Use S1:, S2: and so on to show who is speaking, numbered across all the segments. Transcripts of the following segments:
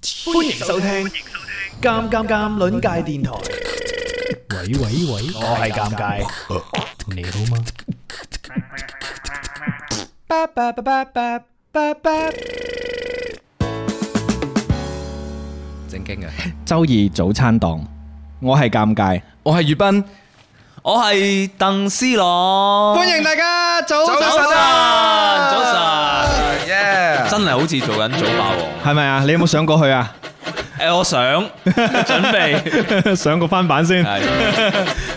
S1: 歡迎收聽《尷尷尷》鄰界電台。
S2: 喂喂喂，
S1: 我係尷尬，
S2: 你好嗎？
S1: 巴巴巴巴巴巴巴。
S3: 正經嘅，
S2: 周二早餐檔，我係尷尬，
S3: 我係月斌，我係鄧思朗，
S2: 歡迎大家早
S3: 早晨，早晨，真係好似做緊早霸王。
S2: 係咪啊？你有冇上過去啊？
S3: 誒， 我想準 備，
S2: 上過翻版先。
S3: 係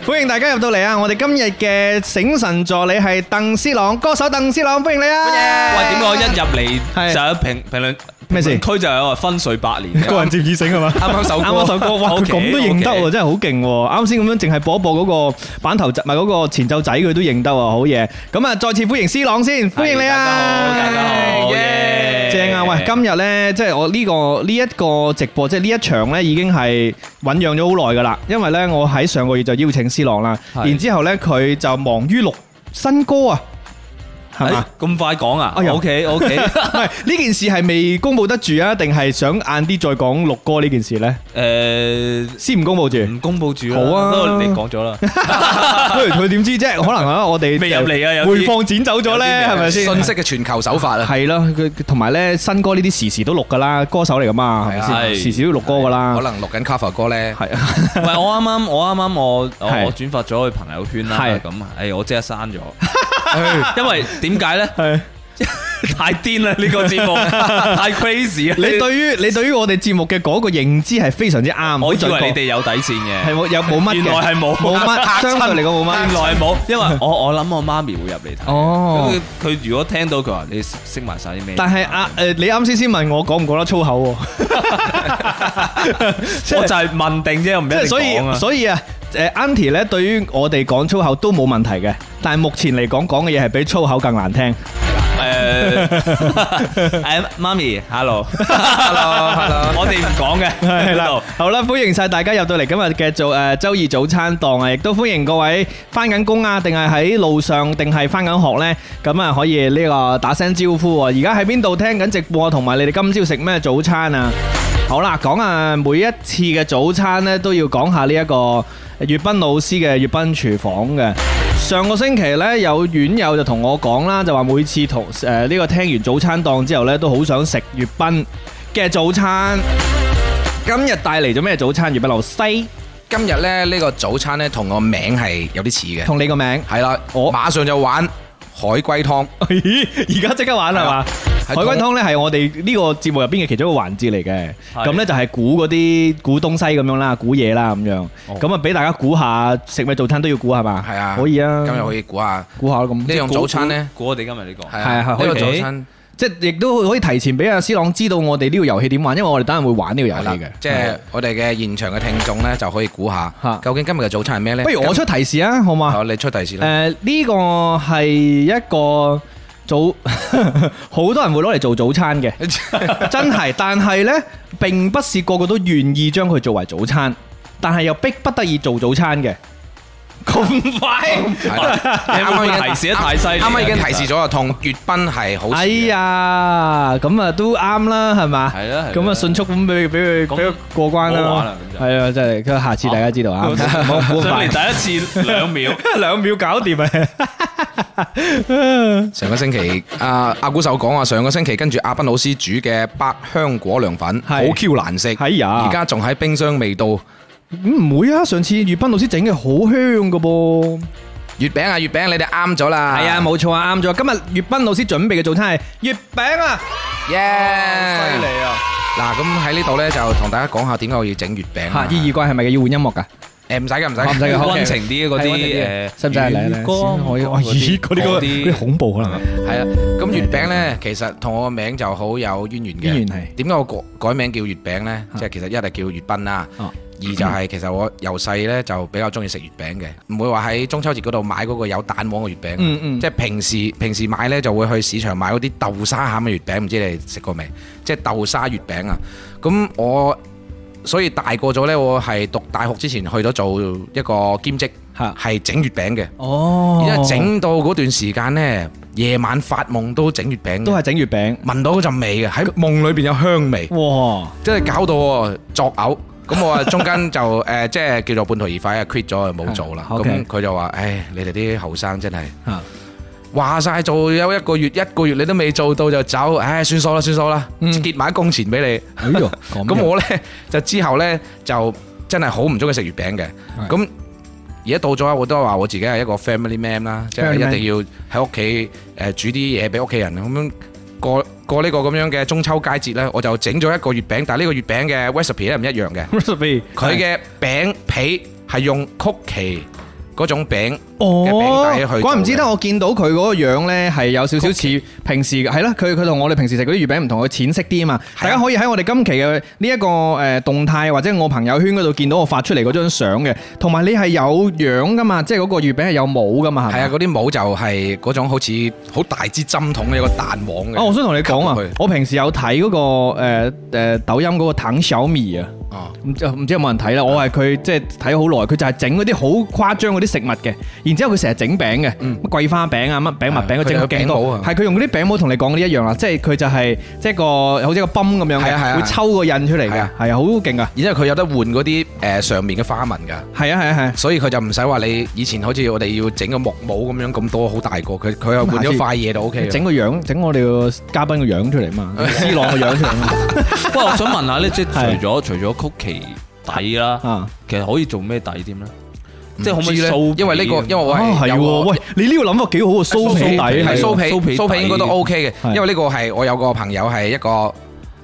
S2: 歡迎大家入到嚟啊！我哋今日嘅醒神助理係鄧斯朗，歌手鄧斯朗，歡迎你啊！
S3: 喂，點解我一入
S2: 係
S3: 嚟就有評評論
S2: 咩事
S3: 評論區就有話分水百年嘅？
S2: 接耳醒係嘛？
S3: 啱啱首歌，
S2: 啱啱首歌，哇！佢
S3: OK，
S2: 咁都認得
S3: OK
S2: 喎，真係好勁喎！啱先咁樣淨係播一播嗰個板頭仔，唔係嗰個前奏仔，佢都認得喎，好嘢！咁啊，再次歡迎斯朗先，歡迎你啊！
S3: 大家好，大家好，耶
S2: 正啊！喂，今日呢，即係我呢、個呢一、個直播，即係呢一場呢已經係醖釀咗好耐㗎啦。因為呢，我喺上個月就邀請斯朗啦，
S3: 係
S2: 然之後呢，佢就忙於錄新歌啊，係嘛？
S3: 誒咁快講啊
S2: 哎呀
S3: ？OK OK，
S2: 唔係呢件事係未公佈得住啊，定係想晏啲再講錄歌呢件事呢？
S3: 誒。
S2: 先唔公佈住，
S3: 唔公佈住啦，
S2: 好啊
S3: 不過你講 咗啦，
S2: 不如佢點知啫？可能啊，我哋
S3: 未入嚟啊有啲
S2: 回放剪走咗呢，
S3: 有啲
S2: 係咪先？
S4: 信息嘅全球手法啊！
S2: 係啦，佢佢同埋呢，新歌呢啲時時都錄㗎啦，歌手嚟㗎嘛，係咪
S3: 係
S2: 先？時時都錄歌㗎啦
S4: 可，能錄緊 cover 歌咧，
S2: 係 啊。
S3: 喂，我啱啱我啱啱我
S2: 係
S3: 我我轉發咗去朋友圈啦，
S2: 係
S3: 咁，誒我即刻刪咗， 因為點解咧？
S2: 係
S3: 太癲啦！呢個 節目太 crazy 啊！
S2: 你對於你對於我哋節目嘅嗰個認知係非常之啱，
S3: 我
S2: 好
S3: 以
S2: 準
S3: 為
S2: 確
S3: 你哋有底線
S2: 係
S3: 嘅，
S2: 冇有冇乜嘅
S3: 原來係冇
S2: 冇 乜，相對嚟講冇
S3: 原
S2: 乜。
S3: 來係冇，因為我我諗我媽咪會入嚟睇。
S2: 哦
S3: 咁佢佢如果聽到佢話你識埋晒啲咩？
S2: 但係啊誒，你啱先先問我講唔講得粗口喎，即係
S3: 我就係問定啫，我唔一
S2: 即
S3: 定
S2: 係所
S3: 講
S2: 以
S3: 啊。
S2: 所以啊誒，Auntie 咧對於我哋講粗口都冇問題嘅，但係目前嚟講講嘅嘢係比粗口更難聽。
S3: 誒誒，媽咪，hello，我哋唔講嘅，
S2: 係
S3: 係
S2: 啦，好啦，歡迎晒大家入到嚟今日嘅做誒周二早餐檔啊，亦都歡迎各位翻緊工啊，定係喺路上，定係翻緊學呢。咁啊可以呢個打聲招呼啊！而家喺邊度聽緊直播啊，同埋你哋今朝食咩早餐啊？好啦，講啊，每一次嘅早餐呢，都要講下呢一個呃粵斌老師嘅粵斌廚房嘅。上個星期呢，有院友就同我講啦，就話每次同誒呢個聽完早餐檔之後呢，都好想食粵斌嘅早餐。今日帶嚟咗咩早餐？粵北流西
S4: 今日咧呢個早餐咧同我名係有啲似嘅，
S2: 同你個名，
S4: 係啦，
S2: 我
S4: 我馬上就玩海龜湯，
S2: 而家即刻玩係嘛？海
S4: 係同
S2: 龜湯咧係我哋呢個節目入邊嘅其中一個環節嚟嘅，
S3: 係
S2: 咁咧就係估嗰啲估東西咁樣啦，估嘢啦咁樣，咁啊俾大家估下食咩早餐都要估係嘛？
S4: 係啊，
S2: 可以啊，
S4: 今日可
S2: 以
S4: 以估下
S2: 估下咁，
S4: 呢樣早餐咧，
S3: 估我哋今日呢個
S4: 係
S2: 係
S4: 啊，
S2: 啊
S4: 呢
S2: 可以
S4: 個早餐
S2: 即係亦都可以提前俾阿斯朗知道我哋呢個遊戲點玩，因為我哋等陣會玩呢個遊
S4: 係
S2: 戲
S4: 啦
S2: 嘅，，
S4: 即係我哋嘅現場嘅聽眾咧就可以估下
S2: 嚇，
S4: 究竟今日嘅早餐係咩咧？
S2: 不如我出提示啊，好嘛？
S4: 好，你出提示啦，
S2: 誒呢個係一個早， 好多人會攞嚟做早餐嘅， 真係。但係呢，並不是個個都願意將佢作為早餐，但係又逼不得已做早餐嘅。咁快？
S4: 係啦
S3: 你有冇
S4: 啱啱已經
S3: 提示得太犀利
S4: 啱
S3: 啊
S4: 啱已經提示咗啊，同粵賓係好似嘅，
S2: 哎呀，咁啊都啱啦，係嘛？
S3: 係啦係啦
S2: 咁啊迅速咁俾佢俾佢
S3: 咁
S2: 俾佢過關
S3: 唔好玩
S2: 啦
S3: 啦。咁就
S2: 係啊，真係。咁下次大家知道 啊，唔好唔好咁
S3: 上
S2: 快，
S3: 嚟第一次兩秒。
S2: 兩秒搞掂 啊！
S4: 上個星期啊阿阿古手講話，上個星期跟住阿斌老師煮嘅百香果涼粉好
S2: 係
S4: Q 難食，
S2: 哎呀
S4: 而家仲喺冰箱未到。
S2: 唔會啊，上次粵斌老師整嘅好香噶噃。
S4: 月餅啊，月餅你哋啱咗啦，
S2: 係啊，冇錯啊，啱咗。今日粵斌老師準備嘅早餐係月餅啊，
S4: 耶！
S2: 啊！
S4: 嗱，咁喺呢度咧就同大家講下點解我要整月餅
S2: 嚇，
S4: 啊。
S2: 意義怪係咪嘅要換音樂㗎？
S4: 誒唔使嘅，唔使
S2: 啊唔使嘅好
S3: 温情啲嗰
S2: 係溫
S3: 啲
S2: 情使
S3: 誒，
S2: 啊唔使嚟嚟
S3: 魚缸
S2: 先可以？
S3: 嗰
S2: 哇哦咦，嗰啲嗰
S3: 嗰
S2: 啲嗯嗰啲
S3: 啲
S2: 恐怖可能係。
S4: 係啦，咁月餅咧其實同我個名就好有淵源嘅。
S2: 淵源係
S4: 點解我改改名叫月餅咧？即係其實一係叫月斌啦。
S2: 哦，
S4: 二就係其實我由細呢就比較中意食月餅嘅，唔會話喺中秋節嗰度買嗰個有蛋黃嘅月餅。
S2: 嗯嗯
S4: 即係平時平時買呢就會去市場買嗰啲豆沙餡嘅月餅，唔知你食過未？即係豆沙月餅啊！咁我所以大個咗呢，我係讀大學之前去咗做一個兼職，
S2: 嚇
S4: 係整月餅嘅。
S2: 哦
S4: 而家整到嗰段時間呢，夜晚發夢都整月餅，
S2: 都係整月餅。
S4: 聞到嗰陣味嘅，喺夢裏邊有香味，
S2: 哇！
S4: 即係搞到我作嘔。咁我啊中間 就誒、即係叫做半途而廢啊，quit 咗冇做啦。
S2: 嗯
S4: 咁
S2: ，OK
S4: 佢就話：，唉，你哋啲後生真係
S2: 嚇
S4: 話晒做有一個月，一個月你都未做到就走，唉，算數啦，算數啦，
S2: 嗯
S4: 結埋工錢俾你。
S2: 哎呦，咁
S4: 咁
S2: 樣
S4: 我呢，就之後呢，就真係好唔中意食月餅嘅。
S2: 係
S4: 咁而家到咗，我都話我自己係一個 family man 啦，即係
S2: Family man
S4: 一定要喺屋企誒煮啲嘢俾屋企人咁樣。過過呢個咁樣嘅中秋佳節呢，我就整咗一個月餅，但係呢個月餅嘅 recipe 咧唔一樣嘅，
S2: recipe
S4: 佢嘅餅皮係用曲奇嗰種餅。
S2: 哦
S4: 嘅餅底去做嘅
S2: 怪唔知得我見到佢嗰個樣咧係有少少似平時係啦，佢佢同我哋平時食嗰啲月餅唔同，佢淺色啲啊嘛。
S4: 係
S2: 大
S4: 啊
S2: 家可以喺我哋今期嘅呢一個誒動態或者我朋友圈嗰度見到我發出嚟嗰張相嘅，同埋你係有樣噶嘛，即係嗰個月餅係有帽噶嘛，係
S4: 係啊，
S2: 咪？
S4: 嗰啲帽就係嗰種好似好大支針筒嘅一個彈簧嘅。
S2: 啊！我想同你講啊
S4: 吸入去，
S2: 我平時有睇嗰個誒誒抖音嗰個滕小米啊。
S4: 哦，
S2: 唔知唔知有冇人睇
S4: 啊
S2: 啦，我係佢即係睇好耐，佢就係整嗰啲好誇張嗰啲食物嘅，然之後佢成日整餅嘅，
S4: 嗯
S2: 乜桂花餅啊乜餅麥餅，佢
S4: 佢
S2: 整咗
S4: 有
S2: 勁
S4: 餅帽
S2: 多
S4: 啊，
S2: 係佢用嗰啲餅帽同你講嗰啲一樣啦，即係佢就係即係個好似個泵咁樣
S4: 係啊係
S2: 嘅，
S4: 啊
S2: 會抽個印出嚟嘅，係
S4: 係啊
S2: 啊好勁噶，
S4: 然之後佢有得換嗰啲誒上面嘅花紋㗎。
S2: 係啊係啊係啊，
S4: 所以佢就唔使話你以前好似我哋要整個木帽咁樣咁多好大個，佢佢又換咗塊嘢就 O K
S2: 整個樣整我哋個嘉賓個樣出嚟 嘛，C 朗個樣出嚟嘛，
S3: 喂，我想問下咧，即係
S2: 係
S3: 除咗除咗曲奇底啦，
S2: 啊，
S3: 其實可以做咩底添咧？即係可唔可以
S4: 知咧
S3: 酥皮
S4: 因為呢個
S3: 咁
S4: 因為我
S2: 啊
S4: 係
S2: 係
S4: 有
S2: 喎，
S4: 個
S2: 喂，你呢個諗法幾好喎，酥皮底
S4: 係
S2: 係
S4: 酥
S2: 喎
S4: 皮
S3: 酥皮
S4: 酥皮應該都
S3: 底
S4: O K 嘅，
S2: 係
S4: 因為呢個係我有個朋友係一個誒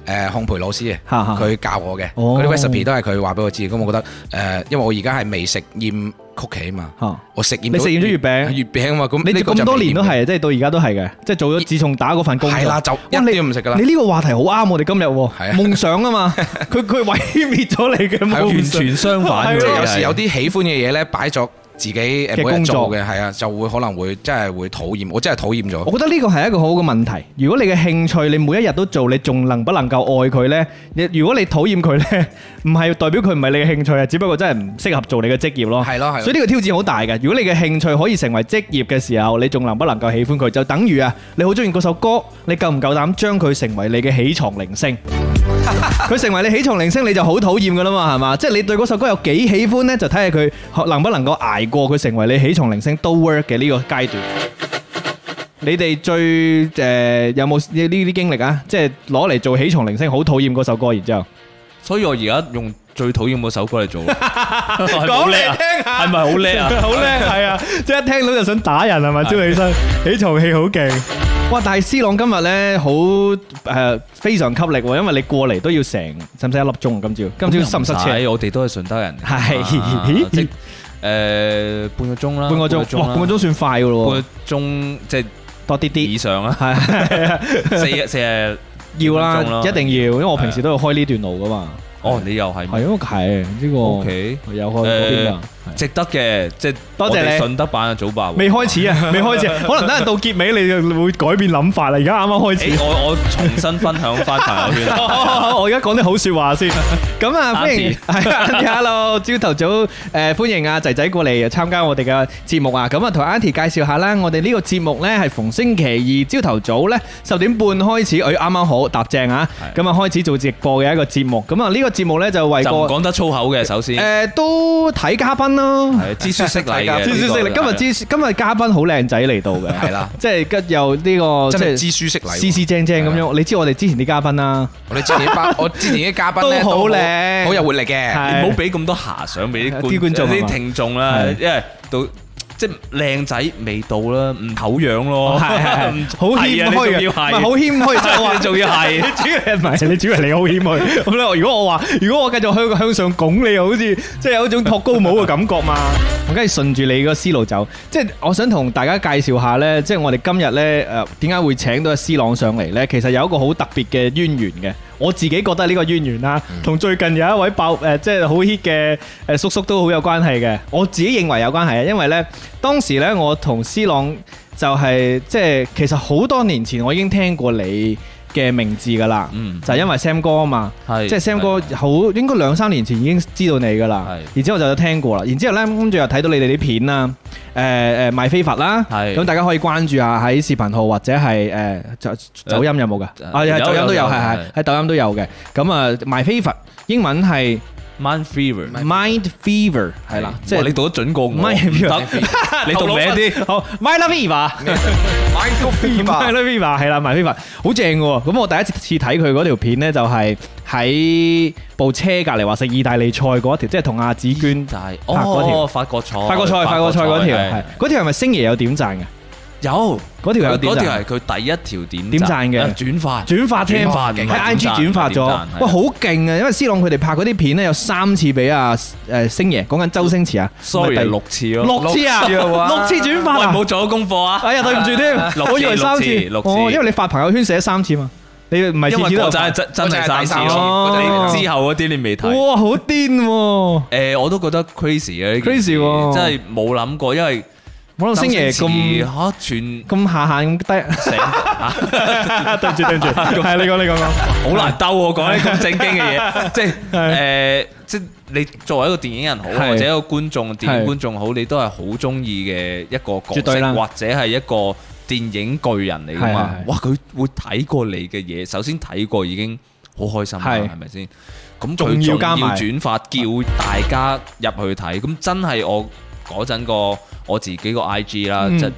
S4: 烘焙老師嘅。
S2: 嚇嚇
S4: 佢教我嘅，
S2: 哦
S4: 嗰啲 recipe 都係佢話俾我知，咁我覺得誒，因為我而家係未食厭曲奇啊嘛，
S2: 嚇
S4: 我食厭
S2: 你食厭咗月餅
S4: 月餅啊嘛，咁
S2: 你
S4: 呢個
S2: 咁
S4: 就
S2: 多
S4: 未
S2: 年都
S4: 厭
S2: 係，即係到而家都係嘅，即係做咗自從打嗰份工
S4: 係啦，就一
S2: 哇
S4: 啲都唔食噶啦
S2: 你，呢個話題好啱我哋今日喎，
S4: 係啊 啊
S2: 夢想啊嘛，佢佢毀滅咗你嘅夢想，
S3: 完全相反
S2: 係
S3: 嘅，
S4: 即係有
S3: 真
S4: 時
S3: 係
S4: 有啲喜歡嘅嘢咧，擺作自己誒
S2: 嘅
S4: 每日
S2: 工
S4: 做
S2: 作
S4: 嘅，係啊，就會可能會真係會討厭，我真係討厭咗。
S2: 我覺得呢個係一個好好嘅問題。如果你嘅興趣你每一日都做，你仲能不能夠愛佢呢？你如果你討厭佢呢，唔係代表佢唔係你嘅興趣啊，只不過真係唔適合做你嘅職業咯。
S4: 係咯係咯
S2: 所以呢個挑戰好大嘅。如果你嘅興趣可以成為職業嘅時候，你仲能不能夠喜歡佢？就等於啊，你好中意嗰首歌，你夠唔夠膽將佢成為你嘅起床鈴聲？佢成為你起床鈴聲，你就好討厭噶啦嘛，係嘛？即係你對嗰首歌有幾喜歡呢？就睇下佢能不能夠捱過佢成為你起床鈴聲都 work 嘅呢個階段。你哋最誒、呃有冇呢呢啲經歷啊？即係攞嚟做起床鈴聲，好討厭嗰首歌，然之後
S3: 所以我而家用最討厭嗰首歌嚟做，講
S2: 講嚟聽下
S3: 啊係咪好叻啊？
S2: 好叻，係啊！即係一聽到就想打人係咪？朝起身，起床氣好勁。哇！但係 C 朗今日咧好誒非常吸力喎，因為你過嚟都要成使唔使一粒鐘？今朝今朝塞唔塞車？
S3: 係我哋都係順德人，
S2: 係
S3: 啊即誒半個鐘啦，
S2: 半個鐘，哇！半個鐘算快噶
S3: 半
S2: 咯
S3: 個
S2: 喎，
S3: 鐘即係
S2: 多啲
S3: 以
S2: 啲
S3: 上啦，
S2: 係係啊
S3: 四日四日。
S2: 要啦
S3: 半個鐘，咯
S2: 一定要，因為我平時都要開呢段路噶嘛。
S3: 哦，你又係
S2: 係因為係呢個
S3: OK
S2: 有開嗰邊啊。係
S3: 值得嘅，即係
S2: 多謝你
S3: 我哋順德版嘅早霸王。
S2: 未開始啊，未開始啊，可能等人到結尾你就會改變諗法啦。而家啱啱開
S3: 誒，
S2: 始。
S3: 我我重新分享翻朋 友圈
S2: 好
S3: 啦。
S2: 好好好，我而家講啲好説話先。咁啊，歡迎
S3: Auntie
S2: 係啊 Auntie hello，朝頭早誒歡迎啊仔仔過嚟參加我哋嘅節目啊。咁啊，同 Auntie 介紹下啦，我哋呢個節目呢，係逢星期二朝頭早呢，十點半開始，誒啱啱好搭正啊。
S3: 係
S2: 咁啊開始做直播嘅一個節目。咁啊呢個節目呢，就為
S3: 就
S2: 個
S3: 唔講得粗口嘅，首先
S2: 誒都睇嘉賓咯。
S3: 係知書識禮嘅。
S2: 知書識禮，今日知今日嘉賓好靚仔嚟到嘅，
S4: 係 啦，
S2: 即係吉又呢個
S4: 真係
S2: 即
S4: 知
S2: 係
S4: 書識禮喎。
S2: 斯斯正正咁
S4: 係
S2: 樣。你知我哋之前啲嘉賓啦，
S4: 我哋之前啲 班，我之前啲嘉賓咧
S2: 都好靚
S4: 好有活力嘅。
S3: 你
S2: 係
S3: 唔好俾咁多遐想俾啲
S2: 啲
S3: 觀
S2: 觀眾係
S3: 啲
S2: 嘛
S3: 聽眾啦，
S2: 係
S3: 因為到即係靚仔未到啦，唔醜樣咯，
S2: 哦係係係
S3: 唔
S2: 好
S3: 係啊
S2: 謙
S3: 你仲
S2: 虛嘅，
S3: 要
S2: 啊唔係
S3: 係
S2: 好謙 虛，即係
S3: 係
S2: 話
S3: 你仲要係
S2: 你主要係唔係你主要係你好謙 虛咁咧？如果我話，如果我繼續向向上拱你，好似即係有一種托高帽嘅感覺嘛。我梗係順住你個思路走，即係我想同大家介紹下呢，即係我哋今日呢，誒點解會請到阿 C 朗上嚟呢？其實有一個好特別嘅淵源嘅，我自己覺得呢個淵源啦，同最近有一位爆誒即係好 hit 嘅誒叔叔都好有關係嘅。我自己認為有關係啊，因為呢，當時呢，我同 C 朗就係即係其實好多年前我已經聽過你。誒、嘅名字噶啦，
S3: 嗯
S2: 就係因為 Sam 哥啊嘛。
S3: 係
S2: 即係 Sam
S3: 係
S2: 哥好應該兩三年前已經知道你㗎啦
S3: 係，
S2: 然之後就有聽過啦，然之後呢，跟住又睇到你哋啲片啦，誒誒賣飛佛啦，
S3: 係
S2: 咁大家可以關注下喺視頻號或者係誒就抖音有冇㗎？啊，
S3: 有
S2: 係抖音都有，
S3: 有
S2: 係係
S3: 有
S2: 喺抖音都有嘅。咁啊賣飛佛英文係
S3: Man Fever，
S2: Mind Fever 係啦，即
S3: 嗯哇你
S2: 係
S3: 讀得準過我，
S2: Mind
S3: 唔
S2: Fever
S3: 得 你讀歪啲。
S2: 好 Mind Fever。
S4: Mind
S2: My Love Viva 係啦，My Viva 好正嘅喎。咁我第一次睇佢嗰條片咧，就係喺部車隔離話食意大利菜嗰一條，即係同阿紫娟
S3: 就係
S2: 拍嗰條
S3: 哦，法國菜，
S2: 法國菜、法國菜嗰條，係嗰條係咪星爺有點贊嘅？
S3: 有
S2: 嗰條有點
S3: 嗰條
S2: 贊
S3: 係佢第一條點
S2: 點贊嘅
S3: 啊轉發
S2: 轉發添，
S3: 轉發
S2: 喺
S3: 勁係
S2: IG 轉
S3: 點贊
S2: 發咗，
S3: 點贊
S2: 哇
S3: 係
S2: 好勁啊！因為思朗佢哋拍嗰啲片咧，有三次俾阿誒星爺講緊周星馳啊
S3: ，sorry
S2: 咪第
S3: 六次咯，
S2: 六次啊，六次轉發
S3: 喂
S2: 啊！
S3: 冇做咗功課啊，
S2: 哎呀，對唔住
S3: 六
S2: 添，
S3: 次
S2: 我以為三次，
S3: 六次
S2: 哦，
S3: 六次
S2: 因為你發朋友圈寫三次嘛，你唔係次
S3: 因為
S2: 次都有
S3: 嗰
S2: 發
S3: 陣真真
S4: 嗰陣
S3: 係
S4: 係
S3: 三
S4: 第
S3: 次
S4: 三次
S2: 嗰陣係
S3: 咯，
S2: 第三次
S3: 你之後嗰啲你未睇。
S2: 哇，好癲喎！
S3: 誒，我都覺得 crazy 啊嘅呢件事
S2: Crazy 喎
S3: 真係冇諗過，因為
S2: 冇諗星爺咁
S3: 嚇 全
S2: 咁下限咁低，
S3: 成
S2: 對唔住對 唔住，係你講你講講，
S3: 好難兜我講啲 咁正經嘅嘢，即係誒，即係你作為一個電影人好，
S2: 係
S3: 或者一個觀眾、電
S2: 係
S3: 影觀眾好，你都係好中意嘅一個角
S2: 絕對啦
S3: 色，或者係一個電影巨人嚟噶嘛
S2: 係係係。
S3: 哇！佢會睇過你嘅嘢，首先睇過已經好開心啦，
S2: 係
S3: 係咪先？咁
S2: 仲
S3: 佢仲
S2: 要
S3: 要
S2: 加埋
S3: 轉發，叫大家入去睇，咁真係我嗰陣個我自己個 IG 啦，
S2: 嗯
S3: 即係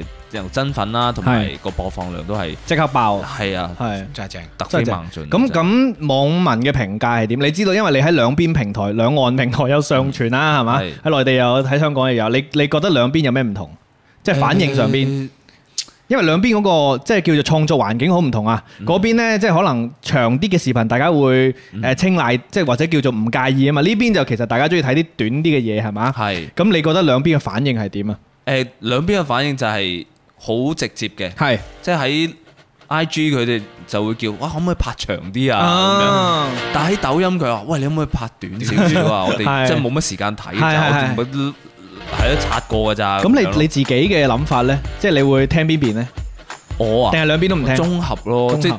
S3: 誒由真粉啦，同埋
S2: 係
S3: 個播放量都係
S2: 即刻爆，
S3: 係啊，
S2: 係
S4: 真係正。
S3: 突飛
S2: 真係
S3: 猛
S2: 正
S3: 進。
S2: 咁咁網民嘅評價係點？你知道因為你喺兩邊平台、兩岸平台有上傳啦，係嘛？
S3: 係
S2: 喺內地又有，喺香港又有，你你覺得兩邊有咩唔同？即係反應上邊。因為兩邊嗰、個即係叫做創作環境好唔同啊，嗰、邊呢，即係可能長啲嘅視頻，大家會誒青睐，即係或者叫做唔介意啊嘛。呢邊就其實大家中意睇啲短啲嘅嘢係嘛？
S3: 係
S2: 咁你覺得兩邊嘅反應係點啊？
S3: 啊誒兩邊嘅反應就係好直接嘅，
S2: 係
S3: 即係喺 IG 佢哋就會叫哇可唔可以拍長啲啊咁樣。
S2: 啊，
S3: 但喺抖音佢話喂你可唔可以拍短少少啊？我
S2: 係
S3: 哋即係冇乜時間睇
S2: 係係係
S3: 咋，我哋咪係咯刷過㗎咋。
S2: 咁
S3: 樣咯
S2: 你你自己嘅諗法呢？即係你會聽邊邊呢？
S3: 我啊
S2: 定係兩邊都唔聽？
S3: 綜合咯，
S2: 綜
S3: 即係
S2: 合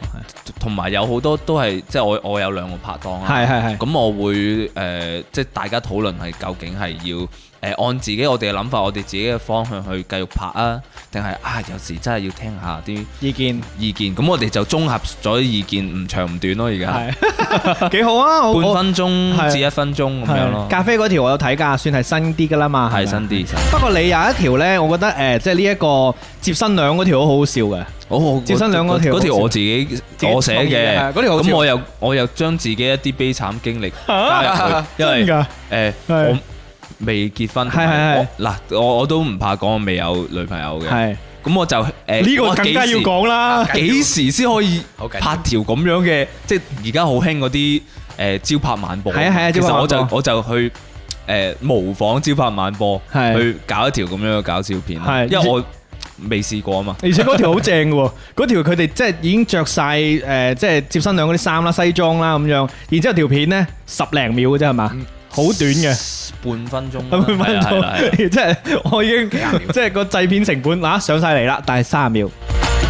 S3: 同埋有好多都係即係我我有兩個拍檔啦。
S2: 係係係
S3: 咁我會誒、呃即係大家討論係究竟係要誒、呃按自己我哋嘅諗法，我哋自己嘅方向去繼續拍啊，定係啊有時真係要聽下啲
S2: 意見
S3: 意見。咁我哋就綜合咗意見，唔長唔短咯。而家
S2: 係 幾好啊！我
S3: 啊半
S2: 我
S3: 分
S2: 係
S3: 鐘至一分鐘咁樣咯
S2: 係，咖啡嗰條我有睇㗎，算係新啲㗎啦嘛，
S3: 係
S2: 咪
S3: 新啲。
S2: 不過你有一條呢，我覺得誒、即係呢一個接新娘嗰條好好笑嘅。
S3: 我我
S2: 接新兩嗰條
S3: 嗰條我自己我寫
S2: 係
S3: 嘅，
S2: 嗰條好似
S3: 咁我又我又將自己一啲悲慘經歷 加入去，因
S2: 真
S3: 為
S2: 㗎
S3: 誒
S2: 係
S3: 我未結婚，
S2: 係係係
S3: 我嗱我我都唔怕講我未有女朋友嘅。
S2: 係
S3: 咁我就啊誒
S2: 呢個更加要。講啦。
S3: 我幾時幾時先可以
S4: 好緊要
S3: 拍條咁樣嘅？即係而家好興嗰啲誒招拍晚播。
S2: 係啊係啊
S3: 其
S2: 朝拍
S3: 實
S2: 晚
S3: 我就
S2: 播
S3: 我就去誒模仿招拍晚播，
S2: 係
S3: 去搞一條咁樣嘅搞笑片啦。
S2: 係
S3: 因為我未試過啊嘛。
S2: 而且嗰條好正嘅喎，嗰條佢哋即係已經着晒誒，即係接新娘嗰啲衫啦、西裝啦咁樣，然之後條片咧十零秒嘅啫係嘛，好短嘅。
S3: 半分 鐘啦，啊
S2: 咁分
S3: 嗯係啦係啊啦係啦
S2: 鐘，即係我已經
S4: 廿秒
S2: 即係個製片成本嗱上晒嚟啦，但係三十秒，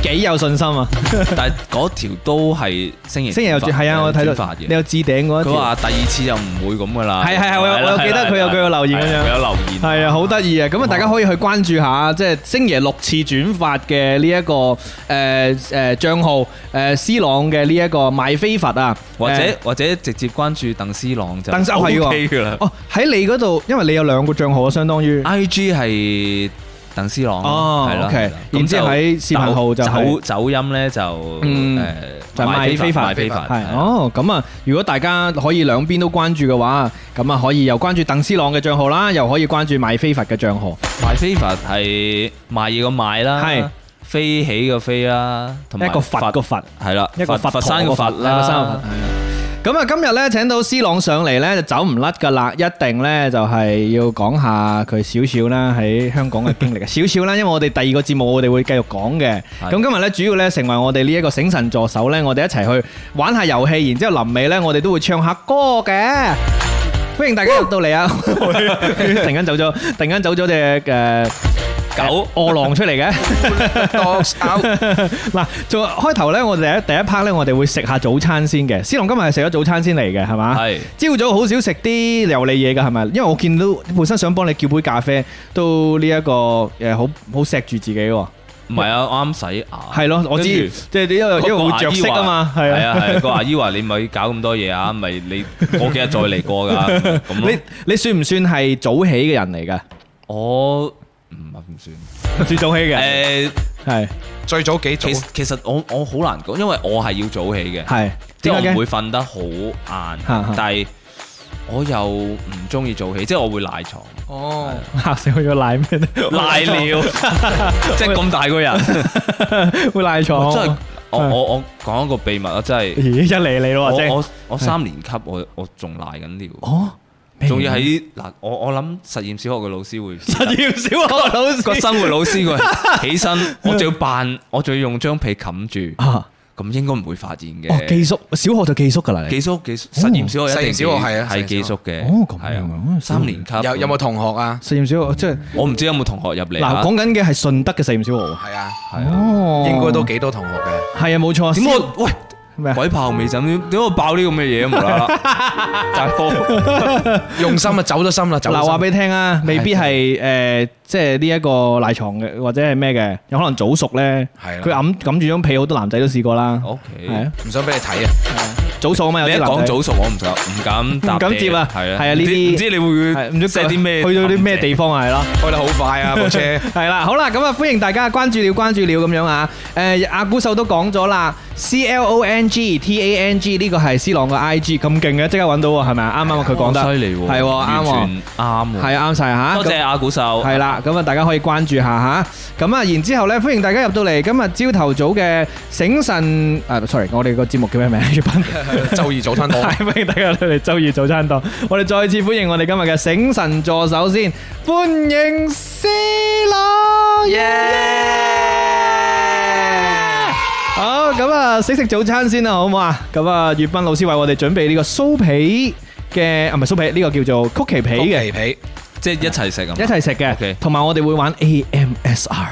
S2: 幾有信心啊！
S3: 但係嗰條都係星爺
S2: 星爺有
S3: 轉
S2: 轉
S3: 發
S2: 係啊，我睇
S3: 轉發
S2: 到你
S3: 嘅。
S2: 有置頂嗰一
S3: 佢
S2: 條，
S3: 話第二次就唔會咁噶啦。
S2: 係係係我有
S3: 係啦
S2: 我有記得
S3: 係啦
S2: 佢有
S3: 係啦
S2: 佢有留言咁樣
S3: 係佢有留言
S2: 係啊，好得意啊！咁啊，大家可以去關注下，即係星爺六次轉發嘅呢一個誒誒帳號，誒 C 朗嘅呢一個賣飛佛啊，
S3: 或
S2: 誒
S3: 者或者直接關注鄧斯朗就
S2: 鄧生係
S3: OK 噶啦。
S2: 哦，喺你嗰度，因為你有兩個帳號啊，相當於
S3: I G 係鄧斯朗
S2: 哦
S3: 係啦
S2: OK
S3: 係啦
S2: 然之後
S3: 咁
S2: 喺視頻號就係
S3: 走走音咧就
S2: 嗯
S3: 誒
S2: 就係賣飛佛，
S3: 賣飛佛
S2: 係
S3: 係啦
S2: 哦。咁啊，如果大家可以兩邊都關注嘅話，咁啊可以又關注鄧斯朗嘅帳號啦，又可以關注賣飛佛嘅帳號。
S3: 賣飛佛係賣嘢個賣啦，
S2: 係
S3: 飛起個飛啦，同埋
S2: 一個佛個佛，
S3: 係啦，
S2: 一個佛
S3: 佛
S2: 陀
S3: 山
S2: 個
S3: 個佛
S2: 一個
S3: 啦，
S2: 山個佛。咁啊，今日咧請到 C 朗上嚟咧，就走唔甩噶啦，一定咧就係要講下佢少少啦喺香港嘅經歷嘅少少啦，因為我哋第二個節目我哋會繼續講嘅。
S3: 係
S2: 咁今日咧主要咧成為我哋呢一個醒神助手咧，我哋一齊去玩下遊戲，然之後臨尾咧我哋都會唱下歌嘅。 歡迎大家入到嚟啊！突然間走咗，突然間走咗隻誒。
S3: 狗
S2: 餓狼出嚟嘅。
S4: Dogs out
S2: 嗱，做開頭咧，我哋第一 part 咧，我哋會食下早餐先嘅。思龍今日係食咗早餐先嚟嘅，係嘛？
S3: 係
S2: 朝早好少食啲油膩嘢㗎，係咪？因為我見到本身想幫你叫杯咖啡，都呢、一個誒好好錫住自己喎。
S3: 唔係啊，我啱洗牙。
S2: 係咯，我知，
S3: 跟住
S2: 即係因 為因為會着色啊嘛，係
S3: 係
S2: 啊。
S3: 啊係，個阿姨話你咪搞咁多嘢啊，咪你我幾日再嚟 過㗎咁咯
S2: 你。你算唔算係早起嘅人嚟㗎？
S3: 我唔係唔算。
S2: 唔算早起嘅，
S3: 誒，
S2: 係
S4: 最早幾早
S3: 其？其實我我好難講，因為我係要早起嘅，
S2: 係
S3: 即
S2: 點解
S3: 係我唔
S2: 嘅？
S3: 會瞓得好晏
S2: 嚇嚇，
S3: 但係我又唔中意早起，即係我會賴床。
S4: 哦，
S2: 嚇死我！要 賴咩？
S3: 賴尿， 即係咁大個人，
S2: 會賴
S3: 我
S2: 床。
S3: 真係我
S2: 哦係
S3: 我我講一個秘密啊，真係
S2: 咦！一嚟你咯，即
S3: 我
S2: 係
S3: 我我三年級我我仲賴緊尿，
S2: 哦，
S3: 仲要喺嗱我我諗實驗小學嘅老師會
S2: 實驗小學老師
S3: 個生活老師佢 起身，我仲要扮，我仲要用張被冚住，
S2: 啊！
S3: 咁應該唔會發現
S2: 哦，寄
S3: 嘅。
S2: 宿哦小學就寄宿㗎啦，
S3: 寄
S2: 你
S3: 宿寄宿實驗小學一定
S4: 實驗小學係啊實
S3: 係
S4: 驗小學
S3: 寄宿嘅，
S2: 哦咁樣
S3: 係啊
S2: 哦
S3: 三年級
S4: 有有冇同學啊？
S2: 實驗小學即係
S3: 我唔知有冇同學入嚟
S2: 嗱
S3: 啊？
S2: 講緊嘅係順德嘅實驗小學喎，
S4: 係啊，
S3: 係啊
S2: 哦
S4: 應該都幾多同學嘅。
S2: 係啊，冇錯。
S3: 點
S2: 燒
S3: 我喂
S2: 咩啊？
S3: 鬼炮未枕，點點我爆呢咁嘅嘢啊無啦 啦？大哥，
S4: 用心啊，走咗心啦，走
S2: 嗱，
S4: 咗
S2: 話
S4: 心。
S2: 俾你聽啊，未必係誒，即係呢一個賴床嘅，或者係咩嘅，有可能早熟咧。
S4: 係啦
S2: 佢揞揞住張被，好多男仔都試過啦。
S3: O
S2: 係
S3: K，
S2: 啊，
S4: 唔想俾你睇啊！
S2: 早熟啊嘛，有
S3: 你一
S2: 啲
S3: 講
S2: 男仔。
S3: 早熟，我唔敢唔敢答
S2: 唔敢接啊
S3: 係啊，
S2: 係啊呢
S3: 唔知
S2: 啲
S3: 唔知你會
S2: 係唔知
S3: set 啲咩，
S2: 去到啲咩地方啊？係啦。
S4: 開得好快啊，部車。
S2: 系啦，好啦，咁啊，歡迎大家關注了，關注了咁樣啊。誒、阿古秀都講咗啦，C L O N G T A N G 呢個係 C 朗嘅 I G，咁勁嘅，即刻揾到喎，係咪啊？啱啱啊佢講
S3: 哦
S2: 得，
S3: 犀利喎，
S2: 係喎啱
S3: 完
S2: 喎
S3: 全啱喎，
S2: 係啊啱晒嚇。
S3: 多謝阿古秀，
S2: 系啦，咁啊，大家可以關注下吓，咁啊，然之後咧，歡迎大家入到嚟今日朝頭早嘅醒神，啊，sorry，我哋個節目叫咩名？粵斌。
S4: 周二早餐檔，
S2: 係歡迎大家嚟周二早餐檔。我哋再次歡迎我哋今日嘅醒神助手先，歡迎 C 朗。好，咁啊，食食早餐先啦，好唔好啊？咁啊，粵斌老師為我哋準備呢個酥皮嘅，啊唔係酥皮，呢、個叫做曲奇皮嘅，
S4: 皮皮，
S3: 即係一齊食啊
S2: 一。齊食嘅
S3: OK。
S2: 同埋我哋會玩 AMSR，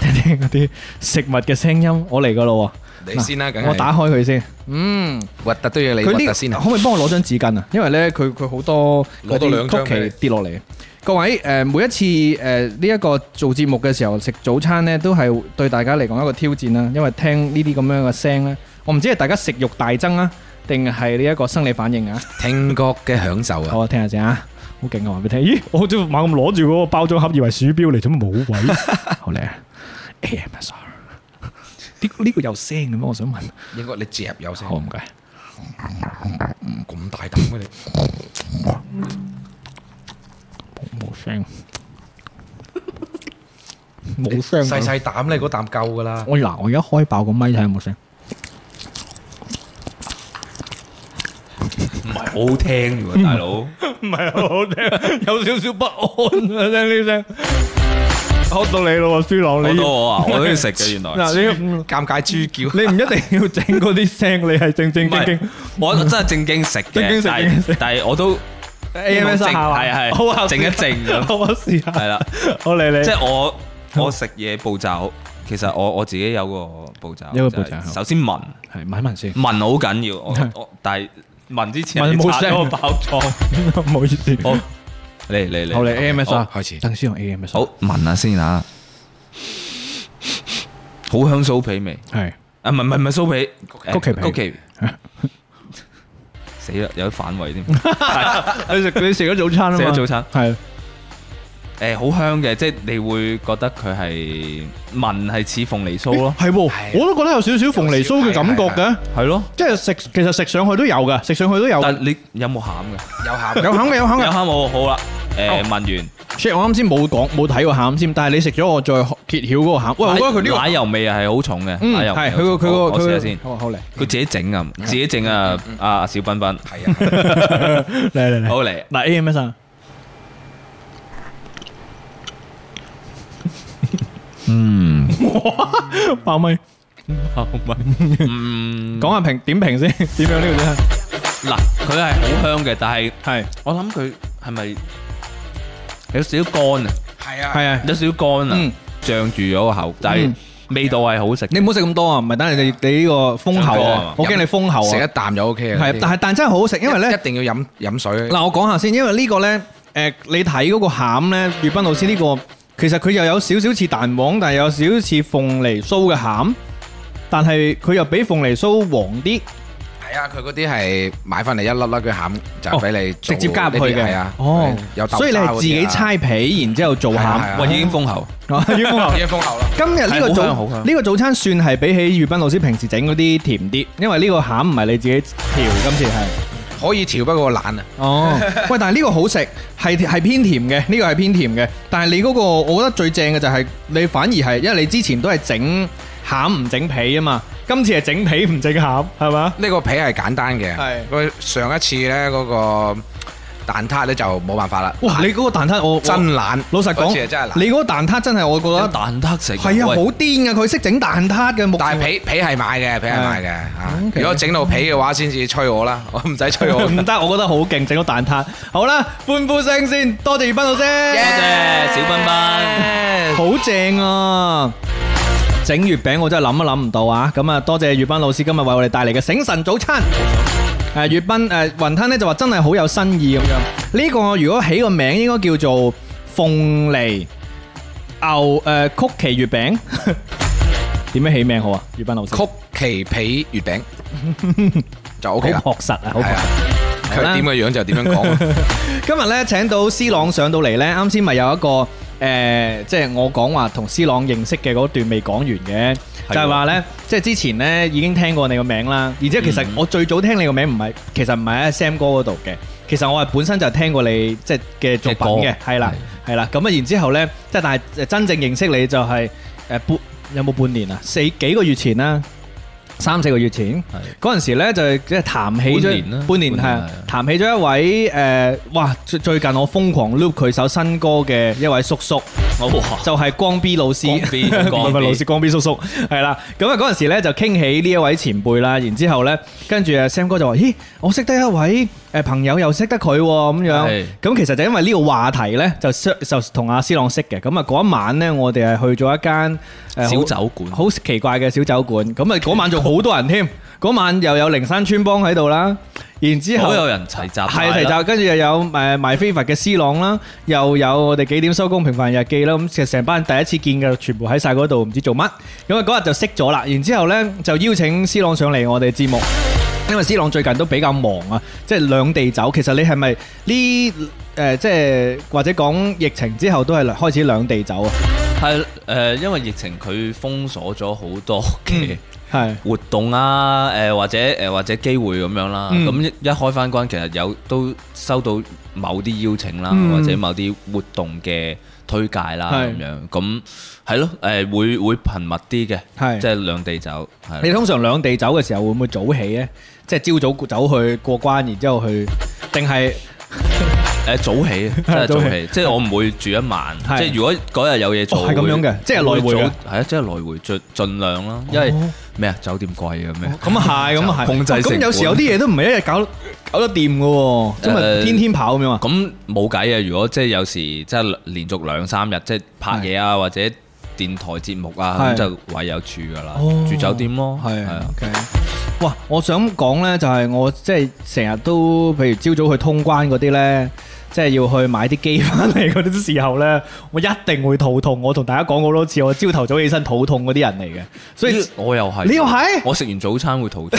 S2: 聽聽嗰啲食物嘅聲音。我嚟噶咯
S4: 你先啦，梗
S2: 喎，
S4: 係。
S2: 我打開佢先。
S4: 嗯，核突都要你
S2: 佢
S4: 核
S2: 呢
S4: 突先啊
S2: 可！唔可以幫我攞張紙巾啊？因為咧，佢佢好多
S4: 攞多
S2: 嗰
S4: 兩張
S2: 啲
S4: 俾
S2: 曲
S4: 你
S2: 奇跌落嚟。各位誒、呃每一次誒呢一個做節目嘅時候食早餐咧，都係對大家嚟講一個挑戰啦。因為聽呢啲咁樣嘅聲咧，我唔知係大家食慾大增啊，定係呢一個生理反 應啊。
S4: 聽覺嘅享受啊！
S2: 好，我聽下先啊。好勁啊！話俾你聽，咦，我都猛咁攞住嗰個包裝盒，以為鼠標嚟，做乜冇 位？好靚，AMSR。呢呢個有聲嘅咩？我想問。
S4: 應該你嚼有聲
S2: 好，，唔該。
S4: 咁大膽嘅你，
S2: 冇聲，冇聲啊。
S4: 細細膽你嗰啖夠噶啦。
S2: 我嗱，我而家開爆個咪睇下有冇聲。
S3: 唔係好好聽喎，大佬。
S2: 唔係好好聽，有少少不安啊！聽呢聲，嚇到你咯，舒朗
S3: 好
S2: 你
S3: 多我啊，我都要食嘅原來。
S2: 嗱你
S4: 尷尬豬叫，
S2: 你唔一定要整嗰啲聲，你係正正
S3: 唔
S2: 經
S3: 係
S2: 經，
S3: 我真係正經食嘅，
S2: 正經食
S3: 但
S2: 正經食
S3: 係但係我都
S2: AMS 下
S3: 正
S2: 嘛
S3: 係係
S2: 好啊，
S3: 靜一靜咁
S2: 好啊，試下，
S3: 係啦，
S2: 我嚟你，
S3: 即係我我食嘢步驟，其實我我自己有個步驟，
S2: 有個步驟
S3: 就係首先聞
S2: 係聞一 聞先
S3: 聞，好緊要，我我但係聞之前
S2: 聞
S3: 你
S2: 冇
S3: 拆
S2: 聲
S3: 咗個包 裝，
S2: 唔好意思，
S3: 好嚟嚟嚟，
S2: 我嚟 AMS 啊，
S4: 好開始
S2: 鄧先用 AMS，
S3: 好，聞下先嚇，好香酥皮味。
S2: 係
S3: 啊，唔係唔係唔係酥皮，誒
S2: 曲奇皮
S3: 曲奇。 死啦，有啲反胃添。 係
S2: 你食你食咗早餐啊嘛，
S3: 食咗早餐
S2: 係
S3: 誒，好香嘅，即係你會覺得佢係聞係似鳳梨酥咯，
S2: 係喎，我都覺得有少少鳳梨酥嘅感覺嘅。
S3: 係咯。
S2: 即 係食，其實食上去都有嘅，食上去都有
S3: 但
S2: 嘅。
S3: 係你有冇餡 嘅？
S4: 有效。
S2: 有肯嘅，有肯
S3: 有
S2: 嘅。
S3: 餡冇好啦。誒，聞完，
S2: 雖然我啱先冇講冇睇過餡先，但係你食咗我再揭曉嗰個餡。喂，我覺得佢呢個
S3: 奶油味係好重嘅，
S2: 嗯
S3: 奶油味
S2: 係
S3: 好
S2: 佢個
S3: 重
S2: 佢
S3: 我
S2: 個
S3: 我
S2: 佢
S3: 試下
S2: 個
S3: 先。
S2: 好好 嚟
S3: 佢自己整啊，自己整啊，阿小彬彬。
S4: 係啊，
S2: 嚟嚟嚟。
S3: 好嚟，
S2: 嗱 A M S 啊，
S3: 嗯，
S2: 爆咪
S3: 好嗯，
S2: 講下評點評先， 點樣呢個真係
S3: 嗱，佢係好香嘅，但係
S2: 係
S3: 我諗佢係咪有少少乾啊？
S4: 係啊，
S2: 係啊，
S3: 有少少乾啊
S2: 嗯，
S3: 脹住咗個口，但係
S2: 嗯
S3: 味道係好食。
S2: 你唔好食咁多啊，唔係等你哋你呢個封喉
S3: 上
S2: 啊
S3: 火，
S2: 我驚你封喉啊
S4: 食。一啖就 OK 啦。
S2: 係，但係但真係好好食，因為咧
S4: 一。定要飲飲水。
S2: 嗱，我講下先，因為呢個呢，誒、你睇嗰個餡呢，粵斌老師呢、個，其實佢又有少少似蛋黃，但係有少少似鳳梨酥嘅餡，但係佢又比鳳梨酥黃啲，
S4: 係啊，佢嗰啲係買翻嚟一粒粒嘅餡，就俾你
S2: 直接加入去嘅。
S4: 係啊，
S2: 哦，
S4: 有豆
S2: 所以你
S4: 係
S2: 係自己猜皮，然之後做
S4: 啊係啊
S2: 餡
S4: 係。啊
S3: 喂，已經封喉，
S2: 哦冤枉
S4: 已經封喉啦。
S2: 今日呢個
S3: 係好香
S2: 早
S3: 好香
S2: 呢個早餐算係比起粵斌老師平時整嗰啲甜啲，因為呢個餡唔係你自己調，今次係。
S4: 可以調，不過懶啊。
S2: 哦， 喂，但係呢個好食，係係偏甜嘅，呢、個係偏甜嘅。但係你嗰、個，我覺得最正嘅就係你反而係，因為你之前都係整餡唔整皮啊嘛，今次係整皮唔整餡，係嘛？
S4: 呢個皮係簡單嘅。
S2: 係
S4: 佢上一次咧嗰個蛋撻咧就冇辦法啦，
S2: 哇！你嗰個蛋撻我我
S4: 真懶。
S2: 老實
S4: 嗰次係
S2: 講，
S4: 真係懶。
S2: 你嗰個蛋撻真係我覺
S3: 有
S2: 得
S3: 蛋撻食。
S2: 係啊，好
S3: 喂
S2: 癲嘅，佢識整蛋撻嘅木。
S4: 但係皮皮係買嘅，皮係買嘅啊
S2: OK
S4: 如果整到皮嘅話，先至催我啦，我唔使 催我。
S2: 唔得，我覺得好勁，整個蛋撻。好啦，歡呼聲先，多謝粵斌老師。
S3: 多謝小彬彬。
S2: 好正啊！整月餅我真係諗都諗唔到啊！咁啊，多謝月斌老師今日為我哋帶嚟嘅醒神早餐。誒，月斌誒雲吞呢就話真係好有新意咁樣。呢個如果起個名應該叫做鳳梨牛誒曲奇月餅。 點樣起名好啊？月斌老師，
S4: 曲奇皮月餅就 OK 啦。
S2: 好確實啊，好確
S4: 係
S2: 實
S4: 啊。，
S2: 好啦
S4: 佢點嘅樣就點樣 講。
S2: 今日咧請到 C 朗上到嚟咧，啱先咪有一個誒、呃即係我講話同 C 朗認識嘅嗰段未講完嘅，
S3: 喎
S2: 就係話咧，即係之前咧已經聽過你個名啦，而且其實我最早聽你個名唔係，其實唔係喺 Sam 哥嗰度嘅，其實我係本身就聽過你即係嘅作品嘅
S3: 嘅，歌
S2: 係啦係啦，咁啊然之後咧，即係但係真正認識你就係、誒半有冇半年啊？四幾個月前啦，三四個月前。嗰陣時咧就係即係談起
S3: 半年啦
S2: 咗半年係啊
S3: 半年係啊
S2: 談起咗一位誒、呃哇！最最近我瘋狂 loop 佢首新歌嘅一位叔叔，
S3: 我哇
S2: 就係光 B 老師，
S3: 光 B，
S2: 唔係
S3: 光
S2: 唔
S3: B
S2: 係老師光 B 叔叔係啦。咁啊嗰陣時咧就傾起呢一位前輩啦，然之後咧跟住啊 Sam 哥就話：咦，我識得一位誒朋友又識得佢喎咁樣
S3: 係。
S2: 咁其實就因為呢個話題咧，就就同阿 C 朗識嘅。咁啊嗰一晚咧，我哋係去咗一間呃好
S3: 小酒館。
S2: 好奇怪嘅小酒館，咁啊嗰晚仲好多人添，嗰晚又有靈山村幫喺度啦，然之後
S3: 好有人齊集，
S2: 係提集，跟住又有誒賣飛佛嘅 C 朗啦，又有我哋幾點收工平凡日記啦，咁其實成班第一次見嘅全部喺晒嗰度，唔知做乜，咁啊嗰日就識咗啦，然之後呢，就邀請 C 朗上嚟我哋節目，因為 C 朗最近都比較忙啊，即係兩地走，其實你係咪呢？誒、即係或者講疫情之後都係開始兩地走啊，
S3: 係誒，因為疫情佢封鎖咗好多
S2: 嗯
S3: 嘅
S2: 係
S3: 活動啊，誒或者誒或者機會咁樣啦。
S2: 嗯
S3: 咁一一開翻關，其實有都收到某啲邀請啦，
S2: 嗯
S3: 或者某啲活動嘅推介啦
S2: 係
S3: 咁樣。咁係咯，誒會會頻密啲嘅，
S2: 係
S3: 即係兩地走係
S2: 你
S3: 咯。
S2: 通常兩地走嘅時候會唔會早起呢？即係朝早走去過關，然之後去，定係
S3: 誒早起，啊真係
S2: 早
S3: 早
S2: 起
S3: 起，即係我唔會住一晚。
S2: 係
S3: 即係如果嗰日有嘢
S2: 哦
S3: 做，
S2: 係咁樣嘅
S3: 會
S2: 即係來回嘅
S3: 會早係啊，即係來回盡盡量啦，因為
S2: 哦
S3: 咩啊，酒店貴啊咩。
S2: 咁啊係，咁啊係，
S3: 控制成
S2: 咁
S3: 本
S2: 有時有啲嘢都唔係一日搞搞得掂嘅喎，咁咪
S3: 誒
S2: 天天跑咁樣啊？
S3: 咁冇計啊！如果即係有時即係連續兩三日即係拍嘢啊，或者電台節目啊，
S2: 係
S3: 咁就唯有住噶啦
S2: 哦，
S3: 住酒店咯，
S2: 係
S3: 係啊，
S2: OK。哇！我想講呢，就係我即係成日都，譬如朝早去通關嗰啲呢，即係要去買啲機翻嚟嗰啲時候呢，我一定會肚痛。我同大家講過好多次，我朝頭早起身肚痛嗰啲人嚟嘅，所以
S3: 呢我又係，
S2: 你又係哦
S3: 我食完早餐 會肚痛，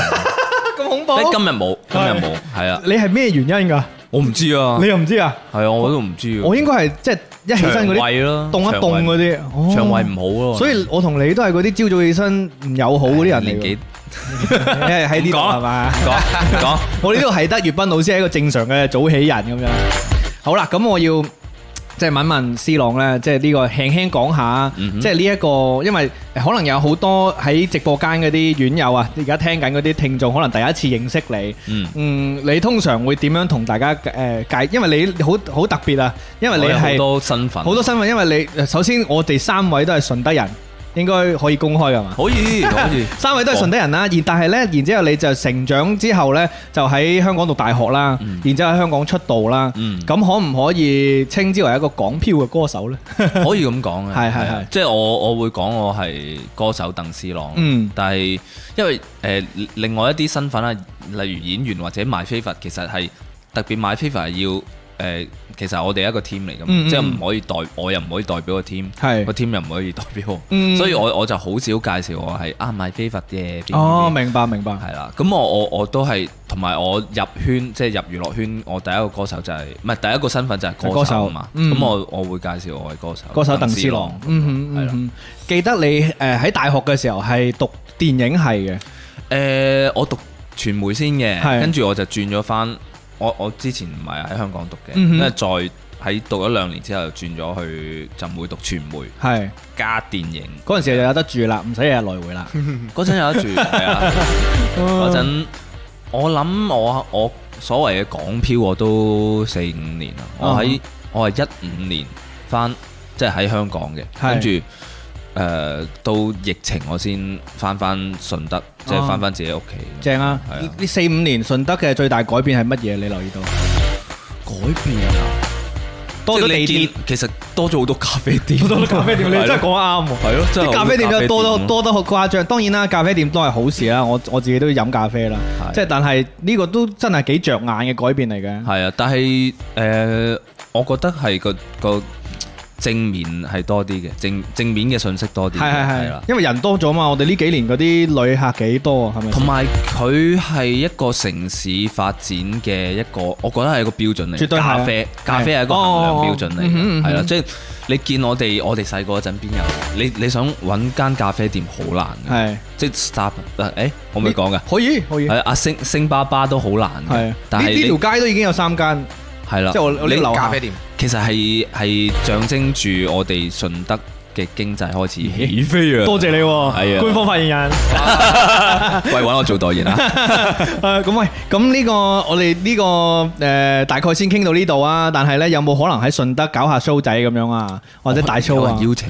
S2: 咁恐怖
S3: 誒今日冇，今日冇，係 啊，
S2: 你係咩原因㗎？
S3: 我唔知啊
S2: 你，又唔知啊？
S3: 係啊，我都唔知啊，
S2: 我應該係即係一起身嗰
S3: 腸
S2: 啲
S3: 胃咯，
S2: 凍一凍嗰啲，哦
S3: 腸胃，腸胃唔好咯，啊
S2: 所以我同你都係嗰啲朝早起身唔友好嗰啲人嚟
S3: 年
S2: 嘅
S3: 紀，
S2: 係喺呢度
S3: 唔講
S2: 係嘛？
S3: 講講，
S2: 我呢度係得粵斌老師係一個正常嘅早起人咁樣。好啦，咁我要即係問問 C 朗咧，即係呢個輕輕講下，
S3: 嗯哼
S2: 即係呢一個，因為可能有好多喺直播間嗰啲院友啊，而家聽緊嗰啲聽眾，可能第一次認識你。
S3: 嗯，
S2: 嗯，你通常會點樣同大家誒介？因為你好好 特別啊，因為
S3: 因
S2: 你
S3: 為你好
S2: 係
S3: 多身份，
S2: 好多身份，因為你首先我哋三位都係順德人，應該可以公開噶嘛？，
S3: 可以可以
S2: 三位都係順德人啦，而但係呢，然之後你就成長之後呢，就喺香港讀大學啦，
S3: 嗯
S2: 然之後喺香港出道啦，
S3: 嗯
S2: 咁可唔可以稱之為一個港漂嘅歌 手呢？
S3: 可以咁講嘅，
S2: 係係係
S3: 啊即係我我會講我係歌手鄧斯朗，啊
S2: 嗯
S3: 但係因為誒、呃另外一啲身份啊，例如演員或者賣非法，其實係特別賣非法係要誒、呃其實我哋係一個 team 嚟㗎嘛，
S2: 嗯嗯
S3: 即係唔可以代我又唔可以代表個 team，
S2: 係
S3: 個 team 又唔可以代表我，
S2: 嗯
S3: 所以我我就好少介紹我係啊賣非法嘅邊
S2: 哦，
S3: 邊
S2: 明白明白，
S3: 係啦，咁我我我都係同埋我入圈，即係入娛樂圈，我第一個歌手就係唔係第一個身份就係歌手啊嘛。
S2: 歌手嗯
S3: 咁我我會介紹我係歌手，
S2: 歌手鄧斯朗，嗯哼，
S3: 係
S2: 嗯
S3: 啦
S2: 哼，記得你誒喺大學嘅時候係讀電影系嘅，
S3: 誒，我讀傳媒先
S2: 係
S3: 嘅，跟住我就轉咗翻，我我之前唔係喺香港讀嘅，
S2: 嗯哼
S3: 因為再喺讀咗兩年之後就轉咗去浸會讀傳媒
S2: 係
S3: 加電影，
S2: 嗰陣時就有得住啦，唔使日日來回啦。
S3: 嗰陣有得住， 係啊，嗰陣我諗我我所謂嘅港漂我都四五年啦，
S2: 嗯
S3: 我喺我係一五年翻，即係喺香港嘅，
S2: 係
S3: 跟住誒到疫情我先翻翻順德，即
S2: 啊
S3: 係翻翻自己屋企。
S2: 正啊！
S3: 係啊
S2: 呢呢四五年順德嘅最大改變係乜嘢？你留意到
S3: 改變啊！
S2: 多咗地鐵，，
S3: 其實多咗好多咖啡店，
S2: 多咗咖啡店，你真係講得啱喎。
S3: 係咯，真
S2: 啲
S3: 係好
S2: 咖啡店就多得
S3: 咯
S2: 多得好誇張，當然啦，咖啡店都係好事啦。我我自己都飲咖啡啦，
S3: 係
S2: 即係但係呢個都真係幾着眼嘅改變嚟嘅。
S3: 係啊，但係誒、呃我覺得係個個正面係多啲嘅，正正面嘅信息多啲嘅，
S2: 係係
S3: 係
S2: 係
S3: 啦，。
S2: 因為人多咗嘛，我哋呢幾年嗰啲旅客幾多啊？係咪？
S3: 同埋佢係一個城市發展嘅一個，我覺得係一個標準嚟。
S2: 絕對係啊
S3: 咖啡，
S2: 係
S3: 咖啡係一個衡量標準嚟
S2: 哦哦哦嗯哼嗯
S3: 嘅，
S2: 哼
S3: 係啦。即係你見我哋我哋細個嗰陣邊有？你你想揾間咖啡店好難嘅，
S2: 係
S3: 即係 Starbucks 誒、欸，我未講㗎。
S2: 可以可以
S3: 係阿星星巴巴都好難
S2: 係
S3: 嘅
S2: 啊，
S3: 但
S2: 呢
S3: 係
S2: 呢
S3: 你
S2: 條街都已經有三間，
S3: 係啦，
S2: 即係我我呢
S3: 你
S2: 度樓
S4: 咖
S2: 下
S4: 啡店
S3: 其實係係象徵住我哋順德嘅經濟開始起飛啊！
S2: 多謝你喎，
S3: 係啊
S2: 官方發言人。
S3: 喂，揾我做代 言啊！
S2: 誒咁喂，咁呢個我哋呢個誒大概先傾到呢度啊，但係咧有冇可能喺順德搞下 show 仔咁樣啊，或者大 show
S3: 有
S2: 啊
S3: 人？邀請，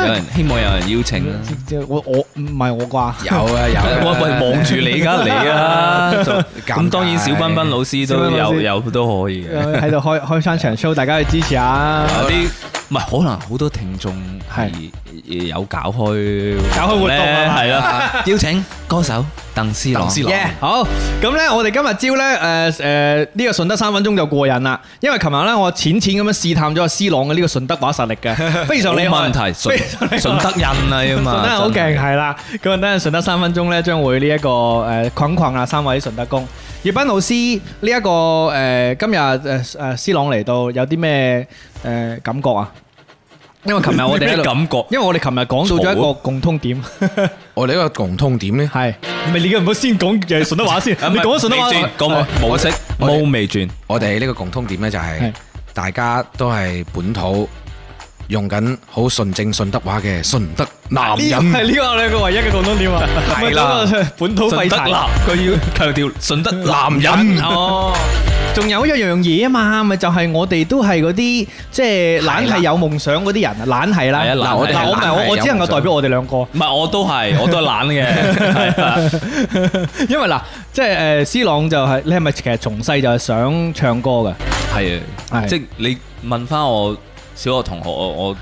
S3: 有人希望有人邀請啊！
S2: 即係我我唔係我啩？
S4: 有 啊有
S3: 喂
S4: 啊，
S3: 喂，望住你噶 你啊！咁當然小彬彬老師
S2: 小
S3: 都
S2: 彬彬老師
S3: 有有都 可以嘅，
S2: 喺度開開翻場 show，大家去支持下。
S3: 有啲唔係可能好多聽眾係有搞開
S2: 搞開活動
S3: 咧
S2: 啊，
S3: 係啦，邀請歌手鄧斯朗，
S4: 鄧斯朗
S2: Yeah，好，咁呢，我哋今日朝呢，誒誒呢個順德三分鐘就過癮啦，因為琴日呢，我淺淺咁樣試探咗阿 C 朗嘅呢個順德話實力 嘅，非常厲害，
S3: 冇問題，
S2: 非常
S3: 順
S2: 厲害
S3: 順德 人啊嘛，
S2: 順德好勁，係啦。咁等陣順德三分鐘咧，將會呢、一個誒框框啊三位順德公。葉斌老師呢、一個誒、呃今日誒誒斯朗嚟到，有啲咩誒感覺啊？因為琴日我哋喺
S3: 咩
S2: 度，
S3: 感覺？
S2: 因為我哋琴日講到咗一個共通點，
S4: 我哋一個共通點咧，
S2: 係唔係？你唔好先講誒順德啊話
S3: 啊
S2: 先，你講咗順德話，
S3: 講模式
S4: 我哋
S3: 冇未轉，
S4: 我哋呢個共通點咧就係
S2: 係
S4: 大家都係本土，用緊好純正順德話嘅順德男
S2: 呢個
S4: 人。
S2: 係呢個我兩個唯一嘅共通點啊！
S4: 係啦
S2: 咪等我 本土廢
S3: 順德
S2: 柴。
S3: 男，佢要強調順德男
S4: 男人
S2: 哦，仲有一樣嘢啊嘛，咪就係我哋都係嗰啲即係懶係有夢想嗰啲人啊，懶係啦。
S3: 係啊懶係
S2: 嗱我嗱我唔係
S4: 懶係
S2: 我我只能夠
S4: 有夢想
S2: 代表我哋兩個，
S3: 唔係我都係，我都係懶嘅，係啊
S2: 因為嗱，即係誒，C 朗就係你係咪其實從細就係想唱歌嘅？
S3: 係啊，
S2: 係
S3: 即係你問翻我小學同學，我我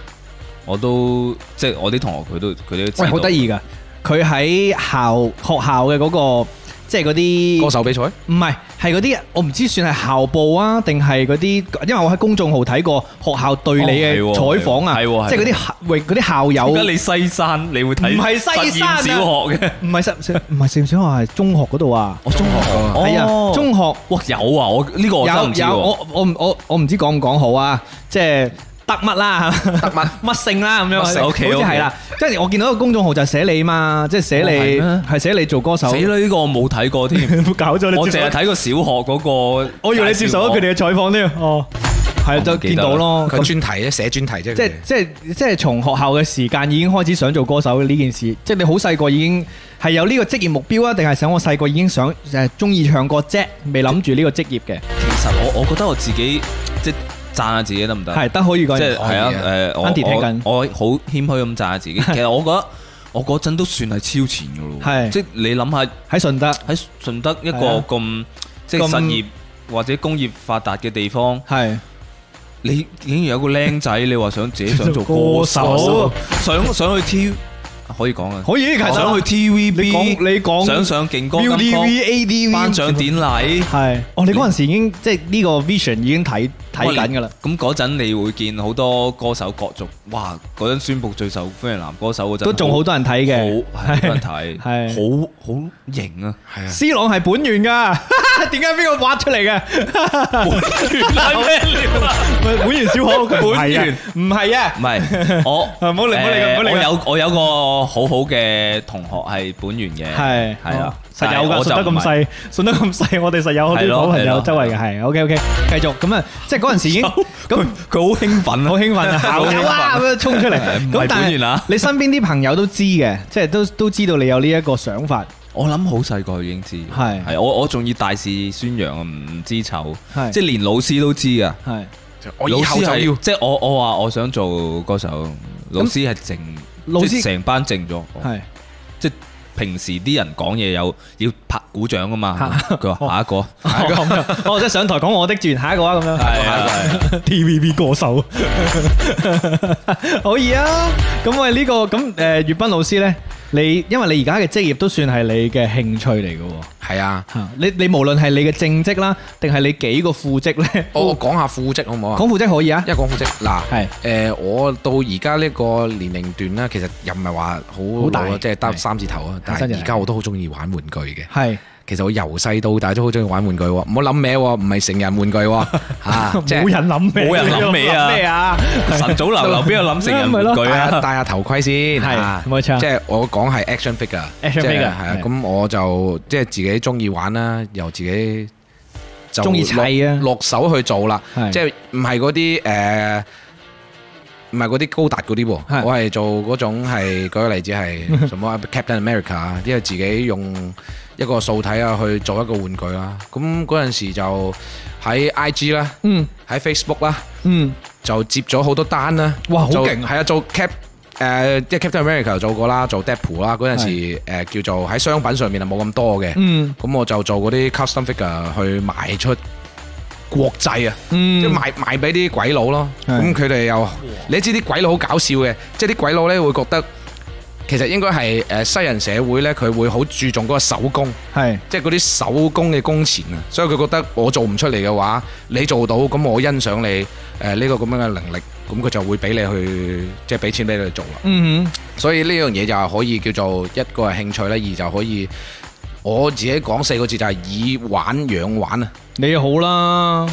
S3: 我都即係我啲同學佢都佢都知
S2: 喂，
S3: 道
S2: 好得意㗎！佢喺校學校嘅嗰個即係嗰啲
S4: 歌手比賽，
S2: 唔係，係嗰啲我唔知算係校報啊，定係嗰啲，因為我喺公眾號睇過學校對你嘅
S3: 哦係喎
S2: 採訪啊，
S3: 係喎係喎
S2: 即係嗰啲校喂嗰啲校
S3: 點
S2: 友。
S3: 解你西山你會睇
S2: 唔係西山啊
S3: 實驗小學嘅，
S2: 唔係十 唔係四五小學係中學嗰度啊，
S3: 我中學
S4: 啊
S2: 係啊，中學
S3: 哦哇有啊，我呢個我真係
S2: 有
S3: 唔知
S2: 有
S3: 喎，
S2: 我我唔我我唔知講唔講好啊，即係得乜 啦，得乜 乜性啦咁樣，
S3: 乜性
S2: 好似
S3: OK，OK
S2: 係啦，即係我見到個公眾號就寫你嘛，即係寫你
S3: 哦係咩
S2: 係寫你做歌手
S3: 死，啦呢個我冇睇過添，
S2: 搞咗
S3: 我淨係睇過小學嗰個，
S2: 我以為你接受咗佢哋嘅採訪添，哦，係啊
S3: 我唔
S2: 就
S3: 記得
S2: 見到咯，
S4: 佢
S2: 咁
S4: 專題啫，寫專題啫。
S2: 即係即係即係從學校嘅時間已經開始想做歌手呢件事，即係你好細個已經係有呢個職業目標啊，定係想我細個已經想誒中意唱歌啫，未諗住呢個職業嘅。
S3: 其實我我覺得我自己即係讚下自己得唔得？
S2: 係得可以講
S3: 即
S2: 嘢，
S3: 係係啊，誒，我
S2: Andy 聽緊
S3: 我我好謙虛咁讚下自 己。其實我覺得我嗰陣都算係超前嘅咯喎，
S2: 係
S3: 即係你諗下
S2: 喺順德
S3: 喺順德一
S2: 係
S3: 個
S2: 啊
S3: 咁即
S2: 咁
S3: 係實業或者工業發達嘅地方，
S2: 係
S3: 你竟然有個僆仔，你話想自己想做歌
S2: 做
S3: 手，想想去 T 可以講啊，
S2: 可以其實
S3: 想去
S2: 你講
S3: TVB，
S2: 你講
S3: 想上勁歌
S2: U
S3: 金
S2: D
S3: 曲
S2: V A D V
S3: 頒獎典禮。
S2: 係哦，你嗰陣時已經即係呢個 vision 已經睇睇緊㗎啦，
S3: 咁嗰陣你會見好多歌手角逐，哇！嗰陣宣佈最受歡迎男歌手嗰陣，
S2: 都仲好多人睇嘅。
S3: 好係好多人 睇，
S2: 係
S3: 好好型啊！
S4: 係啊。
S2: C 朗係本源㗎， 點解邊個挖出嚟嘅？ 本本源小可佢
S3: 本源
S2: 唔係啊
S3: 唔，係我，
S2: 唔好理唔好理佢唔
S3: 誒
S2: 好理佢
S3: 我有我有個好好嘅同學係本源嘅，
S2: 係哦
S3: 係啊，
S2: 實有
S3: 但係
S2: 㗎，
S3: 我就
S2: 信得
S3: 唔
S2: 咁
S3: 係，
S2: 細，信得咁 細，我哋實有好
S3: 係
S2: 啲
S3: 咯
S2: 好朋
S3: 係
S2: 友
S3: 咯
S2: 周圍嘅係，OK OK，繼續咁啊，即係嗰陣 時已經咁。
S3: 佢好興奮啊，
S2: 好興奮 啊！校友啊，咁樣衝出嚟。
S3: 唔係
S2: 咁但
S3: 本源
S2: 係
S3: 啊
S2: 你身邊啲朋友都知嘅，即係都都知道你有呢一個想法，
S3: 我諗好細個已經知，
S2: 係
S3: 係我我仲要大肆宣揚啊，唔唔知醜，
S2: 係
S3: 即係連老師都知啊。
S2: 係
S4: 我以
S3: 老
S4: 後
S3: 師哦
S4: 就
S3: 係
S4: 要
S3: 即係我我話我想做歌手，老師係靜，
S2: 老師
S3: 即係成班靜咗，
S2: 係
S3: 即係平時啲人講嘢有要拍鼓掌噶嘛，佢話下 一個，
S2: 哦，即係上台講我的志願，下一個啊咁 樣。
S3: 係啊係啊
S2: TVB 歌 手，可以啊！咁喂，呢個咁誒，粵斌老師咧，你因為你而家嘅職業都算係你嘅興趣嚟嘅喎。
S4: 係啊。
S2: 嚇你你無論係你嘅正職啦，定係你幾個副職咧，
S4: 我-我講下副職好唔好啊？
S2: 哦講副職可以啊。
S4: Dạ. 因為講副職，嗱，
S2: 係。
S4: 誒，我到而家呢個年齡段啦，其實又唔係話好
S2: 好大，
S4: 老啊，即係得
S2: 係。
S4: 三字頭啊，但係
S2: 三字頭。
S4: 而家我都好鍾意玩玩具嘅。
S2: 係，
S4: 其實我由細到大都好鍾意玩玩具喎，唔好諗歪喎，唔係成人玩具喎，啊嚇，即係
S2: 冇人諗咩，
S3: 冇人諗尾啊
S2: 咩啊？
S3: 晨早流流邊度諗成人
S2: 咪咯
S3: 玩具啊？
S4: 戴-戴下頭盔先，啊
S2: 係，
S4: 嚇，
S2: 冇錯。
S4: 即係我講係action figure，
S2: action
S4: 即係，
S2: figure，
S4: 係啊，
S2: 係。
S4: 咁我就即係自己鍾意玩啦，由自己就
S2: 鍾意砌啊。
S4: 落-落手去做啦。
S2: 係。
S4: 即係唔係嗰啲誒，唔係嗰啲高達嗰啲
S2: 係
S4: 喎，我係做嗰種係舉個例子 係什麼 Captain America，啊因為自己用一個素體啊去做一個玩具啦。咁嗰陣時就喺 IG 啦，
S2: 嗯
S4: 喺 Facebook 啦，
S2: 嗯，
S4: 就接咗好多單啦。
S2: 哇好
S4: 就
S2: 勁
S4: 係啊，做 Cap 誒，即係 Captain America 做過啦，做 Deadpool 啦。嗰陣時誒叫做喺商品上面啊冇咁多嘅，
S2: 嗯
S4: 咁我就做嗰啲 custom figure 去賣出國際啊。
S2: 嗯，
S4: 即係賣賣俾啲鬼佬咯。
S2: 係
S4: 咁佢哋又，你知啲鬼佬好搞笑嘅，即係啲鬼佬咧會覺得，其實應該係誒西人社會咧，佢會好注重嗰個手工，
S2: 係
S4: 即係嗰啲手工嘅工錢啊。所以佢覺得我做唔出嚟嘅話，你做到，咁我欣賞你誒呢個咁樣嘅能力，咁佢就會俾你去，即係俾錢俾你去做啦。
S2: 嗯哼
S4: 所以呢樣嘢就係可以叫做一個係興趣咧，二就可以我自己講四個字就係以玩養玩啊，
S2: 你好啦，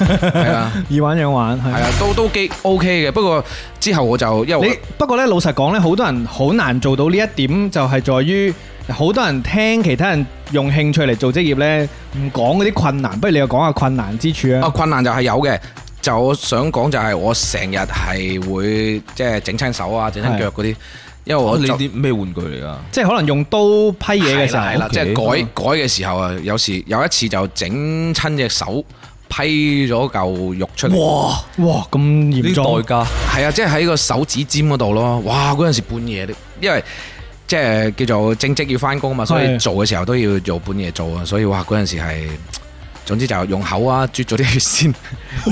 S4: 係啊。
S2: 以玩養玩係
S4: 係。啊，都都幾 OK 嘅。不過之後我就因為
S2: 你不過咧，老實講咧，好多人好難做到呢一點，就係在於好多人聽其他人用興趣嚟做職業咧，唔講嗰啲困難，不如你又講下困難之處
S4: 我啊
S2: 啊。
S4: 困難就係有嘅。就我想講就係我成日係會即係整親手啊、整親腳嗰啲，因為
S3: 哦
S4: 我
S3: 你
S4: 就
S3: 啲咩玩具嚟噶？
S2: 即係可能用刀批嘢嘅時候，
S4: 係啦係啦，即係
S3: OK
S4: 改改嘅時候啊，有時有一次就整親隻手批咗嚿肉出嚟，
S3: 哇！
S2: 哇咁
S3: 呢
S2: 嚴
S3: 代
S2: 重，
S3: 價
S4: 係啊，即係喺個手指尖嗰度咯。哇！嗰陣時半夜，因為即係叫做正職要翻工啊嘛，所以
S2: 係
S4: 做嘅時候都要做半夜做啊，所以哇嗰陣時係總之就用口啊啜咗啲血先。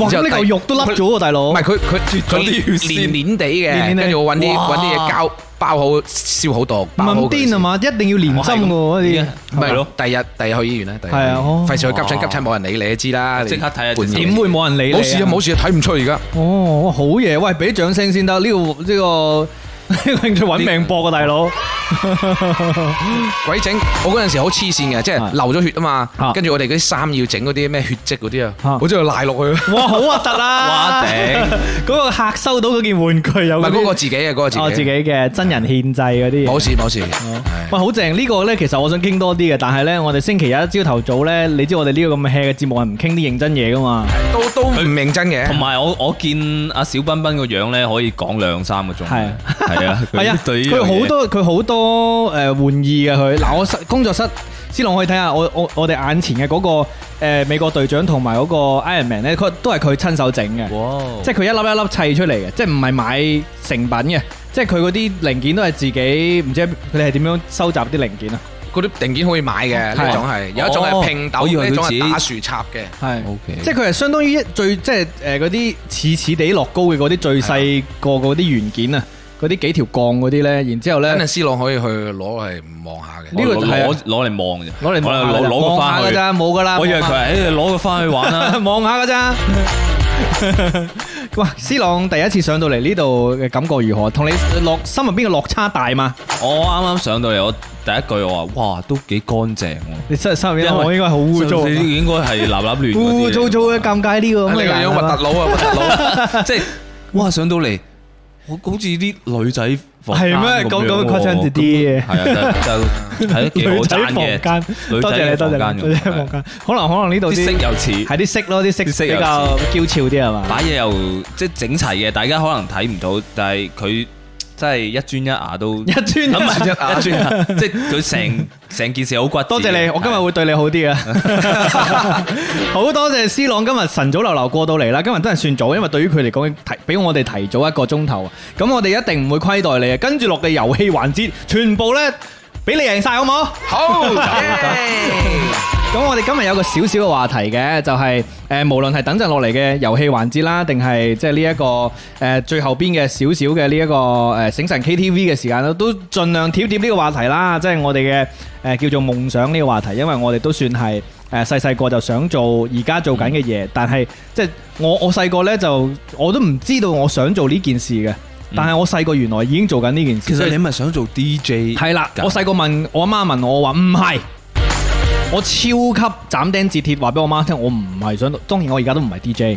S2: 哇
S4: 之後
S2: 咁呢嚿
S4: 第
S2: 肉都凹咗喎，大佬
S4: 唔係。佢佢脱
S3: 咗啲血
S4: 黏
S3: 絲
S4: 黏地
S2: 黏
S4: 嘅，
S2: 黏地
S4: 跟住我揾啲
S2: 哇
S4: 揾啲嘢膠包好，消好毒，
S2: 唔
S4: 包
S2: 係
S4: 好
S2: 咁
S4: 佢
S2: 癲啊
S4: 先？
S2: 嘛，一定要連針嘅喎嗰啲。
S4: 唔係
S3: 係
S4: 咯
S3: 咯，
S4: 第日第日去醫院啦，第日
S2: 係啊哦
S4: 費事去急診，
S3: 哇
S4: 急診冇人理你都知啦，
S3: 即刻睇下
S4: 半夜
S2: 點會冇人理你？
S4: 冇事啊，冇事啊，睇唔出而家。
S2: 哦，哇，好嘢！喂，俾啲掌聲先得。呢、個呢、個呢個興趣揾命搏啊，大佬。
S4: 鬼整！我嗰陣時好黐線嘅，即係
S2: 啊
S4: 流咗血啊嘛
S2: 啊，
S4: 跟住我哋嗰啲衫要整嗰啲咩血跡嗰啲
S2: 啊
S4: 啊，我真係賴落去。
S2: 哇，好核突啊！
S3: 哇頂！
S2: 嗰個客收到嗰件玩具有
S4: 唔
S2: 嗰
S4: 係嗰
S2: 啲
S4: 個自己嘅，嗰個
S2: 哦
S4: 自
S2: 自己
S4: 己。
S2: 嘅真人獻祭嗰啲嘢。
S4: 冇事冇事。
S2: 喂，好正！呢個呢，其實我想傾多啲嘅，但係呢，我哋星期日一朝頭早呢，你知我哋呢個咁 hea 嘅節目係唔傾啲認真嘢噶嘛？
S4: 都都唔認真嘅。
S3: 同埋我我見阿小彬彬個樣咧，可以講兩三個鐘。
S2: 係
S3: 係啊，
S2: 係啊，
S3: 對呢樣
S2: 佢呃
S3: 嘢
S2: 好多佢好多誒玩意嘅佢。嗱，我實工作室思朗可以睇下我我我哋眼前嘅嗰個呃美國隊長同埋嗰個 Iron Man 咧，佢都係佢親手整嘅。
S3: 哇！
S2: 即係佢一粒一粒砌出嚟嘅，即係唔係買成品嘅，即係佢嗰啲零件都係自己唔知你係點樣收集啲零件啊？
S4: 嗰啲零件可以買嘅，呢種係有一種係拼
S3: 哦
S4: 豆，
S3: 我以為
S4: 呢
S3: 佢
S4: 種
S3: 自己
S4: 係打樹插嘅。
S2: 係
S3: OK
S2: 即係佢係相當於一最即係誒嗰啲似似地樂高嘅嗰啲最細
S3: 啊
S2: 個嗰啲元件啊，嗰啲幾條鋼嗰啲咧，然之後咧
S4: 等陣 C 朗可以去攞嚟望下
S2: 呢
S4: 嘅。
S2: 個
S3: 我
S2: 係啊
S3: 攞攞嚟望咋，
S2: 攞嚟
S3: 我
S2: 望下㗎
S3: 攞攞個
S2: 望
S3: 翻
S2: 下㗎
S3: 去。
S2: 咋，冇噶啦。
S3: 我以為佢係誒攞個翻去 玩啦。
S2: 係望下㗎咋。哇！C 朗第一次上到嚟呢度嘅感覺如何？同你落心入邊嘅落差大嘛？
S3: 我啱啱上到嚟，我第一句我話：哇，都幾乾淨喎。
S2: 你真係心入
S3: 因
S2: 邊，
S3: 為
S2: 我應該好污糟啊，
S3: 你應該係立立亂嗰啲嚟㗎嘛
S2: 污糟糟嘅，尷尬呢個咁
S4: 你
S2: 嘅
S4: 個
S2: 人
S4: 樣
S2: 啊
S4: 核突佬啊，核突佬！
S3: 即係哇上到嚟，好好似啲女仔房間
S2: 係咩
S3: 咁
S2: 講講
S3: 樣喎
S2: 誇張啲啲嘅
S3: 係啊，就係幾好
S2: 女仔
S3: 讚嘅。
S2: 房間，多謝你，多謝你，
S3: 女
S2: 女
S3: 仔
S2: 仔
S3: 房
S2: 房間，可能可能呢度
S3: 啲色
S2: 啲
S3: 又似，
S2: 係啲色咯，啲色
S3: 啲色
S2: 比
S3: 又似
S2: 較嬌俏啲係嘛？
S3: 擺嘢又即係整齊嘅，大家可能睇唔到，但係佢真係一磚一牙都
S2: 一磚一
S3: 一磚一 牙，即係佢成成件事好骨子嘅。
S2: 多謝你，我今日會對你好啲嘅。好多謝 C 朗今日晨早流流過到嚟啦，今日真係算早，因為對於佢嚟講提俾我哋提早一個鐘頭啊。咁我哋一定唔會虧待你嘅。跟住落嘅遊戲環節，全部呢俾你贏晒好冇？
S4: 好，
S2: 咁我哋今日有個少少嘅話題嘅，就係、诶，誒、無論係等陣落嚟嘅遊戲環節啦，定係即係呢一個誒、呃最後邊嘅少少嘅呢一個誒、呃醒神 KTV 嘅時間啦，都盡量挑貼呢個話題啦，即係我哋嘅誒叫做夢想呢個話題，因為我哋都算係誒細細個就想做而家做緊嘅
S3: 嗯
S2: 嘢，但係即係我我細個呢，就我都唔知道我想做呢件事嘅，但係我細個原來已經做緊呢件事，
S3: 其
S2: 所
S3: 實
S2: 以
S3: 你咪想做 DJ
S2: 系啦，
S3: 㗎
S2: 我細個問我阿媽問我，我話唔係，我超級斬釘截鐵話俾我媽聽，我唔係想，當然我而家都唔係 DJ，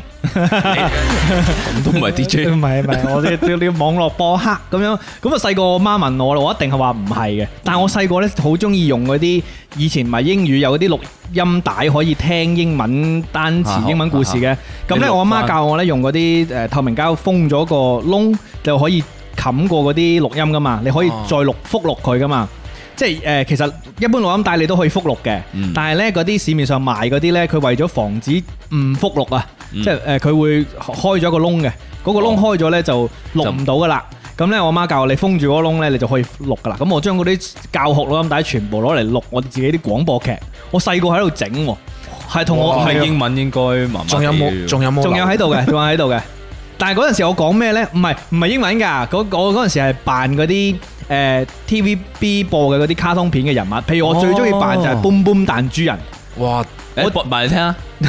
S3: 都唔係 DJ，
S2: 唔係唔係，我啲啲網絡播客咁樣，咁啊細個我媽問我啦，我一定係話唔係嘅，但係我細個咧好中意用嗰啲以前咪英語有嗰啲錄音帶可以聽英文單
S3: 啊
S2: 詞、
S3: 好啊
S2: 英文故事嘅，咁
S3: 你
S2: 咧
S3: 錄
S2: 我阿媽
S3: 返
S2: 教我咧用嗰啲誒透明膠封咗個窿就可以冚過嗰啲錄音噶嘛，你可以
S4: 哦
S2: 再錄覆錄佢噶嘛。即係誒、呃其實一般錄音帶你都可以復錄嘅，
S3: 嗯
S2: 但係咧嗰啲市面上賣嗰啲咧，佢為咗防止唔復錄啊，
S3: 嗯
S2: 即係誒佢會開咗個窿嘅，嗰、個窿開咗咧就錄唔到噶啦。咁咧，我媽教我你封住嗰個窿咧，你就可以錄噶啦。咁我將嗰啲教學錄音帶全部攞嚟錄我自己啲廣播劇。我細個喺度整喎，係同我係
S3: 係英文應該麻麻地
S4: 仲有冇？仲有冇？
S2: 啊仲有喺度嘅，仲有喺度嘅。但係嗰陣時我講咩呢？唔係唔係英文㗎，嗰我嗰陣時係扮嗰啲呃誒 TVB 播嘅嗰啲卡通片嘅人物，譬如我最中意扮就係
S3: 哦
S2: Boom Boom 彈珠人，
S4: 哇！
S3: 誒，播埋嚟聽啊！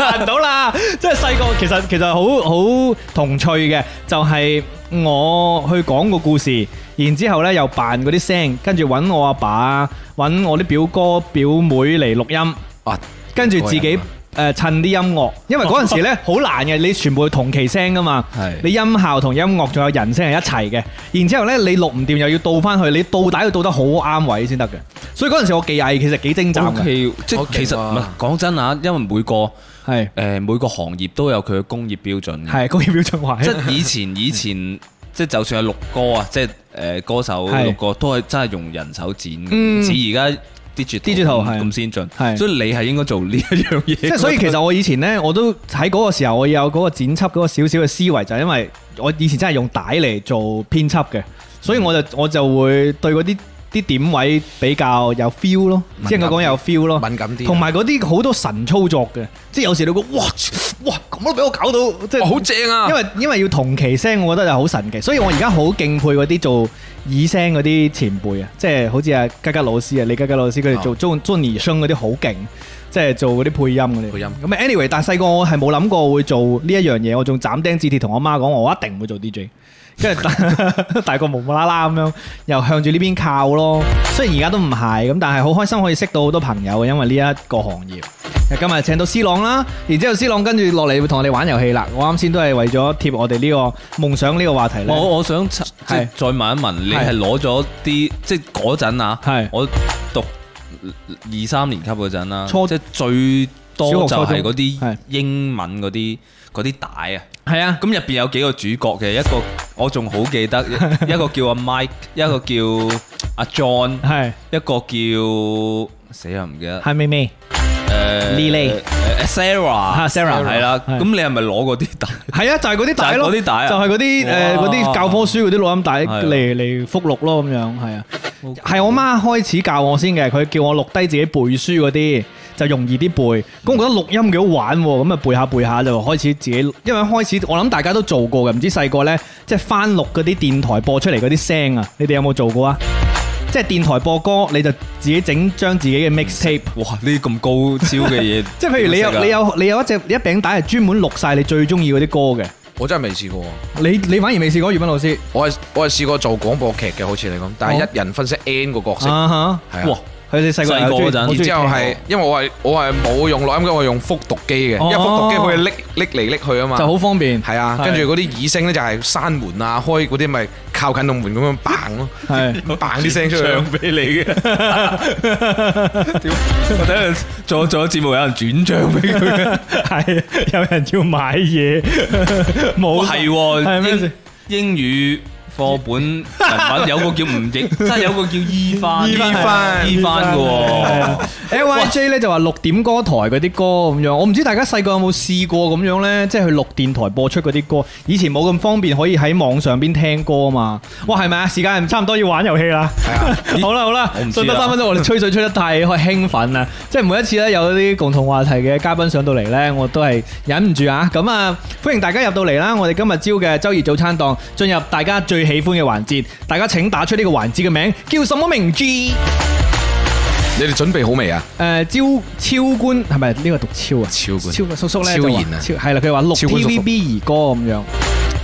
S2: 扮唔到啦！即係細個其實其實好好童趣嘅，就係、我去講個故事，然之後呢又扮嗰啲聲，跟住揾我阿爸、揾我啲表哥表妹嚟錄音。
S4: 哇！
S2: 跟住自己誒襯啲音樂，因為嗰陣時咧好難嘅，你全部要同期聲噶嘛
S3: 係，
S2: 你音效同音樂仲有人聲係一齊嘅，然之後咧你錄唔掂又要倒翻去，你倒帶要倒得好啱位先得嘅，所以嗰陣時我技藝其實幾精湛
S3: O
S2: 嘅，
S3: K，即係
S4: 好勁
S3: 其實
S4: 喎
S3: 唔係講真啊，因為每個
S2: 係
S3: 誒每個行業都有佢嘅工業標準嘅。
S2: 係嗯工業標準化，
S3: 即係以前以前，即係就算係錄歌啊，即係誒歌手
S2: 係
S3: 錄歌都係真係用人手剪，
S2: 嗯
S3: 唔似而家 digital
S2: digital，係
S3: 咁咁先進。
S2: 係
S3: 所以你係應該做呢一樣嘢。
S2: 即係所以其實我以前呢，我都喺嗰個時候，我有嗰個剪輯嗰個少少嘅思維，就係因為我以前真係用帶嚟做編輯嘅，所以
S4: 嗯
S2: 我就我就會對嗰啲啲點位比較有 feel 咯，即係我講有 feel 咯，
S4: 敏感啲啊
S2: 同埋嗰啲好多神操作嘅，即係有時你會哇哇咁都俾我搞到，即係
S4: 哇，好正啊！
S2: 因為因為要同期聲，我覺得就好神奇，所以我而家好敬佩嗰啲做耳聲嗰啲前輩啊，即係好似阿吉吉老師啊、李吉吉老師佢哋做做做兒聲嗰啲好勁，即係做嗰啲配音嗰啲。
S4: 配音
S2: 咁啊，anyway，但係細個我係冇諗過會做呢一樣嘢，我仲斬釘截鐵同我媽講，我一定唔會做 DJ。跟住大 大個無無啦啦咁樣，又向住呢邊靠咯。雖然而家都唔係咁，但係好開心可以識到好多朋友嘅，因為呢一個行業。今日請到 C 朗啦，然之後 C 朗跟住落嚟會同我哋玩遊戲啦。我啱先都係為咗貼我哋呢個夢想呢個話題咧，
S3: 我我想即係
S2: 係
S3: 再問一問，你
S2: 係
S3: 係攞咗啲即係嗰陣啊？
S2: 係
S3: 我讀二三年級嗰陣啦，
S2: 初
S3: 即係最
S2: 小
S3: 多
S2: 學
S3: 就
S2: 初中
S3: 係嗰啲
S2: 係
S3: 英文嗰啲嗰啲帶啊。
S2: 係啊，
S3: 咁入邊有幾個主角嘅，一個我仲好記得， 一一個叫阿 Mike，一個叫阿 John，
S2: 係
S3: 一個叫死啊唔記得。
S2: 係咪咪？
S3: 誒
S2: Lily
S3: 誒 Sarah
S2: 啊，Sarah
S3: 係啦。
S2: 係
S3: 咁你係咪攞嗰啲帶？
S2: 係啊，就係嗰啲帶咯，
S3: 就係嗰啲帶啊
S2: 就係嗰啲誒
S3: 哇
S2: 嗰啲教科書嗰啲錄音帶
S3: 係啊
S2: 嚟嚟復錄咯，咁樣係啊。係我媽開始教我先嘅，佢叫我錄低自己背書嗰啲，就容易啲背。咁我覺得錄音幾好玩喎，咁啊背下背下就開始自己，因為開始我諗大家都做過嘅，唔知細個呢，即係翻錄嗰啲電台播出嚟嗰啲聲啊，你哋有冇做過啊？即係電台播歌，你就自己整張自己嘅 mixtape。
S3: 哇！呢啲咁高招嘅 嘢，
S2: 即係譬如你有你有你有一隻一餅帶係專門錄晒你最中意嗰啲歌嘅，
S4: 我真係未試過喎。
S2: 你你反而未試過，葉斌老師
S4: 我係我係試過做廣播劇嘅，好似你咁，但係
S2: 哦
S4: 一人分析 N 個角色，
S2: 啊哈，
S4: 係啊。
S2: 佢哋細個
S3: 細個嗰陣
S2: 好中
S4: 然
S2: 意
S4: 之後係，因為我係我係冇用錄音機，我係用復讀機嘅，
S2: 哦
S4: 因為復讀機可以拎拎嚟拎去啊嘛。
S2: 就好方便，
S4: 係啊，
S2: 係
S4: 跟住嗰啲耳聲咧就係閂門啊、開嗰啲咪靠近個門咁樣嘭咯，
S2: 係。
S4: 嘭啲聲出去咯。
S3: 唱俾你嘅。屌我睇下做做咗節目有人轉 帳俾佢。
S2: 系有人要買 嘢，冇
S3: 係
S2: 係咩
S3: 喎
S2: 事，
S3: 英英語課本人物有個叫吳亦，真係有個叫伊 番，
S2: 伊番
S4: 係
S3: 伊番嘅喎。
S2: L 啊 Y J 咧就話六點歌台嗰啲歌咁樣，我唔知大家細個有冇試過咁樣呢？即係去錄電台播出嗰啲歌。以前冇咁方便，可以喺網上邊聽歌啊嘛。哇，係咪啊？時間差唔多要玩遊戲啦。
S4: 係啊，
S2: 好啦好啦
S3: 我唔，知啊
S2: 信得三分鐘，我哋吹水吹得太開興奮啦！即係每一次咧有啲共同話題嘅嘉賓上到嚟呢，我都係忍唔住啊！咁啊，歡迎大家入到嚟啦！我哋今日朝嘅周二早餐檔進入大家最喜歡嘅環節，大家請打出呢個環節嘅名叫什麼名字？誒、
S4: 你哋準備好未啊？
S2: 超超呃官係咪呢個讀超啊？
S4: 超官
S2: 超叔叔咧
S4: 超
S2: 就話
S4: 然啊
S2: 超係啦，佢話錄
S4: 超官叔叔
S2: TVB 兒歌咁樣。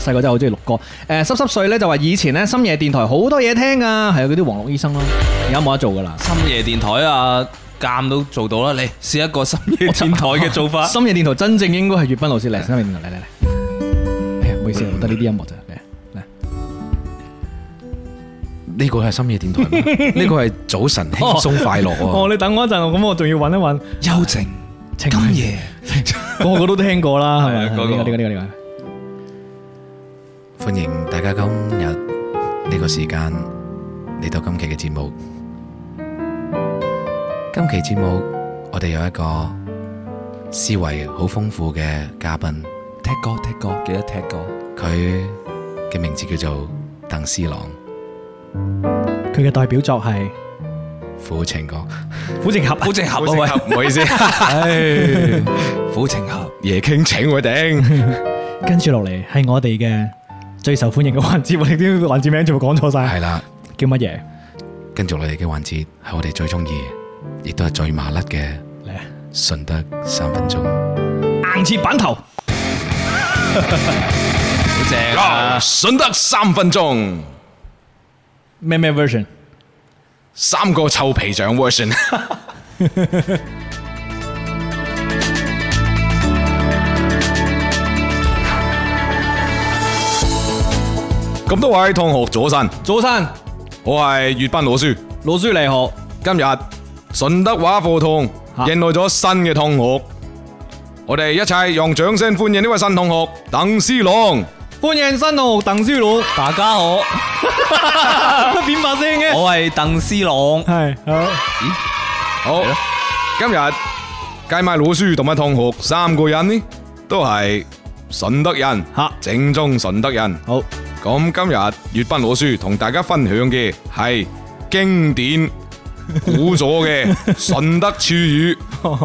S2: 細個真係好中意錄歌，誒濕濕碎咧就話以前咧深夜電台好多嘢聽啊，係啊嗰啲黃綠醫生咯，而家冇得做噶啦。
S3: 深夜電台啊，監都做到啦，你試一個深夜電台嘅做法。
S2: 深夜電台真正應該係粵斌老師嚟，深夜電台嚟嚟嚟。哎呀，唔好意思，我得呢啲音樂哎咋。嚟嚟，
S4: 呢個係深夜電台 咩，呢個係早晨輕鬆快樂啊喎。
S2: 哦你等我一陣，咁我仲要揾一揾。
S3: 幽靜
S2: 情
S3: 今夜，
S2: 個個都聽過啦，係咪？
S3: 係啊
S2: 呢
S3: 嗰個
S2: 個呢個呢個呢
S4: 歡迎大家今日呢個時間嚟到今期嘅節目。今期節目我哋有一個思維好豐富嘅嘉賓，
S3: 踢歌踢歌，記得踢 歌。
S4: 佢嘅名字叫做鄧思朗，
S2: 個佢嘅代表作係
S4: 苦情歌，
S2: 《苦情俠》。
S3: 苦情俠啊
S4: 唔好意思，
S3: 喂，苦情俠。
S4: 夜傾情我頂。
S2: 跟住落嚟係我哋嘅最受歡迎嘅環節，我哋啲環節名全部講錯晒，
S4: 係啦，
S2: 叫乜嘢？
S4: 跟住落嚟嘅環節係我哋最中意，亦都係最麻甩嘅
S2: 嚟啊
S4: 順德三分鐘。
S2: 硬切板頭。
S3: 好正
S4: 啊
S3: 啊！
S4: 順德三分鐘，
S2: 咩咩 version？
S4: 三個臭皮匠 version。咁多位同學早晨，
S2: 早晨，
S4: 我係粵斌老師。
S2: 老師你好。
S4: 今日順德話課堂
S2: 嚇
S4: 迎來咗新嘅同學，我哋一齊用掌聲歡迎呢位新同學鄧思朗。
S2: 歡迎新同學鄧書 魯，
S3: 大家好，
S2: 變把聲嘅。
S3: 我係鄧思朗。
S2: 係好。
S4: 好
S3: 係咯，
S4: 今日計埋老師同埋同學三個人呢，都係順德人，
S2: 嚇
S4: 正宗順德人。
S2: 好，
S4: 咁今日粵斌老師同大家分享嘅係經典古咗嘅順德處語。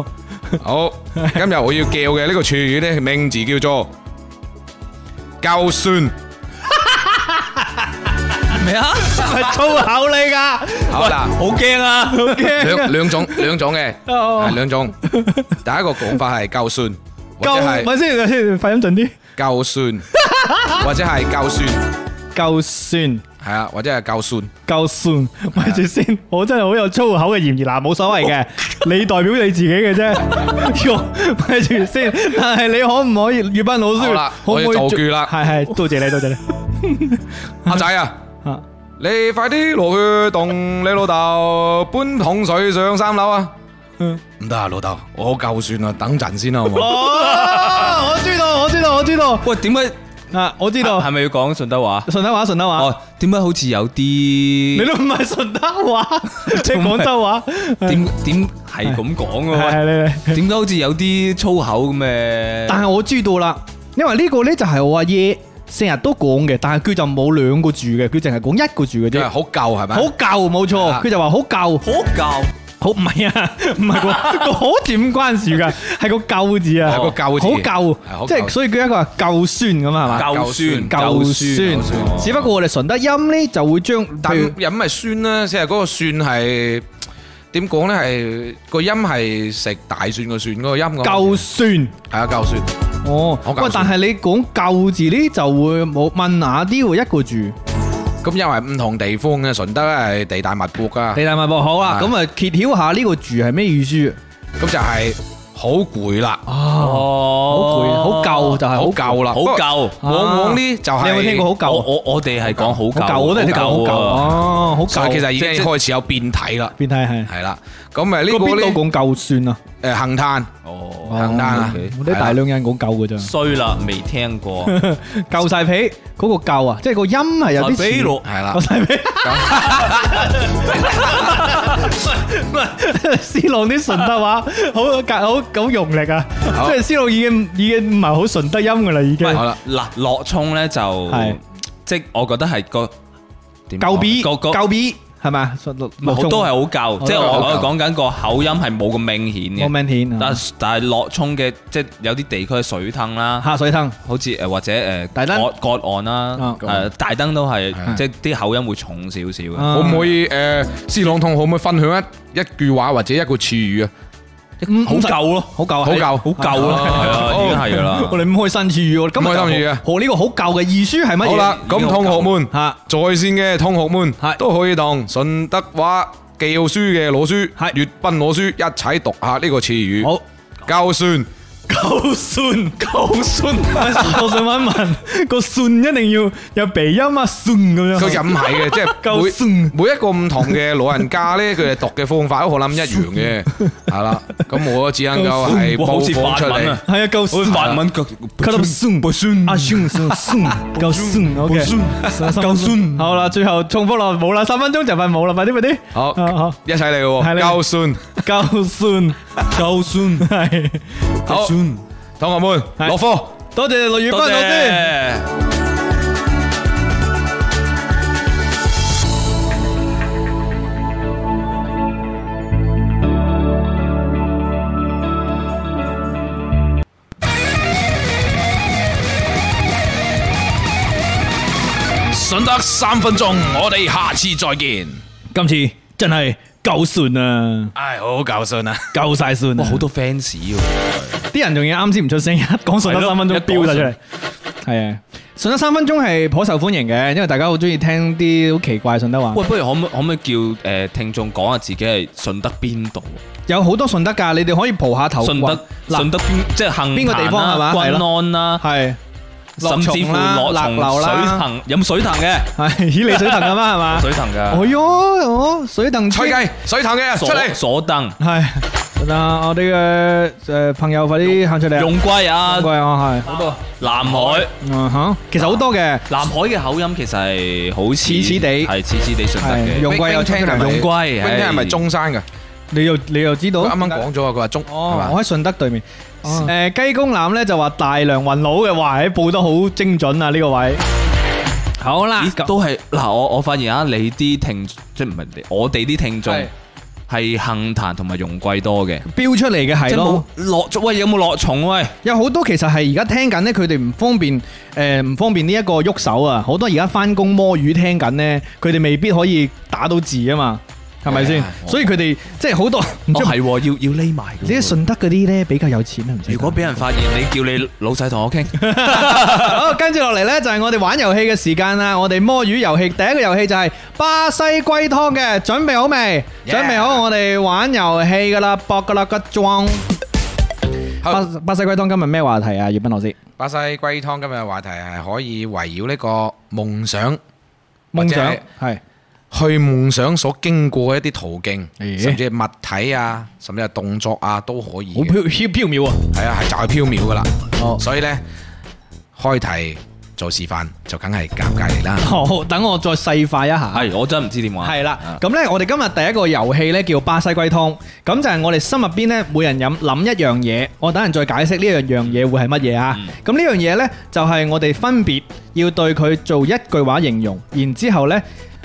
S4: 好，今日我要叫嘅呢個處語呢，名字叫做膠酸。
S3: 咩啊？
S2: 係 粗口嚟噶。
S4: 好啦。
S3: 好驚啊！
S4: 兩兩種兩種嘅，
S2: 哦
S4: 係兩種。第一個講法係膠酸，或者
S2: 夠，咪
S4: 係
S2: 先，咪先，快音準啲。
S4: 膠酸，或者係膠酸，
S2: 夠酸，
S4: 係啊，或者係膠酸。
S2: 夠酸，咪住先，我真係好有粗口嘅嫌疑嗱，冇所謂嘅，你代表你自己嘅啫。 用咪住先，但係你可唔可以，粵斌老
S4: 好
S2: 師
S4: 啦，
S2: 可唔可以
S4: 我要就
S2: 做
S4: 句啦
S2: 係係，多謝你，多謝你。
S4: 阿仔啊，
S2: 啊，
S4: 你快啲落去同你老豆搬桶水上三樓啊！
S2: 嗯
S4: 唔得啊，老豆，我好夠酸啊，等陣先啦，好唔好？
S2: 哦，我知道，我知道，我知道。
S3: 喂，點解
S2: 啊，我知道
S3: 係咪要講順德話？
S2: 順德話，順德話，
S3: 哦，點解好似有
S2: 你
S3: 啲
S2: 都唔係順德話，即係廣州話，
S3: 點點係咁講
S2: 係
S3: 嘅喂？
S2: 係你。
S3: 點啊解好似有啲粗口咁嘅？
S2: 但係我知道啦，因為呢個呢就係我阿爺成日都講嘅，但係佢就冇兩個字嘅，佢淨係講一個字嘅
S4: 因為
S2: 啫。
S4: 好舊係咪？
S2: 好舊冇錯，
S4: 啊
S2: 佢就話好舊，
S3: 可教
S2: 好唔係啊，唔係個個好字唔關事㗎，係個舊字啊，
S4: 係個舊字
S2: 好
S4: 係好
S2: 舊，
S4: 舊
S2: 即係所以佢一個係舊酸咁啊係嘛，
S3: 教酸
S2: 舊
S4: 舊酸
S2: 酸，只不過我哋順德音呢就會將，
S4: 但
S2: 譬如
S4: 飲咪酸啦，即係嗰個蒜係點講咧？係個音係食大蒜個蒜嗰個音咁。
S2: 舊酸。
S4: 係啊，舊蒜。
S2: 哦，
S4: 好搞
S2: 喂，
S4: 笑
S2: 但係你講舊字呢，就會冇問雅啲喎，一個字。
S4: 咁因為唔同地方嘅順德係地大物博噶，
S2: 地大物博好啦，
S4: 啊
S2: 咁啊揭曉下呢個字係咩意思
S4: 咁就係好攰啦，
S2: 啊？好攰，好
S3: 哦
S2: 舊就係
S4: 好
S2: 好
S4: 舊啦，
S3: 好舊。
S2: 啊
S4: 往往呢就係
S2: 你有冇聽過好
S3: 我
S2: 舊？
S3: 我我哋係講好
S2: 好
S3: 舊，
S2: 舊，我都係聽過好舊。
S3: 啊
S2: 哦，好
S4: 所
S2: 舊。
S4: 以其實已經
S3: 即
S4: 開始有變體啦，
S2: 變態係。
S4: 係啦。咁誒呢
S2: 呢個
S4: 個
S2: 邊
S4: 呢
S2: 度講舊算啊？
S4: 誒杏炭
S3: 哦，
S4: 行單啊
S2: 哦
S3: OK
S2: 我哋大量人講舊嘅咋，
S3: 衰啦，未聽過。
S2: 舊晒皮嗰個舊啊，即係個音係有啲似。
S3: 啊比羅
S4: 係啦
S2: 舊，晒皮。C 朗啲順德話好隔好好用力啊，
S4: 好
S2: 即係 C 朗已經已經唔係好順德音噶啦，已經
S3: 喂
S4: 好啦
S3: 嗱，落葱咧就
S2: 係
S3: 即係我覺得係個點
S2: 舊
S3: 講
S2: 比
S3: 個個
S2: 舊比係咪啊？
S3: 唔係好多係好
S2: 好
S3: 舊，即係我
S4: 多係
S3: 我
S4: 好舊
S3: 講緊個口音係冇咁明
S2: 冇
S3: 顯嘅。
S2: 明顯啊
S3: 但但係落葱嘅即係有啲地區係水氹啦，
S2: 下水坑。
S3: 好似誒呃或者誒
S2: 大燈
S3: 割割岸啦
S2: 啊，
S3: 誒大燈都係
S4: 係
S3: 即係啲口音會重少少嘅。
S2: 啊
S4: 可唔可以誒？斯朗痛可唔可以分享一一句話或者一個詞語啊？
S2: 嗯
S3: 好舊咯，
S2: 好舊啊，
S4: 好舊
S3: 好舊啦，
S4: 啊
S3: 係啊，已經係㗎啦。
S2: 我哋唔開新詞語喎，今日
S4: 唔開新
S2: 就
S4: 語
S2: 好呢個好舊嘅意書係乜嘢？
S4: 好啦，咁同學們
S2: 嚇
S4: 在線嘅同學們
S2: 係
S4: 都可以當順德話教書嘅老師、
S2: 係
S4: 粵賓老師一齊讀下呢個詞語。
S2: 好。
S4: 教酸。
S2: 夠酸，夠酸！我想問一問，個酸一定要有鼻音啊，酸咁樣。
S4: 佢就唔係嘅，即
S2: 夠
S4: 係
S2: 酸
S4: 每每一個唔同嘅老人家咧，佢哋讀嘅方法都可能唔一樣嘅，係啦。咁我只能夠係
S3: 哇好
S4: 模
S3: 似
S4: 仿出
S3: 法文
S4: 嚟
S3: 啊，
S2: 係啊，夠
S3: 我
S2: 酸。
S3: 法文腳
S2: 佢粒酸不酸？啊 酸酸酸，夠酸，OK，夠酸。好啦，最後重複落冇啦，三分鐘就快冇啦，快啲快啲。
S4: 好
S2: 啊好，
S4: 一齊嚟
S2: 係
S4: 喎，
S2: 你
S4: 教酸。
S2: 夠酸，夠酸，係。
S4: 好，同學們
S2: 係
S4: 落課。
S2: 多謝陸宇斌
S3: 多
S2: 老師。
S3: 謝。
S4: 順德三分鐘，我哋下次再見。
S2: 今次真係夠酸啊，
S4: 唉，好教酸啊！
S2: 夠晒酸啊。
S3: 哇，好多 fans 喎！
S2: 啲人仲要啱先唔出聲，一講順德三分鐘飆晒出嚟。係啊，順德三分鐘係頗受歡迎嘅，因為大家好中意聽啲好奇怪順德話。
S3: 喂，不如可唔可可唔可以叫誒聽眾講下自己係順德邊度？
S2: 有好多順德㗎，你哋可以蒲下頭
S3: 順德
S2: 嗱
S3: 順德邊即係杏
S2: 邊個地方係嘛係
S3: 均
S2: 咯
S3: 安啦，
S2: 係
S3: 甚至乎落
S2: 落
S3: 松
S2: 樓
S3: 水
S2: 啦，
S3: 藤飲水藤嘅
S2: 係以你水藤咁嘛係嘛？
S3: 水藤㗎，
S2: 哦喲，哦水藤村
S4: 吹雞，水頭 嘅出
S3: 左
S4: 嚟。
S3: 左凳
S2: 係嗱，我哋嘅誒朋友快啲行出嚟啊，
S3: 用歸啊
S2: 唔，該啊，係
S3: 南海
S2: 嗯哼，其實好多嘅，
S3: 南海嘅口音其實係好似
S2: 似似地
S3: 係似似地順德
S2: 係
S3: 嘅。
S2: 用貴有聽
S4: 係咪
S3: 用貴
S4: 永聽係咪
S3: 係
S4: 中山㗎？
S2: 你又你又知道
S4: 佢啱啱講咗啊，佢話中係
S2: 哦，
S4: 嘛？
S2: 我喺順德對面。
S4: 哦
S2: 誒雞公欖咧就話大量雲佬嘅話，喺報得好精準啊！呢個位。好啦
S3: 咦，都係嗱，我我發現啊，你啲聽即係唔係你我哋啲聽眾
S4: 係
S3: 係杏壇同埋容桂多嘅，
S2: 標出嚟嘅係
S3: 即係冇
S2: 咯，
S3: 落喂有冇落重喂？
S2: 有好多其實係而家聽緊咧，佢哋唔方便誒唔方便呢一個喐手啊！好多而家翻工摸魚聽緊咧，佢哋未必可以打到字啊嘛，係咪先
S3: 係係？係
S2: 所以佢哋即係好多唔
S3: 哦
S2: 知
S3: 係喎，要要匿埋
S2: 你啲
S3: 嘅喎。
S2: 順德嗰啲咧比較有錢啊，唔使
S3: 如果俾人發現，你叫你老細同我傾，
S2: 好，跟住落嚟呢，就係我哋玩遊戲嘅時間啦。我哋摸魚遊戲第一個遊戲就係巴西龜湯嘅，準備好未
S4: Yeah
S2: 準備好，我哋玩遊戲噶啦，搏噶啦個裝。
S4: 好
S2: 巴巴西龜湯今日咩話題啊？葉斌老師，
S4: 巴西龜湯今日嘅話題係可以圍繞呢個夢想。或
S2: 夢
S4: 者
S2: 想
S4: 係
S2: 係
S4: 去夢想所經過嘅一啲途徑，
S2: 咦
S4: 甚至係物體啊，甚至係動作啊都可以
S2: 好
S4: 嘅。
S2: 飄飄飄渺啊！
S4: 係啊，係就係飄渺噶啦。
S2: 哦
S4: 所以呢，開題做示範就梗係教隔離啦。
S2: 好，等我再細化一下。
S3: 係，我真係唔知點玩。
S2: 係啦
S3: 啊，
S2: 咁呢，我哋今日第一個遊戲呢，叫巴西龜湯，咁就係我哋心入邊呢，每人飲諗一樣嘢，我等人再解釋呢樣樣嘢會係乜嘢啊
S3: 嗯？
S2: 咁呢樣嘢呢，就係我哋分別要對佢做一句話形容，然之後呢，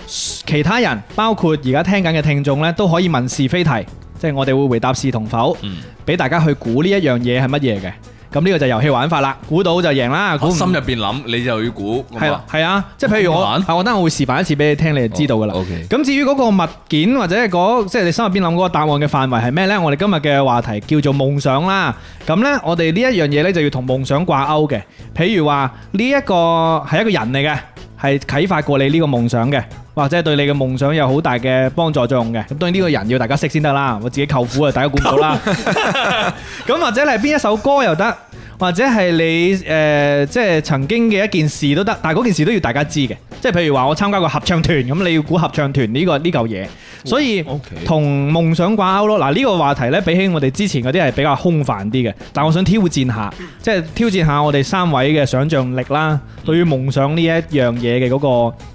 S2: 其他人包括而家聽緊嘅聽眾呢，都可以問是非題，即係我哋會回答是同否，
S3: 嗯，
S2: 俾大家去估呢一樣嘢係乜嘢嘅。咁呢個就遊戲玩法啦，估到就贏啦，估
S3: 我
S2: 唔
S3: 心入邊諗，你就要估。咁
S2: 係啦
S3: 啊，
S2: 係啊，即係譬如我，
S3: 咁玩
S2: 啊我等下我會示範一次俾你聽，你就知道噶啦。
S3: 哦，OK
S2: 咁至於嗰個物件或者係嗰即係你心入邊諗嗰個答案嘅範圍係咩呢？我哋今日嘅話題叫做夢想啦。咁呢，我哋呢一樣嘢呢，就要同夢想掛鈎嘅。譬如話呢一個係一個人嚟嘅，係啟發過你呢個夢想嘅，或者係對你嘅夢想有好大嘅幫助作用嘅。咁當然呢個人要大家識先得啦，我自己舅父啊，大家估唔到啦。咁或者你係邊一首歌又得，或者係你誒、呃即係曾經嘅一件事都得，但係嗰件事都要大家知嘅。即係譬如話我參加過合唱團，咁你要估合唱團呢、個呢嚿嘢，所以
S3: OK
S2: 同夢想掛鈎咯。嗱呢個話題呢，比起我哋之前嗰啲係比較空泛啲嘅，但我想挑戰下，即係挑戰下我哋三位嘅想像力啦，對於夢想呢一樣嘢嘅嗰個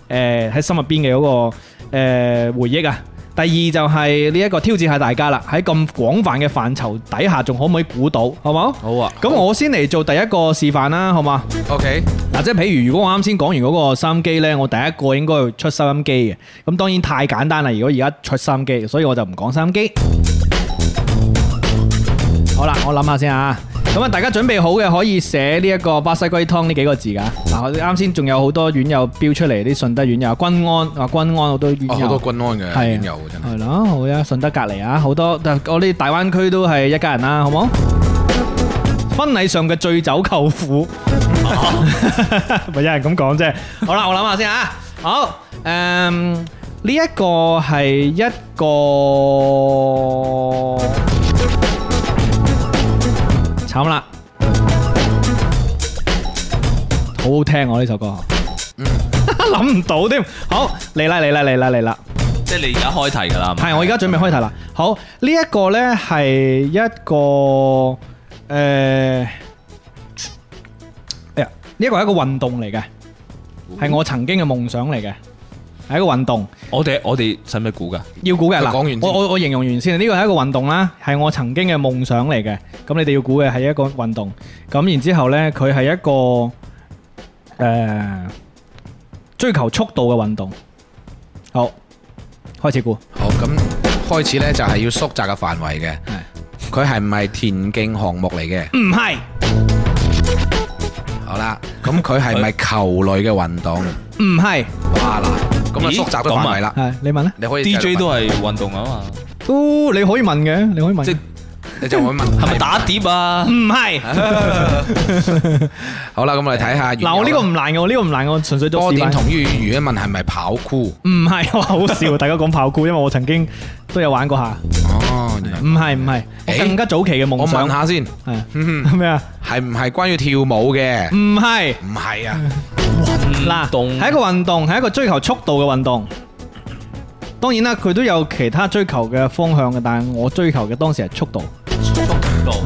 S2: 呃喺、心入邊嘅嗰個、呃、回憶啊。第二就係呢一個挑戰下大家啦，喺咁廣泛嘅範疇底下，仲可唔可以估到，好冇？
S3: 好啊。
S2: 咁我先嚟做第一個示範啦，好嘛？
S4: OK，
S2: 嗱，即係譬如如果我啱先講完嗰個收音機呢，我第一個應該要出收音機嘅。咁當然太簡單啦，如果而家出收音機，所以我就唔講收音機。好啦，我諗下先啊。咁啊，大家準備好嘅可以寫呢一個巴西龜湯呢幾個字㗎。嗱，我啱先仲有好多院友標出嚟，啲順德院友、君安啊、君安好多院
S4: 哦
S2: 友。
S4: 好多軍安嘅
S2: 係
S4: 院友真係。
S2: 係啦，好啊，順德隔離啊，好多，但我哋大灣區都係一家人啦，好冇？婚禮上嘅醉酒舅父，咪有人咁講啫。好啦，我諗下先啊。好，誒，呢一個係一個慘啦，好好聽我呢首歌， 諗唔到添。好，嚟啦嚟啦嚟啦嚟啦！
S3: 即係你而家開題㗎啦。
S2: 係，我而家準備開題啦。好，呢一個呢係一個誒，哎呀，呢一個係一個運動嚟嘅，係我曾經嘅夢想嚟嘅，係一個運動。
S3: 我哋我哋使唔使估㗎？
S2: 要估嘅
S4: 佢
S2: 嗱，
S4: 講完先
S2: 我我我形容完先，呢個係一個運動啦，係我曾經嘅夢想嚟嘅。咁你哋要估嘅係一個運動，咁然之後呢，佢係一個誒、呃追求速度嘅運動。好，開始估。
S4: 好，咁開始呢就係要縮窄嘅範圍嘅。
S2: 係
S4: 佢係唔係田徑項目嚟嘅？
S2: 唔係，
S4: 好啦，咁佢係咪球類嘅運動？
S2: 唔係。
S4: 哇嗱，咁啊
S3: 咦
S4: 縮窄咗範圍啦。
S2: 系你問啦，
S4: 你可以
S3: DJ
S4: 繼續
S3: 都係運動啊嘛，
S2: 都你可以問嘅，你可以問。
S3: 即係
S4: 問，你就會問
S3: 係咪打碟啊
S2: 唔？係
S4: 好啦，咁我哋睇下。
S2: 嗱，我呢個唔難嘅，我呢個唔難嘅，我純粹做
S4: 多
S2: 示
S4: 點
S2: 範。
S4: 同於語一問係咪跑酷？
S2: 唔係，我 好笑，大家講跑酷，因為我曾經都有玩過下。
S4: 哦，原來
S2: 唔係唔係，我
S4: 誒
S2: 更加早期嘅
S4: 我
S2: 夢
S4: 問
S2: 想
S4: 下先，
S2: 係咩啊？
S4: 係唔係關於跳舞嘅？
S2: 唔係
S4: 唔係啊，
S2: 嗱，
S3: 動
S2: 係一個運動，係一個追求速度嘅運動。當然啦，佢都有其他追求嘅方向嘅，但係我追求嘅當時係速度。
S3: 速度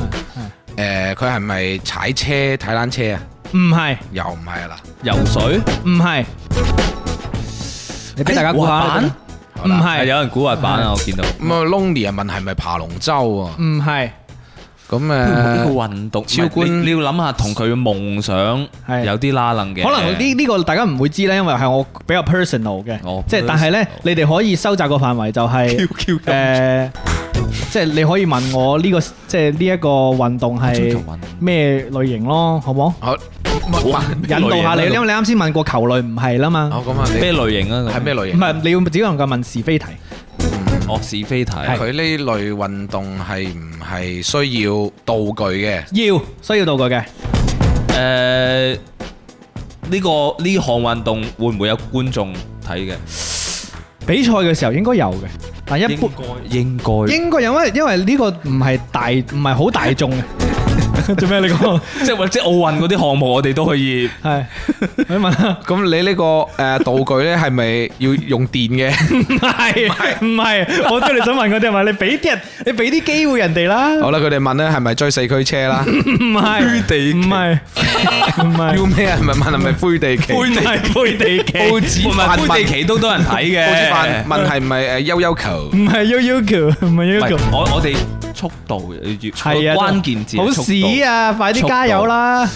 S4: 誒，佢係咪踩車、踩單車啊？
S2: 唔係
S4: 又唔係啦，
S3: 游水
S2: 唔係，你俾大家估
S3: 誒滑
S2: 下
S3: 板
S2: 啦。唔
S3: 係
S2: 係
S3: 有人估滑板啊，我見到。
S4: 咁啊，Lonny 啊問係咪爬龍舟喎？
S2: 唔係。
S4: 咁
S3: 呢個
S4: 誒，
S3: 運動，
S4: 超
S3: 唔係
S4: 官
S3: 你你要諗下同佢嘅夢想
S2: 係
S3: 有啲拉楞嘅。
S2: 可能呢呢個大家唔會知呢，因為係我比較 personal 嘅
S3: 哦，
S2: 即係但係呢
S3: personal，
S2: 你哋可以收窄個範圍就 係
S3: QQ
S2: 誒，即係你可以問我呢個即係呢一個運動
S3: 追求
S2: 係
S3: 運動
S2: 咩類型咯，好冇？
S4: 好，哇
S2: 引導下你，因為你啱先問過球類唔係啦嘛，
S4: 好咁啊，
S3: 咩
S4: 你
S3: 類型啊？
S4: 係咩類
S2: 唔
S4: 型？
S2: 係你要只能夠問是非題，
S3: 哦，是非題。
S4: 佢呢類運動係唔係需要道具嘅？
S2: 要需要道具嘅，
S3: 誒，呢個呢項運動會唔會有觀眾睇嘅？
S2: 比賽嘅時候應該有嘅，但一般
S3: 應該應 該
S2: 應該有，因為因為呢個唔係大唔係好大眾嘅，做咩你講？
S3: 即係或者奧運嗰啲項目，我哋都可以。
S2: 係，你問下。
S4: 咁你呢個誒道具咧係咪要用 電嘅？
S2: 唔係唔係，我知你想問嗰啲係咪？你俾啲人，你俾啲機會人哋啦。
S4: 好啦，佢哋問咧係咪追四驅車 啦？
S2: 唔係，
S3: 地
S2: 唔係，唔係，
S4: 要咩啊？係咪問係咪灰地旗？
S2: 唔係灰地
S4: 報
S2: 嘅，
S4: 紙
S3: 唔係
S4: 飯
S3: 灰地
S4: 問，
S3: 旗都多人睇嘅。
S4: 報紙飯問係咪誒悠悠球
S2: 唔？係 U U 橋，唔係 U
S3: 唔
S2: U
S3: 係
S2: 橋，
S3: 我我哋速度
S2: 係
S3: 要
S2: 啊，
S3: 關鍵字
S2: 好
S3: 係速度
S2: 屎啊！快啲加油啦！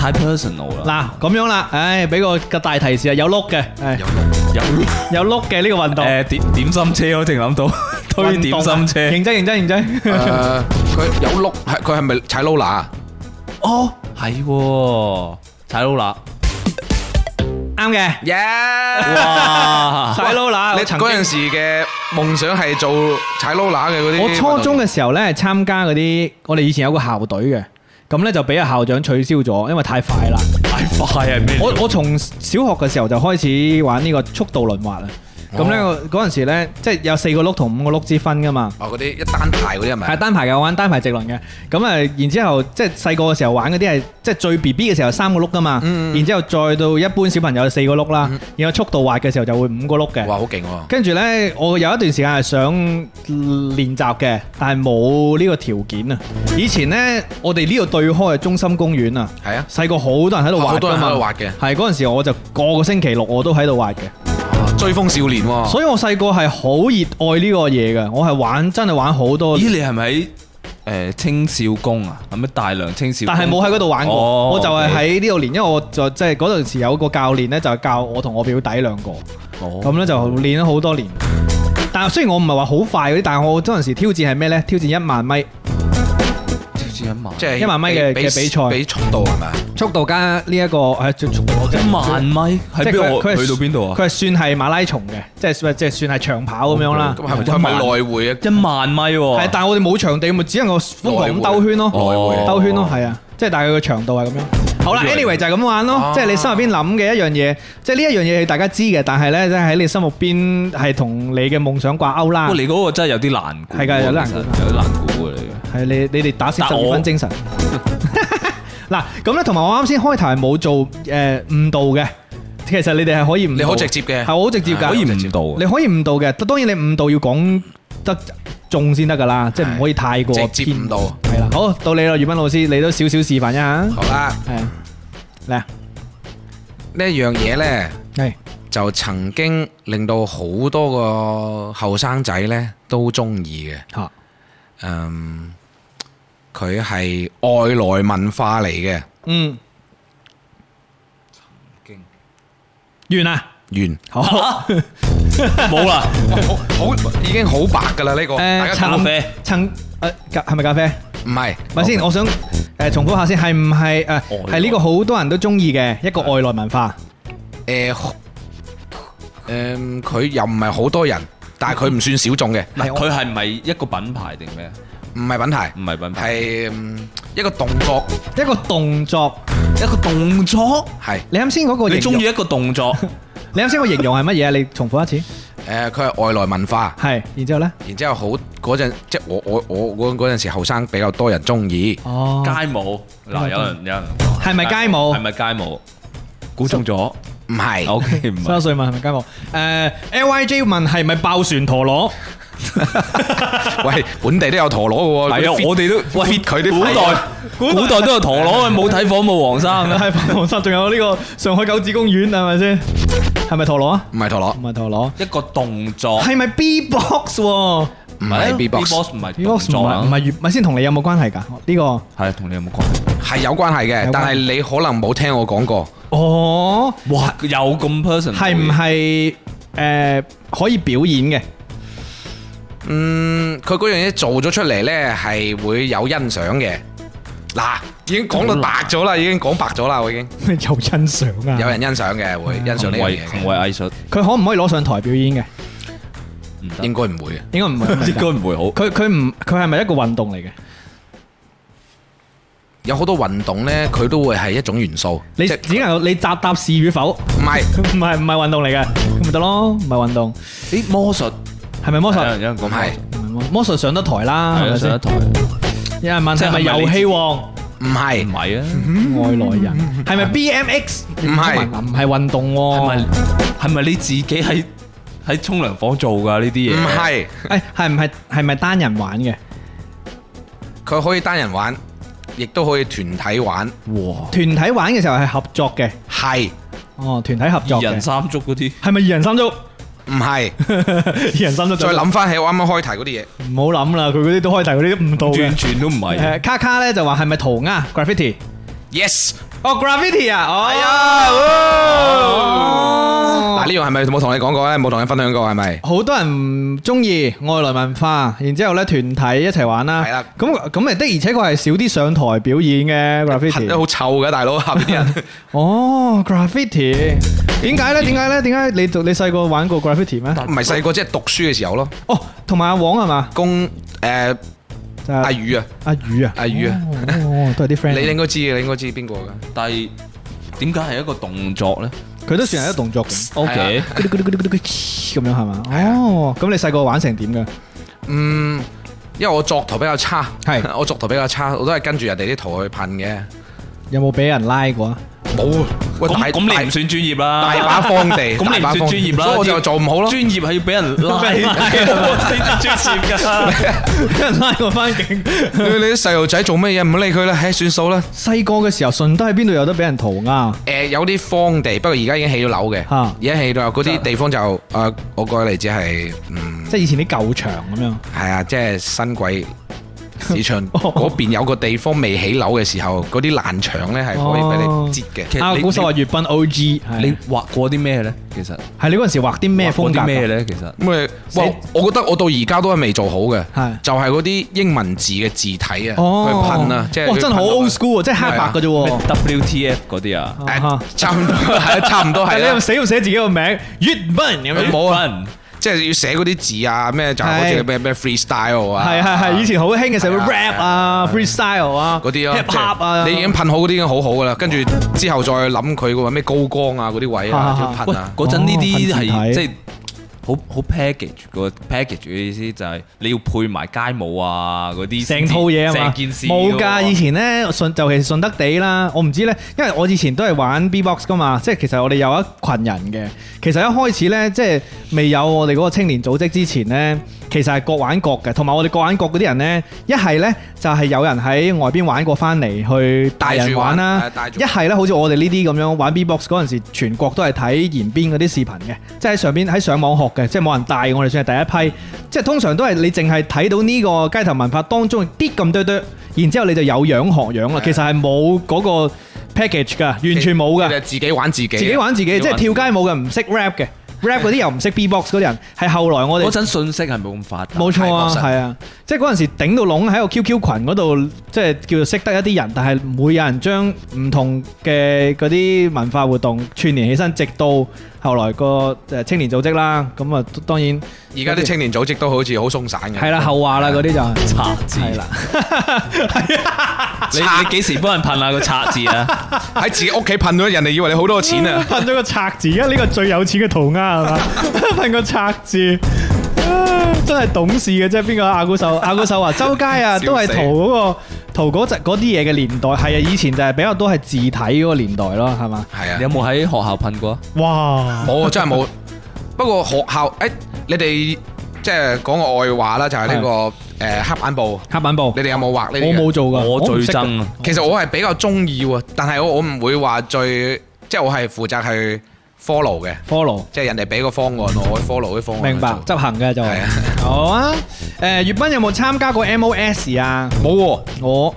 S3: 太 personal 啦。
S2: 嗱，咁樣啦，唉，俾個個大提示啊，有碌嘅，係
S3: 有
S2: 有碌嘅呢個運動，
S3: 誒點點心車我淨諗到 推
S2: 運動
S3: 點
S2: 啊
S3: 心車。
S2: 認真認真認
S4: 誒，
S2: 真，
S4: 佢有碌係佢係咪踩 Lola 啊？
S3: 哦，係喎，踩佬啦！
S2: 啱嘅，
S4: 耶！
S3: 哇！
S2: 細佬啦，
S4: 你
S2: 我曾經
S4: 嗰陣時嘅夢想係做踩 Lola 嘅嗰啲？
S2: 我初中嘅時候咧，參加嗰啲我哋以前有個校隊嘅，咁咧就俾阿校長取消咗，因為太快啦。
S3: 太快係咩料？
S2: 我我從小學嘅時候就開始玩呢個速度輪滑啦。咁咧
S4: 哦
S2: 嗰陣時咧，即係有四個碌同五個碌之分噶嘛。
S4: 哦，嗰啲一單排嗰啲係咪？
S2: 係單排嘅，我玩單排直輪嘅。咁啊，然之後即係細個嘅時候玩嗰啲係即係最 B B 嘅時候三個碌噶嘛。
S4: 嗯嗯
S2: 然之後再到一般小朋友就四個碌啦。然後速度滑嘅時候就會五個碌嘅。
S4: 哇，好勁喎！
S2: 跟住呢，我有一段時間係想練習嘅，但係冇呢個條件啊。以前呢，我哋呢度對開嘅中心公園啊，
S4: 係啊，
S2: 細個好多人喺度
S4: 哇
S2: 滑
S4: 好多
S2: 㗎
S4: 人喺度
S2: 嘛。
S4: 滑嘅，
S2: 係嗰陣時，我就個個星期六我都喺度滑嘅，
S4: 哇追風少年喎。
S2: 所以我細個係好熱愛呢個嘢嘅，我係玩真係玩好多，
S3: 咦，你係咪喺誒青少宮啊？係咪大量青少宮？
S2: 但係冇喺嗰度玩過，
S3: 哦
S2: 我就係
S3: OK
S2: 喺呢度練，因為我就即係嗰陣時有個教練呢，就係教我同我表弟兩個。
S3: 哦
S2: 咁咧就練咗好多年。但雖然我唔係話好快嗰啲，但係我嗰陣時挑戰係咩呢？挑戰一萬米
S3: 挑戰一萬，
S4: 即係
S2: 一萬米嘅嘅比賽
S4: 比速度係咪？
S2: 速度加呢一個誒最速度我真係
S3: 一萬米喺
S2: 即係
S3: 邊度？
S2: 佢佢係
S3: 去到邊度啊？
S2: 佢係算係馬拉松嘅，即係即係算係長跑咁樣啦。
S4: 咁係咪係咪來回啊？
S3: 一萬米喎，
S2: 係，但係我哋冇場地，咪只能夠瘋狂咁
S4: 來
S2: 兜
S4: 回
S2: 圈咯，
S3: 來回
S2: 兜圈咯，係啊，即係大概個長度係咁樣。好啦
S3: 以為
S2: ，anyway 就係咁玩咯
S4: 啊，
S2: 即係你心入邊諗嘅一樣嘢，即係呢一樣嘢係大家知嘅，但係呢，即係喺你心目邊係同你嘅夢想掛鈎啦
S3: 不過。你嗰個真係有啲難估喎，
S2: 係㗎有啲難
S3: 其實
S2: 估
S3: 有啲難估嘅你。
S2: 係你你哋打醒十
S3: 但
S2: 二
S3: 我
S2: 分精神。 嗱，咁咧同埋我啱先開頭係冇做誒誤導嘅，其實你哋係可以誤導，
S4: 你好直接嘅
S2: 係好直接㗎，
S3: 可以誤導啊
S2: 你可以誤導嘅。當然你誤導要講得中先得㗎啦，即係唔可以太過
S4: 直接
S2: 偏
S4: 誤導
S2: 係啦，好到你啦，宇斌老師，你都少少示範一下，
S4: 好啦，
S2: 係啊嚟啊，
S4: 呢一樣嘢咧
S2: 係
S4: 就曾經令到好多個後生仔咧都中意嘅。
S2: 嚇
S4: 嗯，佢係外來文化嚟嘅，
S2: 嗯
S3: 經，
S2: 完啦，
S4: 完
S2: 好。
S3: 冇啦，
S4: 好好已經好白噶啦呢個，大
S2: 誒，
S4: 家
S2: 曾
S3: 咖啡
S2: 曾誒，咖係咪咖啡？
S4: 唔係
S2: 咪先，我想誒重複下先，係唔係誒
S3: 外來
S2: 係呢個好多人都中意嘅一個外來文化，
S4: 誒誒，佢又唔係好多人，但係佢唔算小眾嘅，
S3: 嗱
S2: 係我
S3: 佢係咪一個品牌定咩？
S4: 唔係品牌
S3: 唔，係品牌，
S4: 係嗯一個動作，
S2: 一個動作。
S3: 一個動作。
S4: 係
S2: 你啱先嗰個
S3: 你
S2: 形
S3: 中
S2: 容
S3: 意，一個 動作，
S2: 你啱先個形容係乜嘢啊？你重複一次，
S4: 誒佢係外來文化，
S2: 係，然之後咧，
S4: 然之後好嗰陣，即係我我我我嗰陣時後生比較多人中意，
S2: 哦，
S3: 街舞嗱，有人有人
S2: 係咪街舞
S3: 係咪街舞？估 中咗
S4: 唔係
S3: ，OK 唔係
S2: 所有。歲問係咪街舞？誒，L Ờ, Y J 問係咪爆旋陀螺？
S4: 喂本地都有陀螺嘅喎，
S3: 係啊，我哋都
S4: Ờ，
S3: 喂
S4: fit 佢啲
S3: 古
S4: 牌
S3: 代古代都有陀螺，冇睇火舞黃生 啊！
S2: 係 黃室，仲有呢個上海九子公園係咪先？係咪陀螺啊？
S4: 唔係陀螺
S2: 唔，係陀螺，
S3: 一個動作，
S2: 係咪 B box 喎
S4: 唔係 B-box，
S3: B-box 唔係
S2: ？B
S3: 動
S2: box 唔
S3: 作
S2: 係
S3: 啊
S2: 唔，係粵，咪先同你有冇關係㗎？呢個
S3: 係同你有冇關係？
S4: 係有關係
S2: 有關係
S4: 嘅，但係你可能冇聽我講過。
S2: 哦。
S3: 哇，有咁 person
S2: 係唔係誒可以表演嘅？
S4: 嗯，佢嗰樣嘢做咗出嚟呢，係會有欣賞嘅。嗱，已經講到白咗啦，已經講白咗啦，我已經
S2: 有欣賞
S4: 有！人欣賞嘅，會欣賞
S3: 行
S4: 呢樣
S3: 為
S4: 嘢
S3: 行
S4: 嘅，
S3: 為藝術？
S2: 佢可唔可以攞上台表演嘅？
S3: 唔得，
S4: 應該唔會嘅。
S2: 應該唔會。
S3: 應該唔會好。
S2: 佢佢唔佢係咪一個運動嚟嘅？
S4: 有好多運動呢，佢都會係一種元素。
S2: 你
S4: 即係
S2: 只能夠你答答是與否，唔
S4: 唔係
S2: 係唔係運動嚟嘅，咁咪得咯？唔係運動，
S3: 啲魔術
S2: 係咪魔
S3: 有人
S2: 術？
S3: 有人講
S4: 唔係
S2: 唔係魔魔術上得台啦，係咪
S3: 係上一
S2: 先？
S3: 台
S2: 有人問係咪遊戲王
S4: 唔係
S3: 唔係啊，
S2: 外來人係咪 BMX？
S4: 唔係
S2: 唔係運動
S3: 係
S2: 喎
S3: 咪，係咪你自己喺喺沖涼房做㗎呢啲
S4: 唔，
S3: 嘢？
S4: 係，
S2: 誒係唔係係咪單人玩嘅
S4: 佢可以單人玩，亦都可以團體玩，
S3: 哇！
S2: 團體玩嘅時候係合作嘅，
S4: 係
S2: 哦團體合作
S3: 二人
S2: 嘅
S3: 三足嗰啲，
S2: 係咪二人三足？
S4: 唔 係？
S2: 二人三足
S4: 再諗翻起我啱啱開題嗰啲嘢，
S2: 唔好諗啦，佢嗰啲都開題嗰啲都誤導嘅
S3: 完。全都唔係。
S2: 誒卡卡咧就話係咪塗鴉 graffiti？
S4: Yes，
S2: 哦 graffiti 啊，
S3: 哎
S2: 哦
S4: 係啊，嗱
S2: 哦
S4: 呢樣係咪冇同你講過咧？冇同你分享過啊係咪？
S2: 好多人唔中意外來文化，然之後咧團體一齊玩
S3: 啊
S2: 啦。
S4: 係啦
S2: 咁咁誒的而且確係少啲上台表演嘅
S4: 噴得
S2: graffiti。
S4: 好臭嘅 大佬，下邊啲人
S2: 哦，graffiti 點解咧？點解咧？點解你讀你細個玩過 graffiti 咩？
S4: 唔係細個即係讀書嘅時候咯，
S2: 哦，同埋阿黃係嘛？
S4: 公誒
S2: 就
S4: 阿
S2: 係
S4: 宇啊，
S2: 阿宇啊，
S4: 阿宇啊，
S2: 哦，都係啲
S4: 你
S2: friend。
S4: 你應該知嘅，你應該知邊個㗎？
S3: 但係點解係一個動作咧
S2: 佢都算係一個動作嘅。
S3: ？O K，
S2: 咕嚕咕嚕咕嚕咕嚕咁樣係嘛？哦，咁你細個玩成點㗎？
S4: 嗯，因為我作圖比較差，
S2: 係
S4: 我作圖比較差，我都係跟住人哋啲圖去噴嘅。
S2: 有冇俾人拉過啊？
S4: 冇啊，喂大
S3: 咁咁你唔
S4: 大
S3: 算專業啦。
S4: 大把荒地，
S3: 咁你唔
S4: 大把荒
S3: 算專
S4: 地
S3: 業啦，
S4: 所以我就
S3: 要
S4: 做唔好咯。
S3: 專 業係啊要俾人拉，
S2: 俾人拉
S3: 先至專業㗎。
S2: 俾人拉過翻 境。
S4: 你你啲細路仔做乜嘢唔理佢啦，唉，算數啦。
S2: 細個嘅時候，順德喺邊度有得俾人塗鴉？
S4: 誒有啲荒地，不過而家已經起咗樓嘅，
S2: 嚇
S4: 而家起咗樓嗰啲地方就誒，我舉例子係 嗯
S2: 即係以前啲舊場咁樣。
S4: 係啊，即係新鬼市場
S2: 哦
S4: 嗰邊有個地方未起樓嘅時候，嗰啲爛牆咧係可以俾你截嘅。
S3: 其實
S2: 啊，
S3: 你
S2: 古手話粵賓 O.G. 係
S3: 你畫過啲咩咧？其實
S2: 係你嗰陣時畫啲咩
S3: 畫過
S2: 風格啊㗎？
S3: 啲咩咧？其實
S4: 咁誒，哇！我覺得我到而家都係未做好嘅
S2: 係，
S4: 就係嗰啲英文字嘅字體啊，去
S2: 哦，
S4: 噴啊，即係
S2: 哇，真係好 old school 啊！即係黑白嘅啫
S3: 咩
S2: 喎。
S3: WTF 嗰啲啊？
S2: 啊
S4: 誒，差唔多係啊，差唔多
S2: 但
S4: 係
S2: 你又
S4: 啦。
S2: 死要寫自己個名，粵賓咁樣。
S4: 冇啊
S3: 人
S4: 即係要寫嗰啲字啊，咩就好似咩咩 freestyle 啊，
S2: 係係係，以前好興嘅時候
S4: 係啊
S2: rap 啊、freestyle 啊、
S4: 嗰啲咯
S2: hip hop
S4: 即係
S2: 啊，
S4: 你已經噴好嗰啲已經好好噶啦，跟住之後再諗佢個咩高光啊嗰啲位啊，
S2: 啊
S4: 要
S3: 喂，
S4: 噴啊，
S3: 嗰陣呢啲
S2: 哦
S3: 係
S2: 分字體
S3: 即係好好 package 個 package 嘅意思就係你要配埋街舞啊嗰啲先
S2: 成
S3: 至，
S2: 套嘢啊嘛，
S3: 成件事
S2: 冇
S3: 㗎
S2: 㗎。
S3: 喎
S2: 以前咧順，尤其是順德地啦，我唔知咧，因為我以前都係玩 B-box 噶嘛，即係其實我哋有一群人嘅。其實一開始咧，即係未有我哋嗰個青年組織之前咧，其實係各玩各嘅，同埋我哋各玩各嗰啲人咧，一係咧就係有人喺外邊玩過翻嚟去大人玩啦
S4: 帶住玩係帶，住
S2: 一係咧好似我哋呢啲咁樣玩 B-box 嗰陣時，全國都係睇延邊嗰啲視頻嘅，即係喺上邊喺上網學嘅，即係冇人帶我哋算係第一批。即係通常都係你淨係睇到呢個街頭文化當中啲咁多多，然之後你就有樣學樣啦。其實係冇嗰個 package 㗎，完全冇
S4: 你
S2: 㗎
S4: 係，自己玩自己，啊
S2: 自己玩自己，
S3: 自
S2: 即
S3: 己
S2: 係
S3: 玩
S2: 跳街舞嘅，唔識 rap 嘅，rap 嗰啲又唔識 B-box 嗰啲人，係後來我
S3: 嗰
S2: 哋。
S3: 陣信息係冇咁發達，
S2: 冇錯啊，
S4: 太過實
S2: 係啊，即係嗰陣時頂到籠喺個 QQ 群嗰度，即係叫做識得一啲人，但係唔會有人將唔同嘅嗰啲文化活動串連起身，直到後來個誒青年組織啦，咁啊當然
S4: 而家啲青年組織都好似好鬆散嘅，
S2: 係啦後話啦嗰啲就係
S3: 拆字
S2: 係啦，
S3: 你你幾時幫人噴下個拆字啊？
S4: 喺自己屋企噴咗，人哋以為你好多錢啊！
S2: 噴咗個拆字，而家呢個最有錢嘅塗鴉係嘛？噴個拆字。啊真係懂事嘅啫，邊個啊阿古 手？阿古手話：周街 啊，
S4: 笑死
S2: 都係塗嗰、個塗嗰隻嗰啲嘢嘅年代，係啊，以前就係比較多係字體嗰個年代咯，係嘛？
S4: 係
S3: 你有
S4: 啊，
S3: 冇喺學校噴過啊？
S2: 哇！
S4: 冇啊，真係冇。不過學校誒，你哋即係講個外話啦，就係呢個誒黑板報，
S2: 黑板布，
S4: 你哋有冇畫呢
S2: 我
S4: 啲嘅？
S2: 冇做噶，
S3: 我
S2: 唔
S3: 最
S2: 識㗎
S3: 憎啊
S4: 其實我係比較中意喎，但係我我唔會話最，即係我係負責去 follow 嘅，
S2: follow，
S4: 即係人哋俾個方案，我去 follow 啲方案去做。
S2: 明白執行嘅就
S4: 係啊
S2: 好啊。誒，粵斌有冇參加過 MOS 啊？
S4: 冇喎，
S2: 我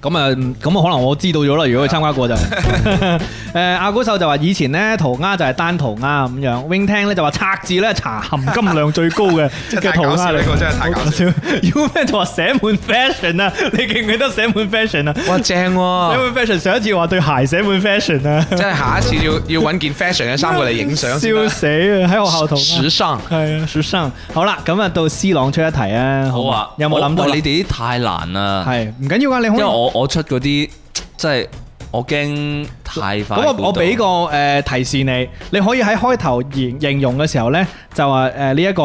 S2: 咁啊，嗯咁啊，可能我知道咗啦。如果佢參加過就，誒 阿古秀就話以前咧塗鴉就係單塗鴉咁樣，wing 聽咧就話拆字咧茶含金量最高嘅嘅
S4: 係
S2: 塗
S5: 啊
S2: 鴉
S4: 太搞笑
S2: 嚟
S4: 呢。個 真係太搞笑。
S2: U 咩就話寫滿 fashion 啊？你記唔記得寫滿 fashion 啊？
S4: 哇，正
S2: 寫
S4: 喎！
S2: 滿 fashion 上一次話對鞋寫滿 fashion 啊，
S4: 真係下一次要要揾件 fashion 嘅衫過嚟影相先得
S2: 笑死啊！喺學校塗鴉
S4: 時。尚
S2: 係啊，雪生。好啦，咁啊到 C 朗出一題啊，
S3: 好
S2: 嘛
S3: 啊，
S2: 有冇諗到
S3: 喂
S2: 啦
S3: 你？哋啲太難啦，
S2: 係唔緊要啊，你可
S3: 因為
S2: 以。
S3: 我我出嗰啲即係我驚太
S2: 咁
S3: 快估到。
S2: 我我俾個
S5: 呃呃
S2: 誒提示你，你可以喺開頭形形容嘅時候咧，就話誒呢一個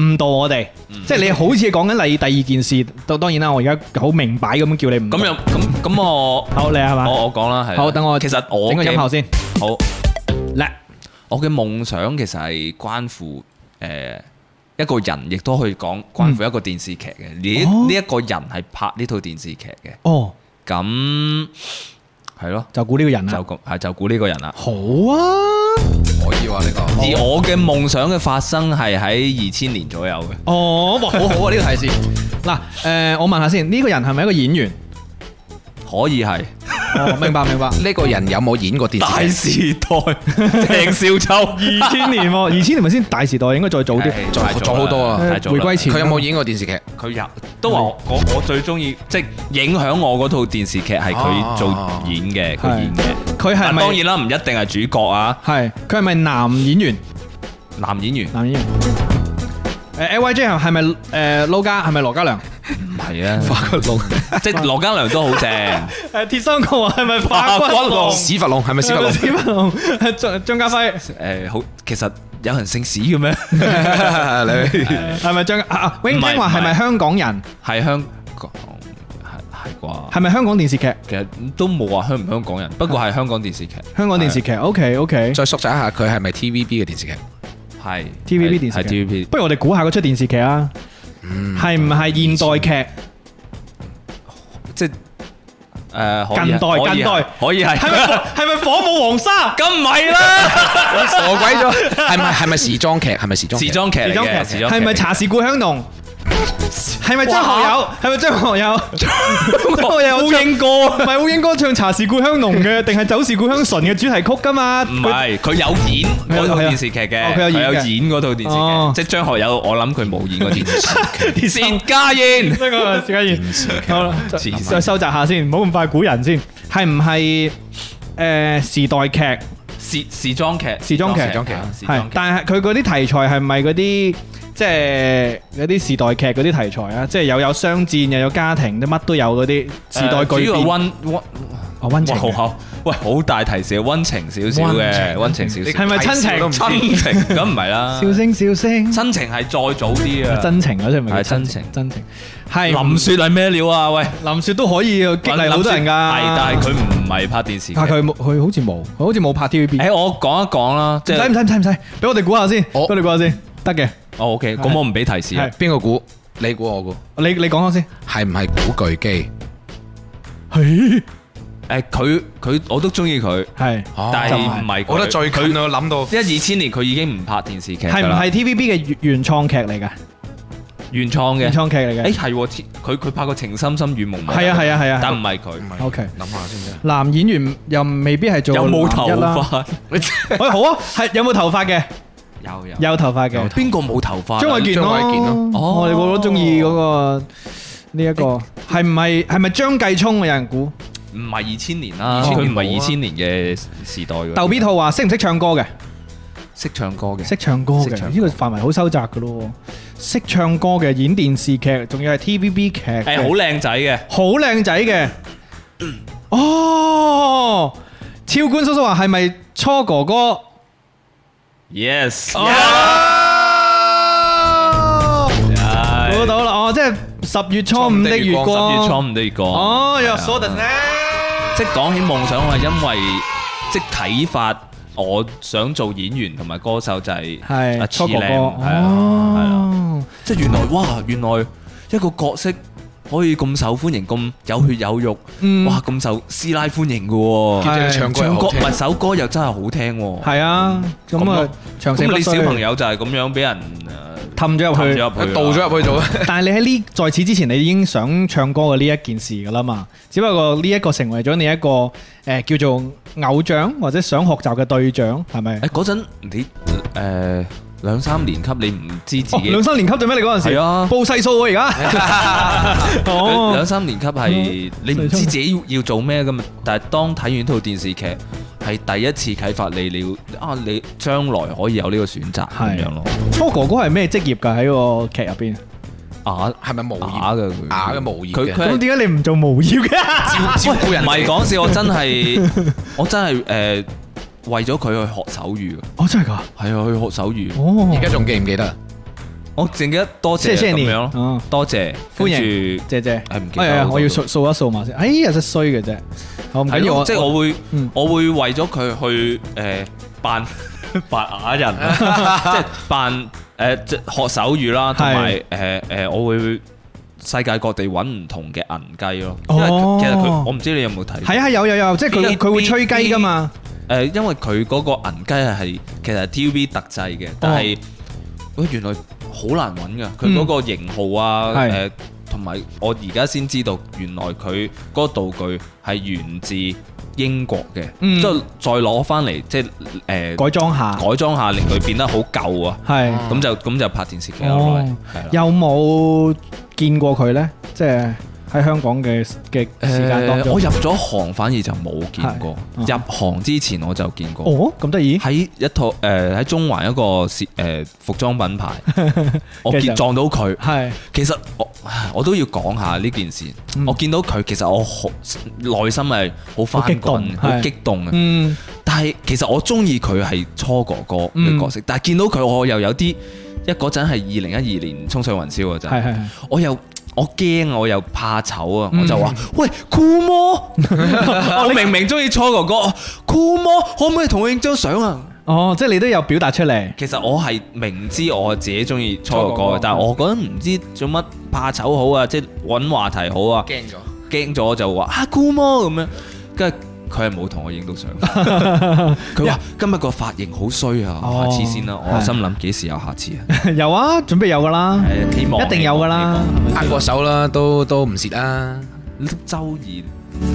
S5: 誤導我哋，即係你好似講緊第第二件事，當當然啦，我而家好明擺咁樣叫你唔
S3: 咁又咁 咁我
S5: 好你係嘛？
S3: 我我講啦，係啦。
S5: 好，等我嗯
S3: 其實我
S5: 整個
S3: 嘅
S5: 音效先。
S3: 好。
S5: 嗱，
S3: 我嘅夢想其實係關乎誒、呃一個人，亦都可以講關乎一個電視劇嘅。呢
S5: 哦
S3: 呢一個人係拍呢套電視劇嘅，
S5: 哦，
S3: 咁係咯，
S5: 就估呢個人
S3: 就
S5: 啦。
S3: 咁係就估呢個人啦。
S5: 好啊，
S6: 可以話呢個。
S3: 而我嘅夢想嘅發生係喺二千年左右嘅，
S5: 哦，哇，好好啊呢個提示。嗱，誒，我問下先，呢個人係咪一個演員？
S3: 可以係
S5: 哦，明白明白。
S4: 呢個人有冇演過電視劇？
S3: 時代鄭少秋
S5: 二千年喎，二千年咪先大時代，應該再早啲。
S3: 係
S4: 做
S3: 太早
S4: 做好多啦
S3: 太早啦
S5: 回歸前
S4: 佢有冇演過電視劇？
S3: 佢有都話我我我最中意即係影響我嗰套電視劇係佢做演嘅，佢演嘅。
S5: 佢係
S3: 但
S5: 咪？
S3: 當然啦，唔一定係主角啊，
S5: 係佢係咪男演員？
S3: 男演員
S5: 男演員。誒 L Y J 係咪誒撈家？係咪羅嘉良？
S3: 唔係啊，即係羅嘉良都好正，
S5: 誒鐵三角係 咪
S3: 化骨龍
S4: 屎佛龍係咪屎佛龍？
S5: 史文龍、張張家輝
S3: 誒好，其實有人姓史嘅咩？
S4: 你
S5: 係咪張家啊啊？永
S3: 唔係
S5: 聽話係咪
S3: 唔係
S5: 香港人？
S3: 係香港係係啩？
S5: 係咪香港電視劇？
S3: 其實都冇話香唔香港人，不過係香港電視劇，
S5: 香港電視劇，OK OK。
S4: 再縮窄一下，佢係咪 TVB 嘅電視劇？
S3: 係
S5: TVB 電
S3: 係
S5: 視
S3: 係
S5: 劇
S3: TVB，
S5: 不如我哋估下嗰出電視劇啊，係唔係現代劇？
S3: 即係誒可以
S5: 近代
S3: 可以啊
S5: 近代
S3: 可以係，
S5: 係咪火係咪火舞黃沙？
S3: 咁唔 係啦，
S4: 傻鬼咗，係咪係咪時裝劇？係咪時裝劇？
S3: 時裝劇嚟嘅，時裝劇
S5: 係咪茶是故鄉濃？係咪張學友？係咪張學 友？張學友烏蠅哥， 唔係烏蠅哥唱《茶是故鄉濃》嘅，定係《酒是故鄉醇》嘅主題曲噶嘛？
S3: 唔係，佢有演嗰套
S5: 係啊
S3: 電視劇
S5: 哦
S3: 嘅，
S5: 佢有演
S3: 有
S5: 嘅
S3: 演嗰套電視
S5: 哦
S3: 劇，即係張學友，我諗佢冇演過電 視劇。
S5: 三
S3: 薛家燕
S5: 呢個時間完，好啦，再再收集下先，唔好咁快估人先，係唔係？誒時代劇
S3: 時時裝劇，
S5: 時裝劇
S3: 時裝劇，
S5: 係
S3: 時裝，劇
S5: 但係佢嗰啲題材係咪嗰啲即係嗰啲時代劇嗰啲題材啊？即係又有商戰，又有家庭，乜都有嗰啲時代
S3: 誒
S5: 巨
S3: 主要
S5: 變。
S3: 温温
S5: 哦溫情
S3: 好
S5: 嘅
S3: 好，喂，好大提示，温情少少嘅，温情少少
S5: 係。咪親情？
S3: 親情咁唔係啦，
S5: 笑聲笑聲，
S3: 親情係再早啲啊。
S5: 真情嗰出咪
S3: 係
S5: 叫
S3: 真情
S5: 真情係
S3: 林雪係咩料啊？喂，
S5: 林雪都可以激勵好多人㗎。
S3: 係，但係佢唔係拍電視劇。
S5: 但係佢冇，佢好似冇，佢好似冇拍 TVB。
S3: 誒，我講一講啦，即
S5: 唔使唔
S3: 係
S5: 使唔使唔使，俾我哋估下先，俾
S4: 我
S5: 我哋估下先，得嘅。
S3: 哦，OK，咁我唔俾提示啊
S5: 係。
S4: 邊個估？你估我估？
S5: 你你講下先。
S4: 係唔係古巨基？
S3: 誒，佢佢我都中意佢。
S5: 係
S3: 但係唔係佢
S6: 我覺得最近我諗到
S3: 因為二千年佢已經唔拍電視劇㗎
S5: 係唔
S3: 啦
S5: 係 TVB 嘅原原創劇嚟㗎？
S3: 原創嘅
S5: 原？創劇嚟
S3: 誒
S5: 嘅。
S3: 係喎，天佢佢拍過《情深深雨濛濛》。
S5: 係啊係啊係啊
S3: 但唔係佢。
S4: 係
S5: OK，
S4: 諗下先。
S5: 男演員又未必係做
S3: 有冇
S5: 男
S3: 頭
S5: 一啦？
S3: 髮？
S5: 喂，好啊，係有冇頭髮嘅？
S3: 有有。
S5: 有頭髮嘅。
S3: 邊個冇頭髮啊？
S5: 張衛健咯，
S4: 張衛健咯
S3: 哦
S5: 我哋個個都中意嗰個呢一個，係唔係係咪張繼聰啊？有人估
S3: 唔係二千年啦，
S5: 2000
S3: 佢
S5: 年啊
S3: 唔係二千年嘅時代嘅。
S5: 逗比兔話識唔識唱歌嘅？
S3: 識唱歌嘅，
S5: 識唱歌
S3: 識
S5: 嘅，
S3: 唱歌
S5: 呢個範圍好收窄嘅咯喎。識唱歌嘅演電視劇，仲要係 TVB 劇嘅，
S3: 誒啊好靚仔嘅，
S5: 好靚仔嘅。哦，超官叔叔話係咪初哥哥？
S3: Yes，
S5: 哦
S3: 哎
S5: 估到啦！哦，即係十月初五的月
S3: 十月初
S5: 光。
S3: 五的月光。
S5: 哦，有
S3: 係啊
S5: 所得呢？
S3: 即係講起夢想，我係因為即係睇法，我想做演員同埋歌手就係
S5: 係
S3: 阿
S5: 初哥
S3: Chilam，
S5: 哥。
S3: 係啊，係啊。
S5: 哦。
S3: 即係原來哇，原來一個角色可以咁受歡迎，咁有血有肉，
S5: 嗯
S3: 哇咁受師奶歡迎嘅喎、
S5: 係
S4: 即係唱歌又
S3: 唱歌
S4: 好
S3: 唔
S4: 聽
S3: 係首歌又真係好聽喎、
S5: 係啊，咁
S3: 咁
S5: 啊
S3: 咯，
S5: 長城
S3: 咁你
S5: 不
S3: 小
S5: 衰
S3: 朋友就係咁樣俾人
S5: 氹咗
S3: 誒
S5: 入去。
S3: 氹咗入去，
S4: 倒咗入去做。
S5: 但係你喺呢在此之前，你已經想唱歌嘅呢一件事噶啦嘛，只不過呢一個成為咗你一個誒、呃叫做偶像或者想學習嘅對象，係咪
S3: 誒？嗰陣你誒、呃、兩三年級，你唔知自
S5: 哦，
S3: 己
S5: 兩三年級做咩？你嗰陣時
S3: 係啊
S5: 報細數喎而家。
S3: 兩
S5: 哦
S3: 兩，三年哦級係你唔知自己要要做咩噶嘛，但係當睇完套電視劇，係第一次啟發你，你要啊你將來可以有呢個選擇咁
S5: 係
S3: 樣咯。
S5: 初哥哥係咩職業㗎？喺個劇入邊，
S3: 啊
S4: 係咪無
S3: 啞
S4: 業？
S3: 嘅佢，
S4: 啞嘅無業
S3: 佢
S4: 嘅
S3: 佢
S5: 咁
S3: 係
S5: 點解你唔做無業嘅？
S4: 照顧人
S3: 唔
S4: 哋
S3: 係講笑，我真 係我真係誒為咗佢去學手語嘅，
S5: 哦，真係㗎！
S3: 係啊去學手語。
S5: 哦
S4: 而，家仲記唔記得？
S3: 我淨記得多謝
S2: 謝謝你
S3: 咁樣
S2: 哦
S3: 咯，多謝
S2: 歡迎
S3: 跟住
S2: 姐姐，
S3: 係唔記得
S2: 哎呀
S3: 咗
S2: 我要
S3: 嗰度
S2: 掃掃一掃埋先。哎呀，真衰嘅啫，我唔緊
S3: 係
S2: 要，
S3: 咯，即係我會
S2: 嗯
S3: 我會為咗佢去誒 扮扮啞人，啊即係扮誒即係學手語啦，同埋誒誒，我會世界各地揾唔同嘅銀雞咯。因為
S2: 哦
S3: 其實佢我唔知你有冇睇，
S2: 係啊係有有有，即係佢
S3: B-
S2: 佢會吹雞噶嘛，
S3: 誒，呃因為佢嗰個銀雞係係其實係 TVB 特製
S2: 哦
S3: 嘅，但係喂原來好難揾㗎，佢嗰個型號啊
S2: 係
S3: 誒。同埋我而家先知道，原來佢嗰個道具係源自英國嘅，
S2: 嗯
S3: 即係再攞翻嚟，即係誒
S2: 改裝下
S3: 改裝下，令佢變得好舊啊！
S2: 係。
S3: 咁就咁就拍電視劇咯，攞嚟
S2: 哦，
S3: 係啦
S2: 有冇見過佢呢？即係喺香港嘅嘅時間當
S3: 誒
S2: 中
S3: 呃我，入咗行反而就冇見過，
S2: 係
S3: 入行之前我就見過。
S2: 哦咁得意，
S3: 喺一套誒呃喺、中環一個攝誒、呃服裝品牌， 我
S2: 其實
S3: 見撞到佢。
S2: 係
S3: 其實我唉我都要講下呢件事。
S2: 嗯
S3: 我見到佢，其實我好內心係好翻滾，
S2: 好激動係
S3: 好激動嘅。
S2: 嗯
S3: 但係其實我中意佢係初哥哥嘅角色，但係見到佢我又有啲一嗰陣係二零一二年《衝上雲
S2: 係
S3: 霄》嗰陣，
S2: 係係嗯
S3: 我又我驚啊我又怕醜啊，我就話：喂，酷魔，我明明中意初哥哥，酷魔可唔可以同我影張相啊？
S2: 哦，即係你都有表達出嚟，
S3: 其實我係明知我自己中意初哥哥
S2: 初哥哥嗯
S3: 嘅，但係我覺得唔知做乜怕醜好啊，即係揾話題好 啊，
S7: 驚咗。
S3: 驚咗我就話啊姑魔咁樣，跟住佢係冇同我影到 相，佢話今日個髮型好衰啊，
S2: 哦
S3: 下次先啦。我
S2: 係
S3: 心諗幾時有下次啊？
S2: 有啊，準備有噶啦，
S3: 係希 望
S2: 一定有噶啦，
S7: 握過手啦，都都唔蝕啦。
S3: 希望。周二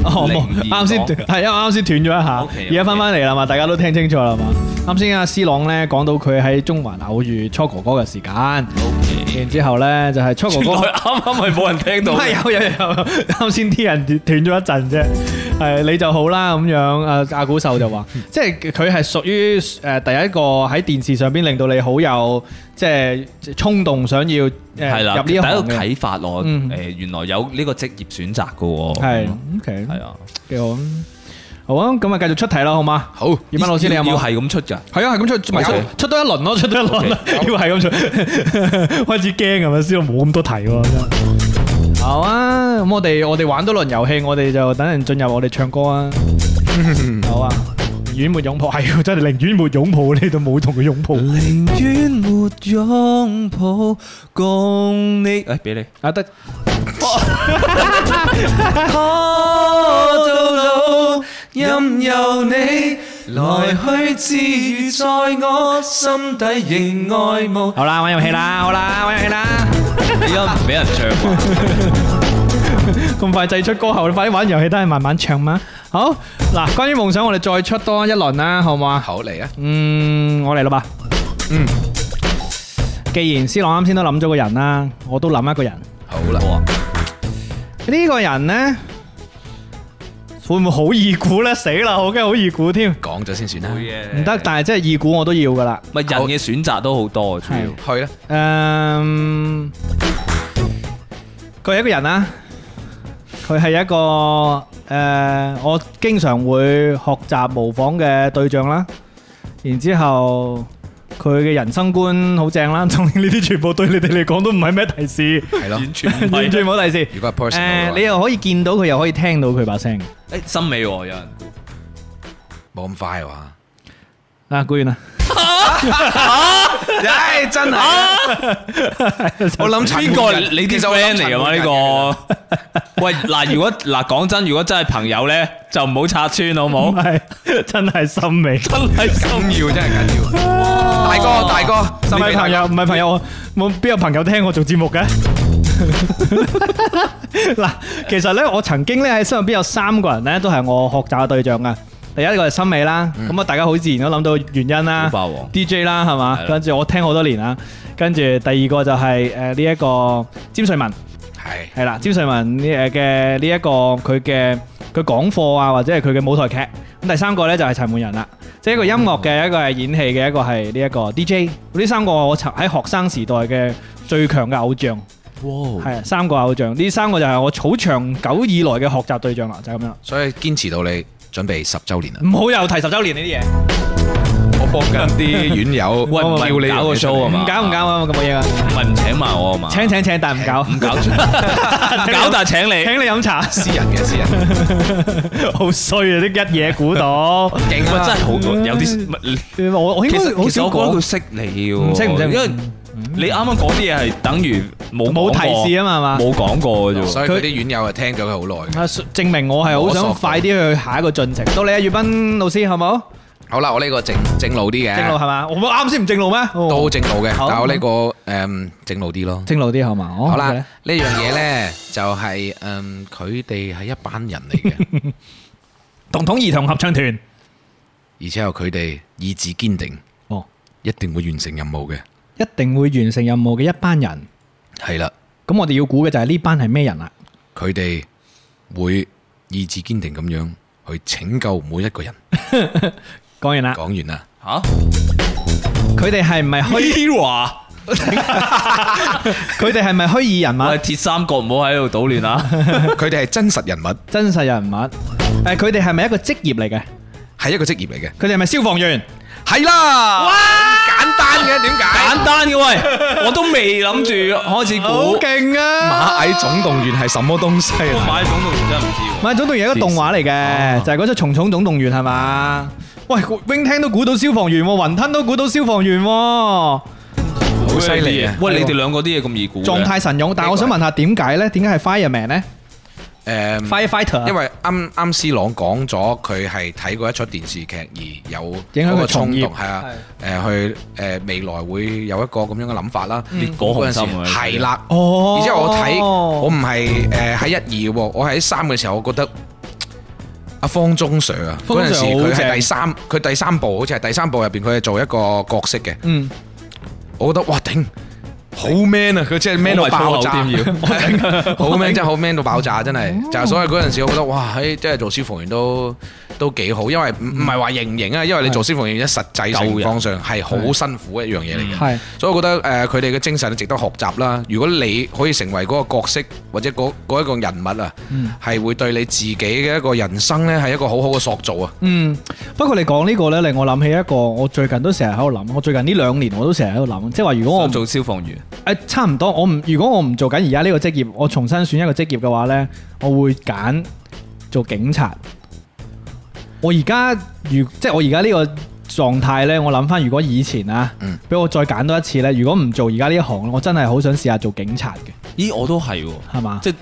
S2: 哦冇
S3: 零二
S2: 啱先
S3: 講
S2: 係啊，啱先斷咗一下，
S3: OK，OK
S2: 而家翻翻嚟啦嘛，大家都聽清楚啦嘛。啱先阿 C 朗呢講到佢喺中環偶遇初哥哥嘅時間，然之後呢就係初 哥哥。
S3: 啱啱係冇人聽
S2: 唔係，有有有， 啱先啲人斷斷咗一陣啫。係你就好啦咁樣。誒阿古秀就 話，即係佢係屬於誒第一個喺電視上邊令到你好有即係衝動想 要誒
S3: 係啦，
S2: 入呢
S3: 第
S2: 一
S3: 一個
S2: 行嘅。
S3: 啟發我
S2: 嗯
S3: 誒，原來有呢個職業選擇嘅喎。
S2: 係 OK，
S3: 係啊，
S2: 幾好。好啊，咁啊繼續出題啦，好嘛？
S7: 好，
S2: 葉斌老師，你有
S3: 要
S2: 冇？
S3: 係咁出㗎？
S2: 係啊，係咁出，咪
S3: OK
S2: 出出多一輪咯，出 多一輪啦，要係咁出，開始驚咁嘛，先冇咁多題喎。真係好啊，咁我哋我哋玩多輪遊戲，我哋就等人進入我哋唱歌啊。好啊，寧願沒擁抱，係喎真係寧願沒擁抱，你都冇同佢擁抱。
S3: 寧願沒擁抱，共你誒俾你。
S2: 啊得，
S3: 我到老，任由你來去自如，在我心底仍愛慕。
S2: 好啦，玩遊戲啦，好啦，玩遊戲啦。
S3: 而家哎唔俾人唱喎，
S2: 咁快製出歌後，你快啲玩遊戲，都係慢慢唱嘛。好，嗱，關於夢想，我哋再出多一輪啦，好唔好啊？
S7: 好嚟啊！
S2: 嗯，我嚟啦吧。嗯，既然 C 朗啱先都諗咗個人啦，我都諗一個人。
S7: 好啦，
S2: 呢個人呢，會唔會好易估呢？死啦，我驚好易估添。
S7: 講咗先算啦。
S2: 唔得，但係即係易估我都要噶啦。
S3: 咪人嘅選擇都好多，主要
S2: 係
S7: 去啦，
S2: 嗯，佢係一個人啦，佢係一個诶、呃我經常會學習模仿嘅對象啦。然之後佢嘅人生觀好正啦， 當然呢啲全部對你哋嚟講都唔係咩 提示，
S7: 係咯。
S3: 完全唔
S2: 完
S3: 係。
S2: 全冇提示。
S7: 如果係
S2: 诶、
S7: personal，
S2: 你
S7: 嘅
S2: 又可以見到佢，又可以聽到佢把聲。
S3: 誒森美喎，有人估
S7: 話冇咁快話。
S2: 啊，估完啦，
S7: 唉，真係啊。我諗邊
S3: 邊個？你啲
S7: 其實我
S3: friend
S7: 諗
S3: 嚟㗎
S7: 陳
S3: 嘛？
S7: 冠
S3: 呢個 喂嗱，如果嗱講真，如果真係朋友咧，就唔好拆穿好
S2: 唔
S3: 冇？
S2: 係真係心美，
S3: 真係心
S7: 緊要真係緊要。大哥，大哥，
S2: 唔
S7: 心
S2: 係
S7: 俾
S2: 朋友，唔係朋友，我冇邊有朋友聽我做節目 嘅。嗱，其實咧，我曾經咧喺身入邊有三個人咧，都係我學習嘅對象啊。第一個係森美啦，咁啊大家好自然都諗到原因啦
S3: 好霸王
S2: ，DJ 啦係嘛
S3: 係，啦
S2: 跟住我聽好多年啦，跟住第二個就係誒呢一個詹瑞文。
S7: 係
S2: 係啦，詹瑞文呢誒嘅呢一個佢嘅佢講課啊，或者係佢嘅舞台劇。咁第三個呢，就係陳奐仁啦，即係一個音樂
S3: 哦
S2: 嘅，一個係演戲嘅，一個係呢一個 DJ。呢三個我曾喺學生時代嘅最強嘅偶像，
S3: 哇！
S2: 係啊三個偶像。呢三個就係我好長久以來嘅學習對象啦，就係咁樣啦。
S7: 所以堅持到你準備十週年啦。
S2: 唔好又提十週年呢啲嘢。
S8: 我搏緊啲院 友，
S3: 喂唔係
S8: 叫你
S3: 搞個 show 啊嘛
S2: 唔搞唔搞啊，咁嘅嘢啊，
S3: 唔係唔請埋我啊嘛？
S2: 請請請，但係唔搞，
S3: 唔 搞唔搞，但係請你。
S2: 請你飲茶，
S4: 私人嘅私人，
S2: 好衰啊！啲一嘢估到，
S3: 勁啊！真係好有啲唔係
S2: 我我應
S3: 其
S2: 該
S3: 實
S2: 好
S3: 其實
S2: 少
S3: 我覺得
S2: 講
S3: 佢，識你喎，
S2: 唔識唔識唔識
S3: 因為你啱啱講啲嘢係等於冇
S2: 冇提示
S3: 啊，
S2: 啊嘛，係嘛？
S3: 冇講過嘅啫喎。
S4: 所以佢啲院友係聽咗佢好耐嘅。
S2: 啊，證明我係好想快啲去下一個進程。到你啊，月斌老師，好冇？
S4: 好啦，我呢個正正路啲嘅，
S2: 正路係嘛？我啱先唔正路咩？
S4: 都正路嘅，
S2: 好
S4: 但我呢個誒正路啲咯。
S2: 正路啲好嘛？
S4: 好啦，呢樣嘢咧就係誒佢哋係一班人嚟嘅，
S2: 童童兒童合唱團。
S4: 而且有佢哋意志堅定，
S2: 哦，
S4: 一定會完成任務嘅。
S2: 一定會完成任務嘅一班人。
S4: 係啦，
S2: 咁我哋要估嘅就係呢班係咩人啦？
S4: 佢哋會意志堅定咁樣去拯救每一個人。
S2: 講完啦，
S4: 講完啦，
S3: 嚇
S2: 佢哋係唔係虛？
S3: ，Hero，
S2: 佢哋係咪虛擬人
S3: 我
S2: 物？
S3: 鐵三角唔好喺度搗亂啊！
S4: 佢哋係真實人物，
S2: 真實人物？誒，佢哋係咪一個職業嚟嘅？
S4: 係一個職業嚟嘅。哦
S2: 佢哋係咪消防員？
S4: 係啦，簡單嘅點解？
S3: 簡單嘅 喂，我都未諗住開始估。
S2: 勁啊！
S4: 螞蟻總動員係什麼東西
S3: 我
S4: 啊？
S3: 買總動員真係唔知
S2: 唔
S3: 喎。
S2: 係總動員係一個動畫嚟
S4: 哦
S2: 嘅，就係嗰出《蟲蟲總動員》係嘛？喂，wing 聽都估到消防員喎，雲吞都估到消防員喎，
S4: 好犀利啊！
S3: 喂，你哋兩個啲嘢咁易估嘅
S2: 狀態神勇。但係我想問下點解咧？點解係 fireman 咧 Ờ,
S4: 誒。
S2: ？firefighter 啊
S4: 因為啱啱斯朗講咗，佢係睇過一出電視劇而有
S2: 影響佢
S4: 嗰
S2: 從
S4: 個衝
S2: 業
S4: 動，係啊，誒去誒未來會有一個咁樣嘅諗法啦。
S3: 烈火
S4: 嗰陣
S3: 雄
S4: 時
S3: 心啊！
S4: 係啦，
S2: 哦
S4: 而且我睇我唔係誒喺一二喎，我喺三嘅時候，我覺得嘖阿方中 Sir 啊，
S2: 方
S4: 嗰陣時
S2: Sir
S4: 佢
S2: 好正
S4: 係第三，佢第三部好似係第三部入邊，佢係做一個角色嘅，
S2: 嗯，
S4: 我覺得哇頂！好 man 啊！佢真係 man 到爆炸，
S3: 我咪粗口
S4: 好 man 真係好 man 到爆炸，真係就係所以嗰陣時，我覺得哇，嘿真係做消防員都都幾好，因為唔唔係話型唔型啊，因為你做消防員喺實際情況上係好辛苦嘅一樣嘢嚟嘅。
S2: 係
S4: 所以我覺得誒佢哋嘅精神值得學習啦。如果你可以成為嗰個角色或者嗰嗰一個人物啊，係、會對你自己嘅一個人生呢係一個好好嘅塑造啊。
S2: 嗯。不過你講呢個咧，令我諗起一個，我最近都成日喺度諗。我最近呢兩年我都成日喺度諗，即係話如果我
S3: 我
S2: 唔
S3: 做消防員，
S2: 誒呃差唔多，我唔如果我唔做緊而家呢個職業，我重新選一個職業嘅話呢，我會揀做警察。我而家如即係我而家呢個狀態呢，我諗翻如果以前啊，俾、我再揀多一次呢，如果唔做而家呢一行，我真係好想試下做警察嘅，
S3: 咦我都係喎，
S2: 係嘛？
S3: 即係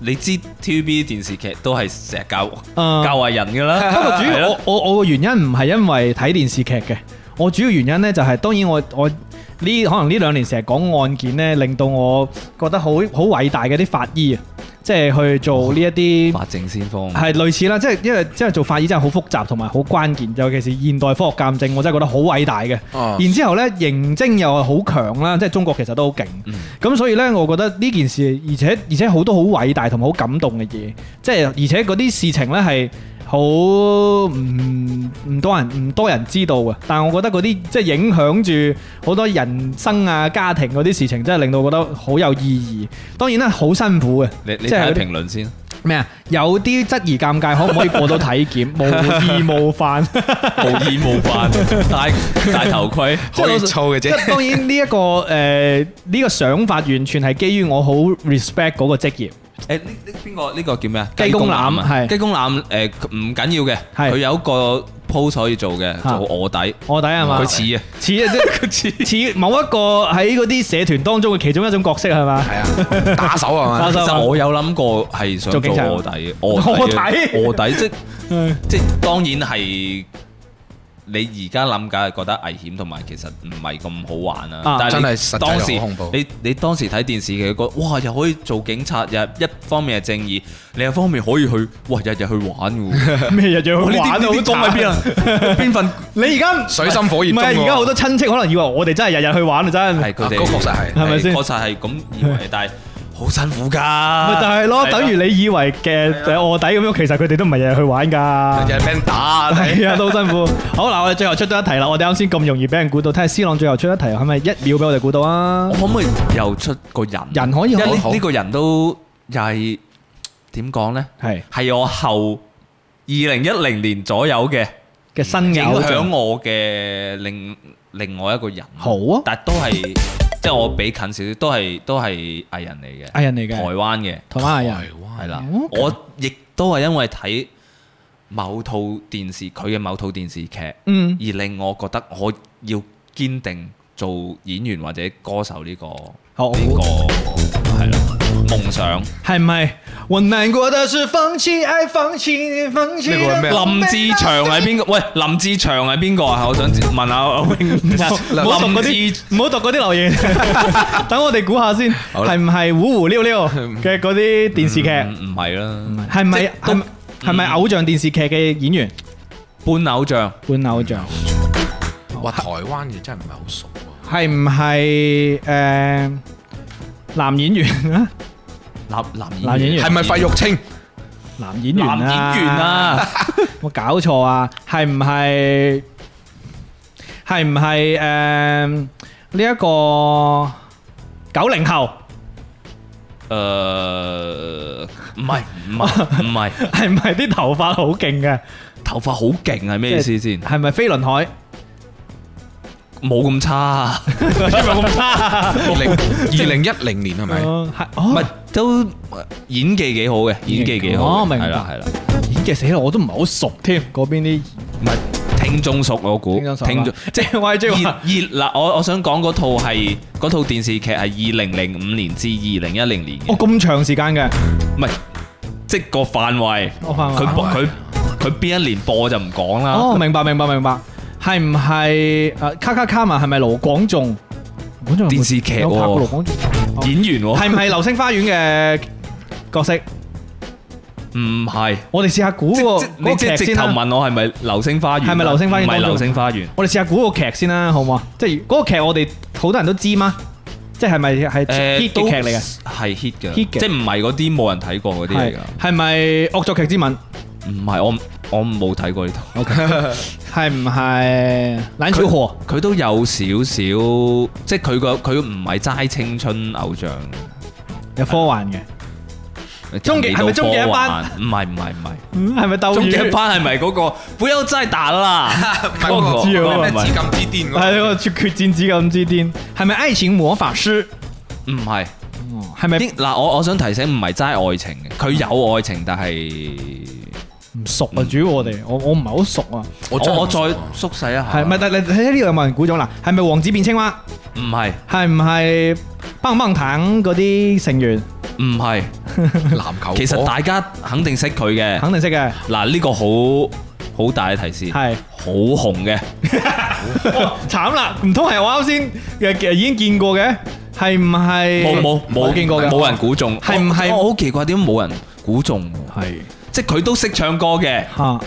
S3: 你知 TVB 電視劇都係成日教
S2: 嗯
S3: 教壞人㗎啦。
S2: 不過主要我我我個原因唔係因為睇電視劇嘅，我主要原因呢就係、當然我我呢可能呢兩年成日講案件呢，令到我覺得好好偉大嘅啲法醫啊，即係去做呢一啲。
S3: 法證先鋒。
S2: 係類似啦，即係因為即係做法醫真係好複雜同埋好關鍵，尤其是現代科學鑑證，我真係覺得好偉大嘅。
S4: 哦
S2: 然之後呢，刑偵又係好強啦，即係中國其實都好勁。
S3: 嗯
S2: 咁所以呢，我覺得呢件事，而且而且好多好偉大同埋好感動嘅嘢，即係而且嗰啲事情呢係好唔唔多人唔多人知道嘅。但係我覺得嗰啲即係影響住好多人生啊、家庭嗰啲事情，真係令到我覺得好有意義。當然啦，好辛苦嘅，
S3: 你你睇
S2: 即係
S3: 下
S2: 嗰啲
S3: 評論 先。
S2: 咩啊？有啲質疑尷尬，可唔可以過到體 檢？無義無犯。
S3: 無意無犯， 戴戴頭盔，
S2: 即係
S8: 可以
S2: 老實
S8: 抽嘅
S2: 即
S8: 啫。
S2: 係當然呢一個誒呢個想法，完全係基於我好 respect 嗰個職業。
S3: 誒呢呢邊個呢個叫咩啊？
S2: 雞公欖
S3: 啊
S2: 係
S3: 雞公欖誒唔緊要嘅，
S2: 係
S3: 佢有一個 pose 可以做嘅，
S2: 嚇
S3: 做卧底，
S2: 我睇係嘛？
S3: 佢似啊，
S2: 似啊， 即係似似某一個喺嗰啲社團當中嘅其中一種角色係嘛？
S4: 係啊，打手啊
S2: 打
S4: 嘛
S2: 手，
S3: 其實我有諗過係想
S2: 做
S3: 做
S2: 警察
S3: 卧底，卧底啊
S2: 臥，底
S3: 卧底，即即當然係你而家諗梗係覺得危險，同埋其實唔係咁好玩
S2: 啊
S3: 啦。但係你
S4: 真係實際
S3: 當時
S4: 又好恐怖
S3: 你你當時睇電視劇，覺得哇又可以做警察，又一方面係正義，另一方面可以去哇日日去 玩嘅喎。
S2: 咩日日
S3: 哇
S2: 去
S3: 哦呢
S2: 玩
S3: 啲
S2: 啊
S3: 呢啲工喺邊啊？邊份？
S2: 你而家
S4: 水深火熱
S2: 唔
S4: 中
S2: 係
S4: 喎
S2: 而家好多親戚可能以為我哋真係日日去玩啊，真
S3: 係
S2: 係。
S3: 佢哋，
S4: 啊嗰個確實係
S2: 係咪先
S3: 確實係咁以為，但係好辛苦㗎。
S2: 咪
S3: 咪
S2: 就係咯，等於你以為嘅誒卧底咁樣，其實佢哋都唔係日日去玩㗎。
S4: 有人打
S2: 係啊，都好辛苦。好嗱，我哋最後出多一題啦。我哋啱先咁容易俾人估到，睇下 C 朗最後出一題係咪一秒俾我哋估到啊
S3: 我？可唔可以又出個人？
S2: 人可以
S3: 因為呢
S2: 好
S3: 呢個人都又係點講呢？
S2: 係
S3: 係我後二零一零年左右嘅
S2: 嘅新嘅偶
S3: 影
S2: 像
S3: 響。我嘅另另外一個人。
S2: 好啊
S3: 但都係即係我比近少少，都係都係藝人嚟嘅，
S2: 藝人嚟嘅
S3: 台灣嘅，
S2: 台灣藝人，
S3: 係啦。
S2: 哦
S3: 我亦都係因為睇某套電視佢嘅某套電視劇，
S2: 嗯，
S3: 而令我覺得我要堅定做演員或者歌手呢個
S2: 好
S3: 呢個係啦夢想。
S2: 係唔係？我難過的是放棄愛，放棄放棄。
S4: 呢個係咩
S3: 林志祥係邊個？
S2: 啊
S3: 喂，林志祥係邊個啊？我想問下阿
S2: 唔好讀
S3: 榮。
S2: 嗰
S3: 林志
S2: 啲，唔好讀嗰啲留言。等我哋估下先，係唔係糊糊溜溜嘅嗰啲電視劇？
S3: 唔唔嗯係啦，
S2: 係咪
S3: 都
S2: 係咪係咪偶像電視劇嘅演員
S3: 半偶像
S2: 半偶像？
S7: 哇，台灣嘢真係唔係好熟喎。
S2: 係唔係誒男演員啊？
S3: 男男
S2: 男演員
S7: 係咪費玉清？
S2: 男演員啊？
S3: 男演員啊？
S2: 我搞錯啊，係唔係？係唔係？誒呢一個九零後
S3: 誒，唔係唔係唔係，
S2: 係唔係啲頭髮好勁嘅？
S3: 頭髮好勁係咩意思先？
S2: 係咪飛輪海？
S3: 冇咁差，
S2: 啊
S7: 零二零一零年係咪？
S2: 哦係
S3: 唔
S2: 哦
S3: 係，都演技幾好嘅，演技幾好嘅，
S2: 哦明白
S3: 係啦係啦，
S2: 演技死啦！我都唔係好熟添，嗰邊啲
S3: 唔係聽眾熟我估，
S2: 聽眾熟
S3: 聽眾
S2: 啊
S3: 即係
S2: YJ
S3: 熱
S2: 話
S3: 熱嗱，我我想講嗰套係嗰套電視劇係二零零五年至二零一零年嘅
S2: 哦咁長時間嘅，
S3: 唔係即個範圍，
S2: 個哦範圍
S3: 佢播佢佢邊一年播就唔講啦。
S2: 哦明白明白明白，係唔係誒卡卡卡嘛？係咪盧廣仲？盧廣仲有冇
S3: 電視劇喎
S2: 有拍過盧廣仲，哦
S3: 演員喎，
S2: 係唔係《流星花園》嘅角色？
S3: 唔係？
S2: 我哋試下估
S3: 即
S2: 個
S3: 即
S2: 哦嗰個
S3: 你即係
S2: 劇
S3: 直
S2: 先
S3: 頭
S2: 啦。
S3: 問我係咪流星花園？啊
S2: 係咪流星花園
S3: 唔係
S2: 當中
S3: 流星花園。
S2: 我哋試下估個劇先啦，好唔好啊？即係嗰個劇我哋好多人都知嘛，即係咪係
S3: 呃
S2: hit 嘅劇嚟嘅？
S3: 係 hit 嘅
S2: hit 嘅
S3: 即係唔係嗰啲冇人睇過嗰啲嚟
S2: 係
S3: 㗎。
S2: 係咪惡作劇之吻？
S3: 唔係我我冇睇過呢套，
S2: 係唔 係冷小河？
S3: 佢都有少少，即係佢個佢唔係齋青春偶像，
S2: 有科幻嘅，終極係咪終極一班
S3: 唔係唔係唔係，
S2: 嗯係咪鬥
S3: 終極一
S2: 魚？
S3: 班係咪嗰個不要再打啦？嗰個
S2: 知啊
S3: 嗰個
S2: 咩
S3: 唔係
S7: 金之巔
S2: 係嗰個決戰子咁之巔，係咪愛情魔法師？
S3: 唔係。
S2: 係咪
S3: 啲嗱，我我想提醒，唔係齋愛情嘅，佢有愛情，但係
S2: 唔熟啊？主要我哋我我唔係好熟啊。
S3: 我
S7: 我真係
S3: 我
S7: 唔
S3: 再
S7: 熟啊
S3: 縮細一下，
S2: 係咪？但你睇呢度有冇人估中啦？係咪王子變青蛙？
S3: 唔係
S2: 係唔係棒棒糖嗰啲成員？
S3: 唔係，
S7: 籃球
S3: 其實
S7: 火
S3: 大家肯定識佢嘅。
S2: 肯定識嘅，
S3: 嗱，呢個好好大嘅提示，
S2: 係。
S3: 好紅嘅，
S2: 慘啦，唔通係我啱先嘅嘅已經見過嘅，係唔係？
S3: 冇冇
S2: 冇見過嘅，
S3: 冇人估中，
S2: 係唔係
S3: 我我好奇怪，點解冇人估中？
S2: 係
S3: 即係佢都識唱歌 嘅，
S2: 嚇，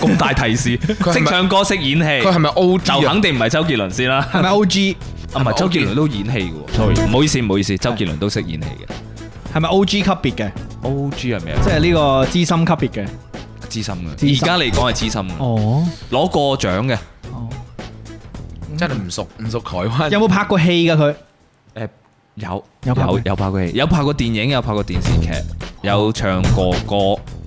S3: 咁大提示，
S7: 係咪
S3: 識唱歌識演戲，
S7: 佢係咪 O
S3: 就
S7: D 啊？
S3: 肯定唔係周杰倫 先啦。
S2: 係咪 O G？
S3: 啊，唔係周杰倫都演戲嘅喎，sorry，唔好意思，唔好意思，周杰倫都識演戲嘅。
S2: 係咪 O G 級別嘅？
S3: O G 係咩啊？
S2: 即係呢個資深級別嘅。
S3: 資深嘅，
S2: 資
S3: 而
S2: 深
S3: 家嚟講係資深嘅，
S2: 哦，
S3: 攞過獎嘅，
S7: 真係唔熟，唔熟台灣。
S2: 有冇拍過戲㗎佢？
S3: 誒呃有
S2: 有拍過
S3: 有有拍過戲，有拍過電影，有拍過電視劇，有唱過歌，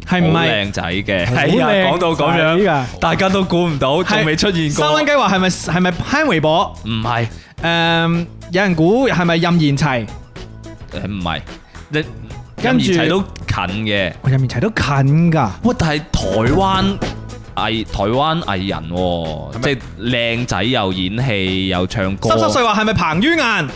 S2: 係唔係
S3: 好靚仔嘅？
S2: 好
S3: 係啊，
S2: 靚
S3: 講到咁
S2: 仔
S3: 樣
S2: 㗎，
S3: 大家都估唔到，仲未出現
S2: 三
S3: 過
S2: 蚊。雞話係咪係咪潘瑋柏？
S3: 唔係
S2: 誒，有人估係咪任賢齊？
S3: 誒唔係，你
S2: 跟住
S3: 任賢齊都近嘅，
S2: 哇任賢齊都近㗎，
S3: 喂！但係台灣藝台灣藝人喎，即係靚仔又演戲又唱歌。
S2: 濕濕碎話係咪彭于晏？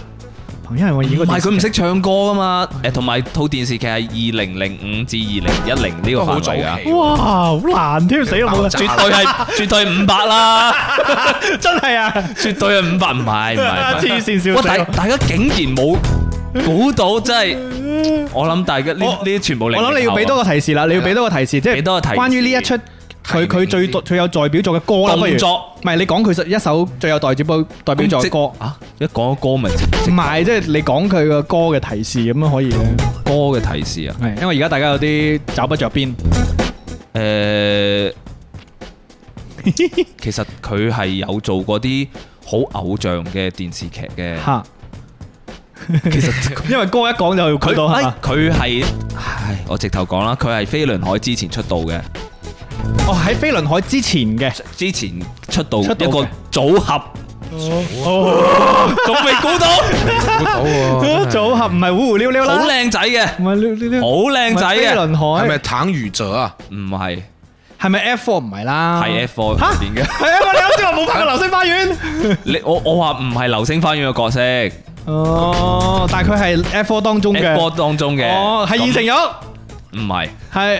S2: 彭于晏我演
S3: 唔
S2: 過
S3: 係
S2: 電視劇，
S3: 佢唔識唱歌噶嘛？誒，同埋套電視劇係二零零五至二零一零呢個範圍噶，
S2: 哇，好難添，死啦！冇
S3: 絕對係絕對五百啦，
S2: 真係啊！
S3: 絕對係五百，唔係唔係唔係。
S2: 黐線笑死
S3: 哇！
S2: 我
S3: 大大家竟然冇估到，真係我諗大家呢呢
S2: 我
S3: 啲全部零零後啊
S2: 我諗你要俾多個提示啦，你要俾多個提示，即係
S3: 俾多個提示
S2: 關於呢一出佢佢最多最有代表作嘅歌啦，不如
S3: 動作
S2: 唔係你講佢一首最有代表代表作嘅歌，
S3: 啊！一講歌咪即
S2: 唔係即係你講佢嘅歌嘅提示咁樣可以咧，
S3: 歌嘅提示啊！
S2: 係因為而家大家有啲找不着邊，
S3: 誒，其實佢係有做過啲好偶像嘅電視劇嘅，
S2: 嚇，
S3: 其實。
S2: 因為歌一講就佢
S3: 佢
S2: 到
S3: 哎
S2: 嚇，
S3: 佢係，唉，我直頭講啦，佢係飛輪海之前出道嘅，
S2: 哦喺飛輪海之前嘅，
S3: 之前出道一
S2: 出道嘅
S3: 個組合，仲未估到，
S2: 組合唔係糊糊溜溜
S3: 好
S2: 啦，
S3: 靚仔嘅，
S2: 唔係溜溜溜，
S3: 好靚仔
S2: 飛
S3: 嘅，
S2: 輪海
S7: 係咪坦如者啊？唔係，
S3: 唔係
S2: 係咪 F four 唔係啦？
S3: 係 F four 入邊嘅。
S2: 係啊！我哋啱先話冇拍過《流星花園》。
S3: 你我我話唔係流星花園嘅角色
S2: 哦，但係佢係 F four 當中嘅。
S3: ，F four 當中嘅，
S2: 哦，係現成
S3: 咁
S2: 有，
S3: 唔係
S2: 係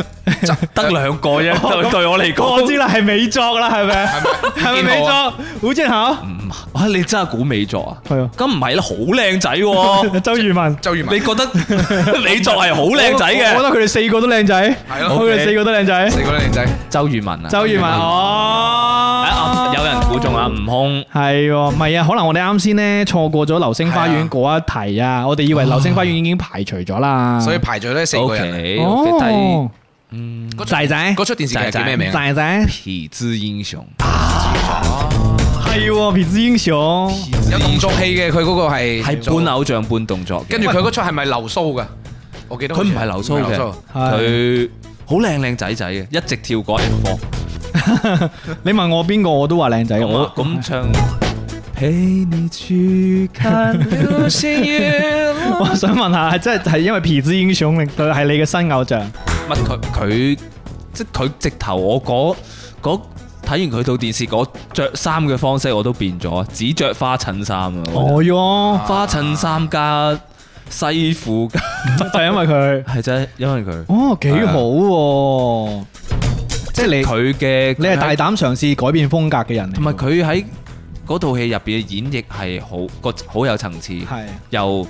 S3: 得兩個啫，
S2: 哦
S3: 對
S2: 咁
S3: 對我嚟
S2: 我
S3: 講
S2: 知。啦，係美作啦，係咪？係咪美
S3: 啊
S2: 作？胡建豪
S3: 唔啊！你真係估美作啊？
S2: 係啊
S3: 咁唔係啦，好靚仔喎！
S2: 周渝民。
S7: 周渝民。
S3: 你覺得美作係好靚仔
S2: 我覺
S3: 嘅？
S2: 得佢哋四個都靚仔，係
S7: 咯
S2: 佢哋四個都靚仔。
S7: 四個靚仔。
S3: 周渝民啊，
S2: 周渝民哦，
S3: 啊，有人估中啊，悟空
S2: 係喎，唔係啊，可能我哋啱先咧錯過咗《流星花園》嗰一題啊，我哋以為《流星花園》已經排除咗啦。
S3: ，O
S7: 所以排序都係四個人。
S3: K O K，
S2: 哦，仔仔，
S7: 嗰出電視劇叫咩名啊？
S2: 仔仔，
S3: 第痞子英雄，
S2: 係喎，痞子英雄。
S7: 有動作戲嘅，佢嗰個係-
S3: 係半偶像半動作嘅，
S7: 跟住佢嗰出係咪流蘇㗎？我記得
S3: 佢唔係流
S7: 好似係。
S3: 蘇
S7: 唔係流蘇。
S3: 嘅，佢好靚靚仔仔嘅，一直跳過 F 4
S2: 你問我邊個我都話靚仔，
S3: 我
S2: 我
S3: 咁啊唱。陪你去看流星雨。
S2: 我 想問下，係真係係因為痞子英雄令到係你嘅新偶像？
S3: 乜佢 佢即係佢直頭我嗰嗰睇完佢套電視嗰着衫嘅方式我都變咗，只着花襯衫啊！
S2: 哦哟，
S3: 花襯衫加西褲加，
S2: 就係因為佢。
S3: 係真係因為佢
S2: 哦，幾
S5: À.
S2: 好喎！即係你，
S3: 佢嘅
S2: 你係大膽嘗試改變風格嘅人嚟喎，
S3: 同埋佢喺嗰套戲入邊嘅演繹係好個好有層次，
S2: 係
S3: 又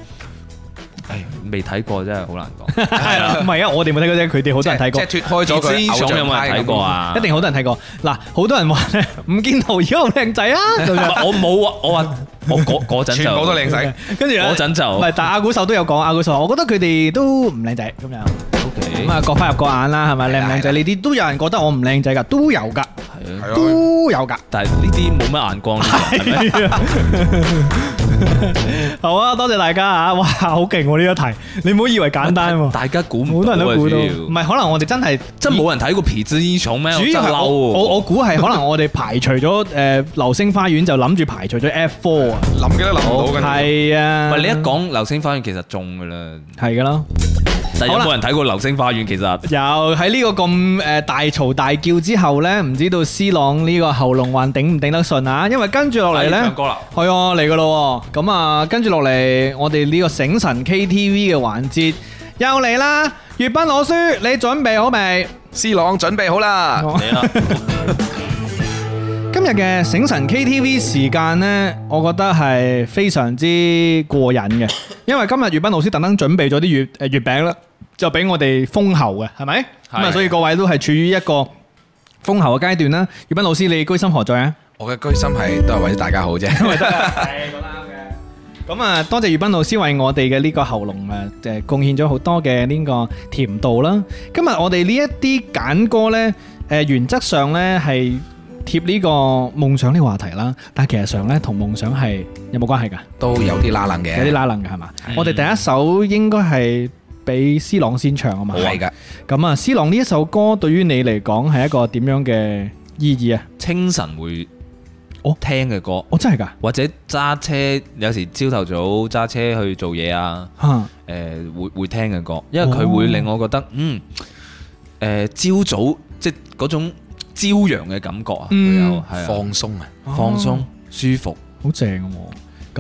S3: 唉未睇過真係好 難講。
S2: 係啦，唔係啊！我哋冇睇過啫，佢哋好多人睇過，
S7: 即係脫開咗佢
S3: 知英雄有冇人
S7: 偶像派咁。
S3: 睇過啊？
S2: 一定好多人睇過。嗱，好多人話咧，吳建豪而家好靚仔啊！咁
S3: 唔
S2: 樣
S3: 係我冇啊！我話我嗰嗰陣就
S7: 全部都靚仔。
S2: 跟住咧
S3: 嗰陣就
S2: 唔係，但阿古獸都有講，阿古獸話，我覺得佢哋都唔靚仔咁樣。
S3: OK
S2: 咁啊，各花入各眼啦，係咪靚唔靚
S7: 係啦
S2: 仔？呢啲都有人覺得我唔靚仔㗎，都有㗎，
S3: 係啊。
S7: 係啊，
S2: 都有㗎。
S3: 但係呢啲冇乜眼光，係咪？
S2: 好啊，多謝大家啊！哇，好勁喎呢一題， 你唔好以為簡 單喎，
S3: 大家估
S2: 好
S3: 唔
S2: 多人都估到，
S3: 啊
S2: 唔
S3: 主要
S2: 係可能我哋真係
S3: 真冇人睇過《皮之英雄》咩？我
S2: 主
S3: 真
S2: 要
S3: 係
S2: 係
S3: 嬲
S2: 我我我
S3: 喎！
S2: 估係可能我哋排除咗誒流星花園就諗住排除咗 F four 啊，
S7: 諗嘅都諗唔到嘅。
S2: 係啊，
S3: 喂，你一講《流星花園》其實中噶啦，
S2: 係噶啦，
S3: 但係有
S2: 好啦
S3: 冇人睇過《流星花園》？其實
S2: 又喺呢個咁誒大嘈大叫之後咧，唔知道 C 朗呢個喉嚨還頂唔頂得順啊？因為跟住落嚟咧
S3: 哎唱。歌啦，
S2: 係啊，嚟噶咯喎！咁啊，跟住落嚟，我哋呢個醒神 KTV 嘅環節又嚟啦！粵斌攞書，你準備好未？
S7: C朗準備好啦。
S2: 我
S3: 嚟啦！
S2: 今日嘅醒神 KTV 時間呢，我覺得係非常之過癮嘅，因為今日粵斌老師特登準備咗啲月誒月餅啦，就俾我哋封喉嘅，係咪？咁啊，所以各位都係處於一個封喉嘅階段啦。粵斌老師，你居心何在啊？
S7: 我嘅居心係都係為咗大家好啫。
S2: 咁啊，多謝粵斌老師為我哋嘅呢個喉嚨啊，誒貢獻咗好多嘅呢個甜度啦。今日我哋呢一啲揀歌呢，誒、原則上呢係貼呢個夢想呢個話題啦，但係其實上呢，同夢想係有冇關係㗎？
S7: 都有啲拉冷嘅。
S2: 有啲拉楞㗎係嘛？我哋第一首應該係俾斯朗先唱啊嘛。
S7: 係㗎。
S2: 咁啊，斯朗呢一首歌對於你嚟講係一個點樣嘅意義啊？
S3: 清晨會
S2: 哦
S3: 聽嘅歌，
S2: 哦，真係㗎
S3: 或者揸車有時朝頭早揸車去做嘢啊。
S2: 嚇！
S3: 誒會會聽嘅歌，因為佢
S2: 哦
S3: 會令我覺得嗯誒朝早即係嗰種朝陽嘅感覺啊，會
S2: 嗯哦
S3: 有係
S7: 放鬆啊。
S3: 啊放鬆舒服，
S2: 好正喎！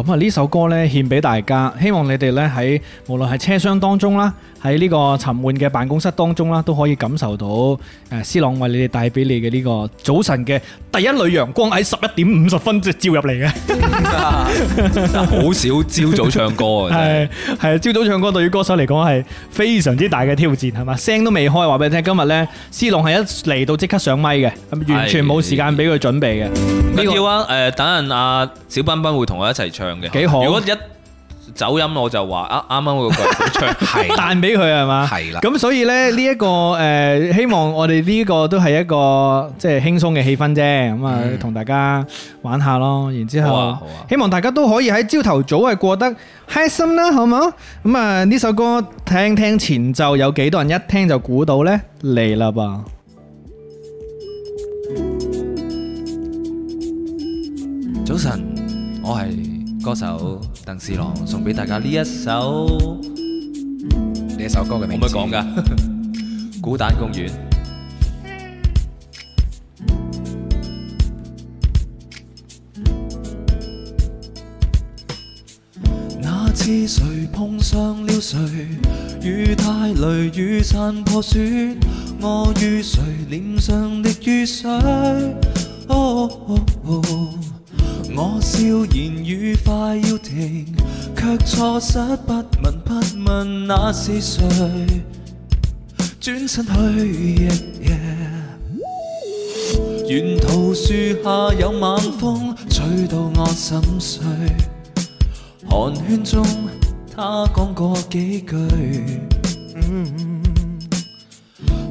S2: 咁啊，呢首歌呢，獻俾大家，希望你哋呢，喺無論係車廂當中啦，喺呢個沉悶嘅辦公室當中啦，都可以感受到誒斯朗為你哋帶俾你嘅呢個早晨嘅第一縷陽光喺十一點五十分即係照入嚟嘅，
S3: 但好少朝早唱歌啊，真係
S2: 係係朝早唱歌對於歌手嚟講係非常之大嘅挑戰，係嘛？聲都未開，話俾你聽，今日呢，斯朗係一嚟到即刻上咪嘅，完全冇時間俾佢準備嘅。
S3: 唔
S2: 呢個
S3: 緊要啊！誒等陣阿小彬彬會同我一齊唱嘅，
S2: 幾好
S3: 如果一走音我就話啊啱啱嗰個唔好唱，
S2: 彈俾佢 係嘛？
S7: 係啦
S2: 咁所以咧呢一個誒，希望我哋呢個都係一個即係輕鬆嘅氣氛啫。咁啊，同大家玩下咯。然之
S3: 好啊
S2: 後
S3: 好啊，
S2: 希望大家都可以喺朝頭早係過得開心啦，好唔好？咁啊，呢首歌聽聽前奏，有幾多人一聽就估到呢？嚟啦噃！
S9: Hãy subscribe cho kênh Ghiền Mì Gõ Để không bỏ lỡ
S3: 晨，我係歌手鄧士郎，送俾大家呢一首，我
S7: 呢首歌嘅
S3: 冇
S7: 名字
S3: 乜講㗎，《 古蛋公園》。那知誰碰上了誰？雨太累，雨傘破損，我與誰臉上的雨水？哦哦哦我笑言語快要停，卻錯失不聞不問那是誰？轉身去，yeah, yeah 沿途樹下有猛風，吹到我心碎。寒暄中，他講過幾句。嗯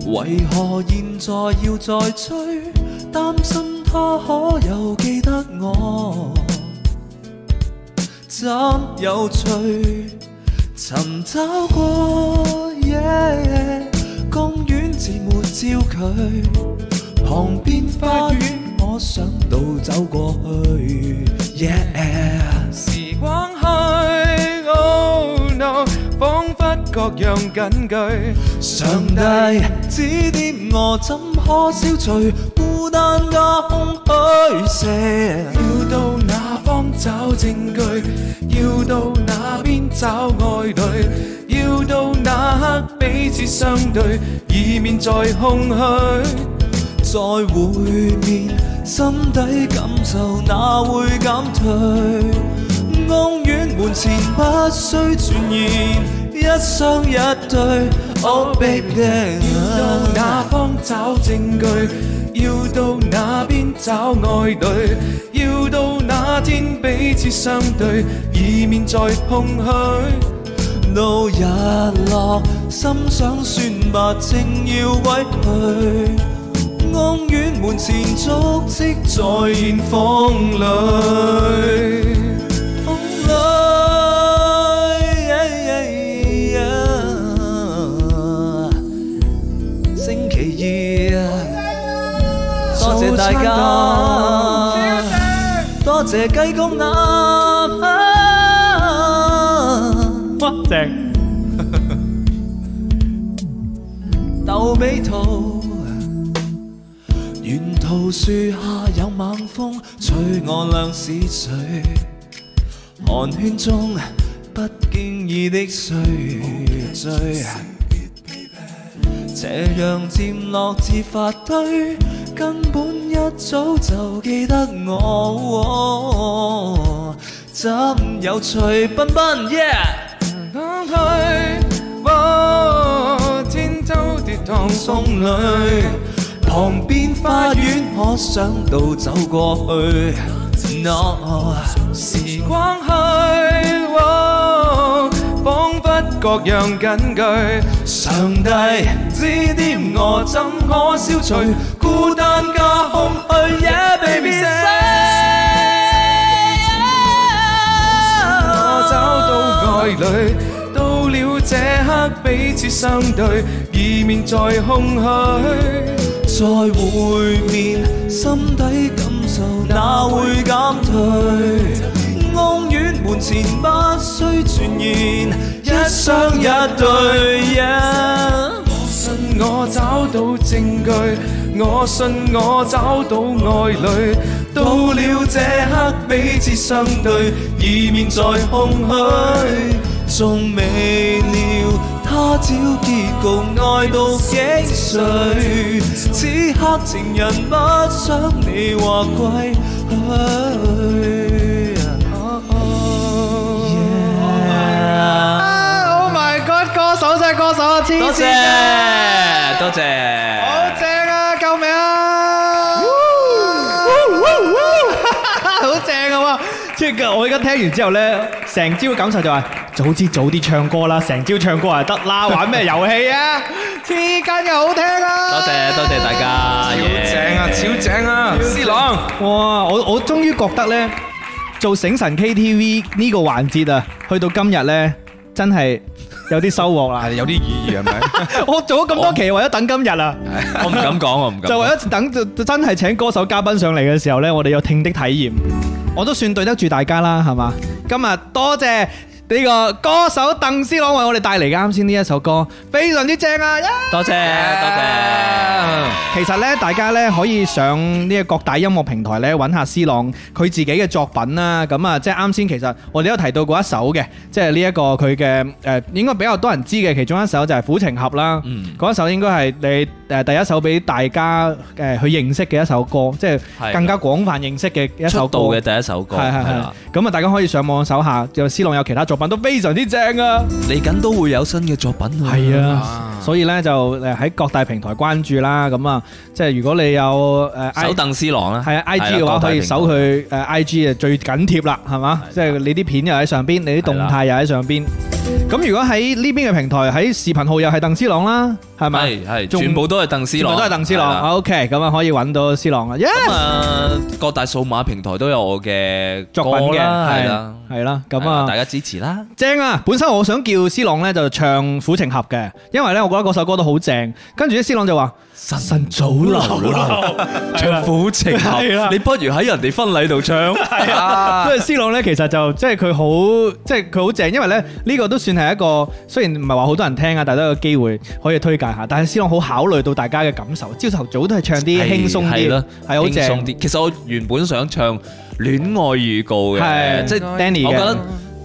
S3: 為何現在要再追？擔心他可有記得我？怎有趣？尋找過，yeah, 公園自沒焦距，旁邊花園我想到走過去，yeah。時光去，oh no，彷彿各樣緊句。上帝指點我，怎可消除孤單加空虛？寫要到哪方找證據？要到哪邊找愛侶？要到哪刻彼此相對，以免再空虛。再會面，心底感受哪會減退？公園門前不需傳言，一雙一對。Oh baby，要到哪方找證據？要到哪邊找愛侶？要到哪天彼此相對，以免再空虛。路日落，心想算吧，正要歸去。安院門前足跡再現風裏，風哎裏。星期二，多謝大家，多謝雞公啊欖。
S2: 哇，正！
S3: 斗比兔，沿途樹下有猛風，吹我兩屎水。寒暄中，不經意的睡醉。這樣漸落至發堆，根本一早就記得我。怎有趣，彬彬，yeah，當佢，哇，天都跌宕送女，旁邊花園，我想到走過去，no，時光去，哇彷彿各樣緊句，上帝指點我，怎可消除孤單加空虛？Yeah baby say，我找到愛侶，到了這刻彼此相對，以免再空虛。再會面，心底感受哪會減退？安院門前不需傳言，一雙一對。Yeah 信我找到證據，我信我找到愛侶。到了這刻，彼此相對，以免再空虛。仲未料，他朝結局愛到幾歲？此刻情人不想你話歸去。Yeah
S2: Oh my god！歌手真係歌手啊，黐
S3: 多謝
S2: 線啊，
S3: 多謝，
S2: 好正
S5: à,
S2: 啊！救命啊！好正啊！哇！即係我而家聽完之後咧，成朝嘅感受就係、早知早啲唱歌啦，成朝唱歌就得啦，玩咩遊戲啊？黐筋又好聽
S5: à.
S2: 啊！
S3: 多謝多謝大家，
S7: 超正啊，超正啊，C 朗
S2: 哇！我我終於覺得呢，做醒神 KTV 呢個環節啊，去到今日呢，真係有啲收
S4: à.
S2: 穫啦
S7: 係！有啲意 義係咪？
S2: 我做咗咁多期，為
S5: à,
S2: 咗等今日啊，
S3: 我唔敢講，我唔敢講，
S2: 就為咗等就真係請歌手嘉賓上嚟嘅時候呢，我哋有聽的體驗。我都算對得住大家啦，係嘛？今日多謝呢個歌手鄧斯朗為我哋帶嚟嘅啱先呢一首歌，非常之正啊！耶
S3: 多謝多謝。
S2: 其實咧，大家咧可以上呢個各大音樂平台咧揾下思朗佢自己嘅作品啦。咁啊，即係啱先其實我哋都提到過一首嘅，即係呢一個佢嘅誒應該比較多人知嘅其中一首就係《苦情俠》啦。
S3: 嗯
S2: 嗰一首應該係你誒第一首俾大家誒去認識嘅一首歌，即係
S3: 係
S2: 更加廣泛認識嘅一
S3: 出
S2: 首歌
S3: 道。嘅第一首歌
S2: 係係
S3: 係
S2: 係
S3: 啦，。
S2: 咁啊，大家可以上網搜下，就思朗有其他作品都非常之正啊。
S3: 嚟緊都會有新嘅作品喎
S2: 係啊
S7: 啊，
S2: 所以咧就誒喺各大平台關注啦。咁啊，即係如果你有誒 I
S3: 手鄧斯郎啦，
S2: 係啊 I G
S3: 係
S2: 嘅
S3: 啦
S2: 話，
S3: 各大
S2: 可以
S3: 平台
S2: 搜佢誒 I G 啊，最緊貼啦，係嘛？即係你啲片又喺上邊，你啲動態又喺上邊。咁如果喺呢邊嘅平台，喺視頻號又係鄧斯朗啦，係咪？
S3: 係係，
S2: 仲
S3: 全部都係鄧斯
S2: 全部
S3: 朗，
S2: 都係鄧斯
S3: 係啦
S2: 朗。OK，咁啊可以揾到斯朗啦。耶！
S3: 咁啊，各大數碼平台都有我嘅
S2: 作品嘅
S3: 歌啦
S2: 係
S3: 係啦，
S2: 係啦，咁
S3: 係啦
S2: 啊
S3: 大。家支持啦。
S2: 正啊！本身我想叫斯朗咧就唱《苦情俠》嘅，因為咧我覺得嗰首歌都好正。跟住啲斯朗就話：
S3: 神神早流
S2: 啊
S3: 流，唱苦情
S2: 係啦
S3: 合，你不如喺人哋婚禮度唱。
S2: 因為 C 朗咧，其實就即係佢好， 即係佢好正，因為咧呢個都算係一個雖然唔係話好多人聽啊，但係都有個機會可以推介下。但係 C 朗好考慮到大家嘅感受，朝頭早都係唱啲
S3: 係
S2: 輕鬆
S3: 係
S2: 啲
S3: 咯，，
S2: 係好
S3: 輕鬆
S2: 正。
S3: 啲。其實我原本想唱《戀愛預告》
S2: 係
S3: 嘅，即係
S2: 係 Danny
S3: 我覺
S2: 嘅
S3: 得，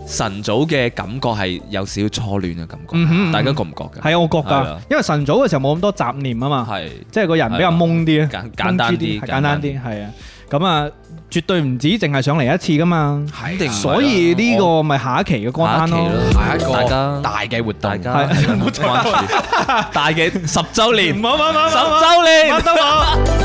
S3: 晨早嘅感覺係有少少初戀嘅感
S2: 嗯哼嗯哼
S3: 覺，大家覺唔覺嘅？
S2: 係啊，我覺
S3: 係
S2: 㗎
S3: 啊，
S2: 因為晨早嘅時候冇咁多雜念啊嘛，
S3: 係
S2: 即係個人比較懵啲啊，
S3: 簡簡單啲，
S2: 係簡單啲，係啊。咁啊，絕對唔止淨係上嚟一次㗎嘛，
S3: 肯定唔係啦。
S2: 所以呢個咪下一期嘅歌
S3: 下
S2: 單
S3: 期
S2: 咯。
S3: 咯，
S7: 下一個
S3: 大家
S7: 大嘅活動，
S3: 大家
S2: 係
S3: 關 注大嘅十週年，
S2: 好好好
S3: 十
S2: 好
S3: 週年。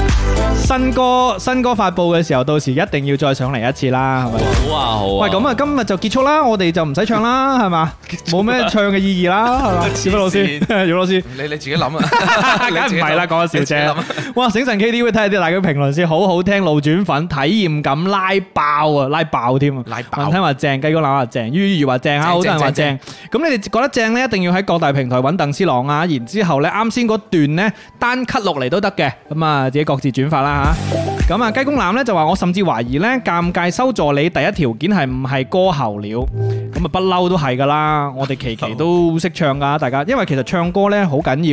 S2: 新歌新歌發布嘅時候，到時一定要再上嚟一次啦，係咪？
S3: 好啊好啊！
S2: 喂，咁啊，今日就結束啦，我哋就唔使唱啦，係嘛？冇咩唱嘅意義啦，係嘛？小老師， 姚老師，
S7: 你你自己諗啊，
S2: 梗係唔係啦，講笑
S7: 你自己諗
S2: 啫。哇，醒神 KTV 睇下啲大家評論先，好好聽，路轉粉體驗感拉爆啊，拉爆添啊！
S7: 拉爆
S2: 雲吞話正，雞公腩話正，於如話正啊，
S7: 正
S2: 好多人話正
S7: 正。
S2: 咁你哋覺得正呢，一定要喺各大平台揾鄧斯朗啊，然之後呢，啱先嗰段呢，單 cut 落嚟都得嘅，咁啊自己各自轉發啦吓。咁啊雞公腩呢就話我甚至懷疑呢，尷尬收助理第一條件係唔係歌喉了？咁啊不嬲都係噶啦，我哋期期都識唱噶，大家，因為其實唱歌呢好緊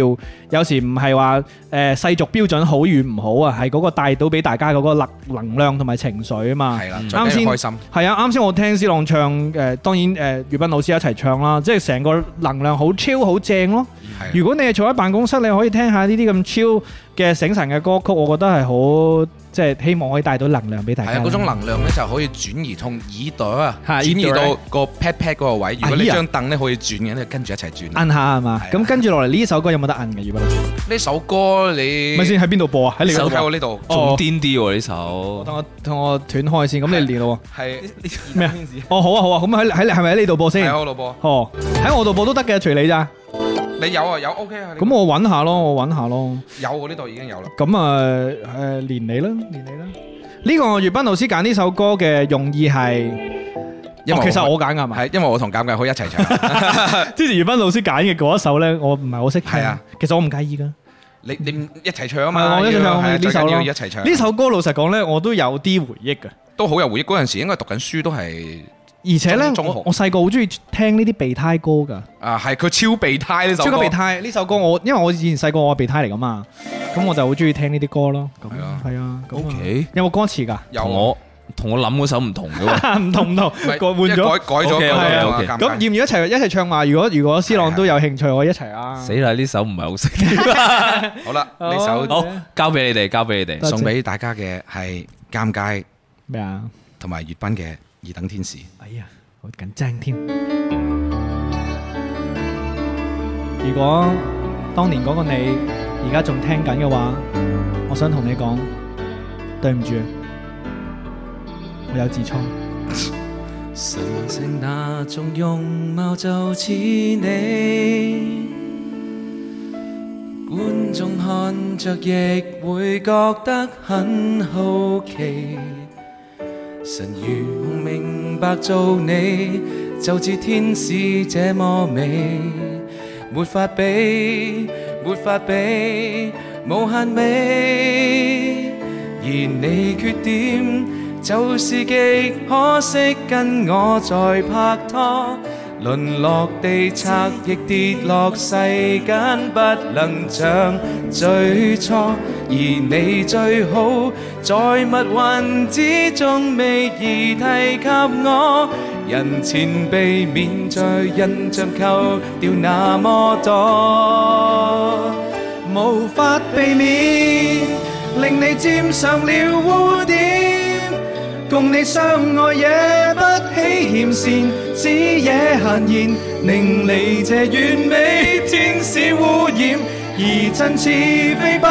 S2: 要，有時唔係話誒世俗標準好與唔好啊，係嗰個帶到俾大家嗰個能能量同埋情緒啊嘛。
S7: 係啦，
S2: 啱
S7: 啱
S2: 先
S7: 先開心，
S2: 係啊，啱先我聽思朗唱誒、呃，當然誒，粵、斌老師一齊唱啦，即係成個能量好超好正咯。
S7: 係
S2: 如果你係坐喺辦公室，你可以聽下呢啲咁超嘅醒神嘅歌曲，我覺得係好即係希望可以帶到能量俾大
S7: 係
S2: 家。
S7: 啊，嗰種能量咧就可以轉移從耳朵啊，
S2: 係
S7: 轉移
S2: 耳
S7: 到
S2: 朵
S7: 個 pat pat 嗰個位。如果你
S2: 哎呀
S7: 張凳咧可以轉嘅，你跟住一齊轉。
S2: 摁下係嘛？
S7: 係啊
S2: 咁跟住落嚟呢首歌有冇得摁嘅？粵斌老師，
S7: 呢首歌你
S2: 咪先喺邊度播啊？喺你
S7: 手
S2: 嗰
S7: 喺
S2: 度
S7: 我呢度，
S2: 哦
S3: 仲癲啲喎呢
S2: 播。
S3: 首，
S2: 等我等我斷開先，咁你連咯
S7: 係
S2: 喎咩啊？哦，好啊好啊，咁喺喺係咪喺呢度播先
S7: 係？我老婆，
S2: 哦，喺我度播都得嘅，隨你咋？
S7: 你有啊有 OK 啊，你
S2: 咁我揾下咯，我揾下咯。
S7: 有我呢度已經有啦。
S2: 咁啊誒，連你啦，連你啦。呢個粵斌老師揀呢首歌嘅用意係，
S7: 因為
S2: 哦其實
S7: 我
S2: 我揀㗎嘛。
S7: 係因為我同尷尬可以一 齊唱，
S2: 之前粵斌老師揀嘅嗰一首咧，我唔係好識唱。
S7: 係啊，
S2: 其實我唔介意㗎。
S7: 你你唔一齊唱啊
S2: 係
S7: 嘛，
S2: 我一齊唱
S7: 要係
S2: 呢
S7: 最
S2: 首
S7: 緊要
S2: 咯
S7: 一齊唱
S2: 呢首歌老實講咧，我都有啲回憶㗎。
S7: 都好有回憶。嗰陣時應該讀緊書都係
S2: 而且咧，
S7: 中中
S2: 我
S7: 學
S2: 我細個好中意聽呢啲備胎歌㗎。
S7: 啊，係佢超備胎呢首
S2: 超
S7: 歌
S2: 級備胎呢首歌我，因為我以前細個我係備胎嚟㗎嘛，咁我就好中意聽呢啲歌咯。咁
S7: 係啊
S2: 係啊，咁啊
S3: OK
S2: 有冇歌詞㗎？
S7: 有
S3: 同我同我諗嗰首唔同嘅喎。
S2: 唔同唔同，
S7: 唔 係
S2: 改換
S7: 一改
S2: 咗。
S7: 改咗
S3: OK，OK，
S7: 改咗
S3: OK
S7: 尷尬
S2: 咁要唔要一齊一齊唱埋？如果如果思朗都有興趣，我一齊啊。
S3: 死啦！呢首唔係好 識聽。
S7: 好啦，呢首
S2: 好
S3: 好，交俾你哋，交俾你
S2: 多
S3: 哋。
S2: 謝
S7: 送俾大家嘅係尷尬
S2: 咩啊？
S7: 同埋粵斌嘅二等天使。
S2: 哎呀，好緊張添。如果當年嗰個你而家仲聽緊嘅話，我想同你講，對唔住，我有痔瘡。
S9: 神聖那種容貌就似你，觀眾看着亦會覺得很好奇。神如夢明白做你，就似天使這麼美，沒法比，沒法比，無限美。而你缺點就是極可惜跟我在拍拖，淪落地拆亦跌落世間，不能像最初。而你最好在密雲之中未易提及我，人前避免在印象扣掉那麼多。無法避免，令你沾上了污點。共你相愛也不喜嫌善，只惹閒言，令你這完美天使污染，而振翅飛不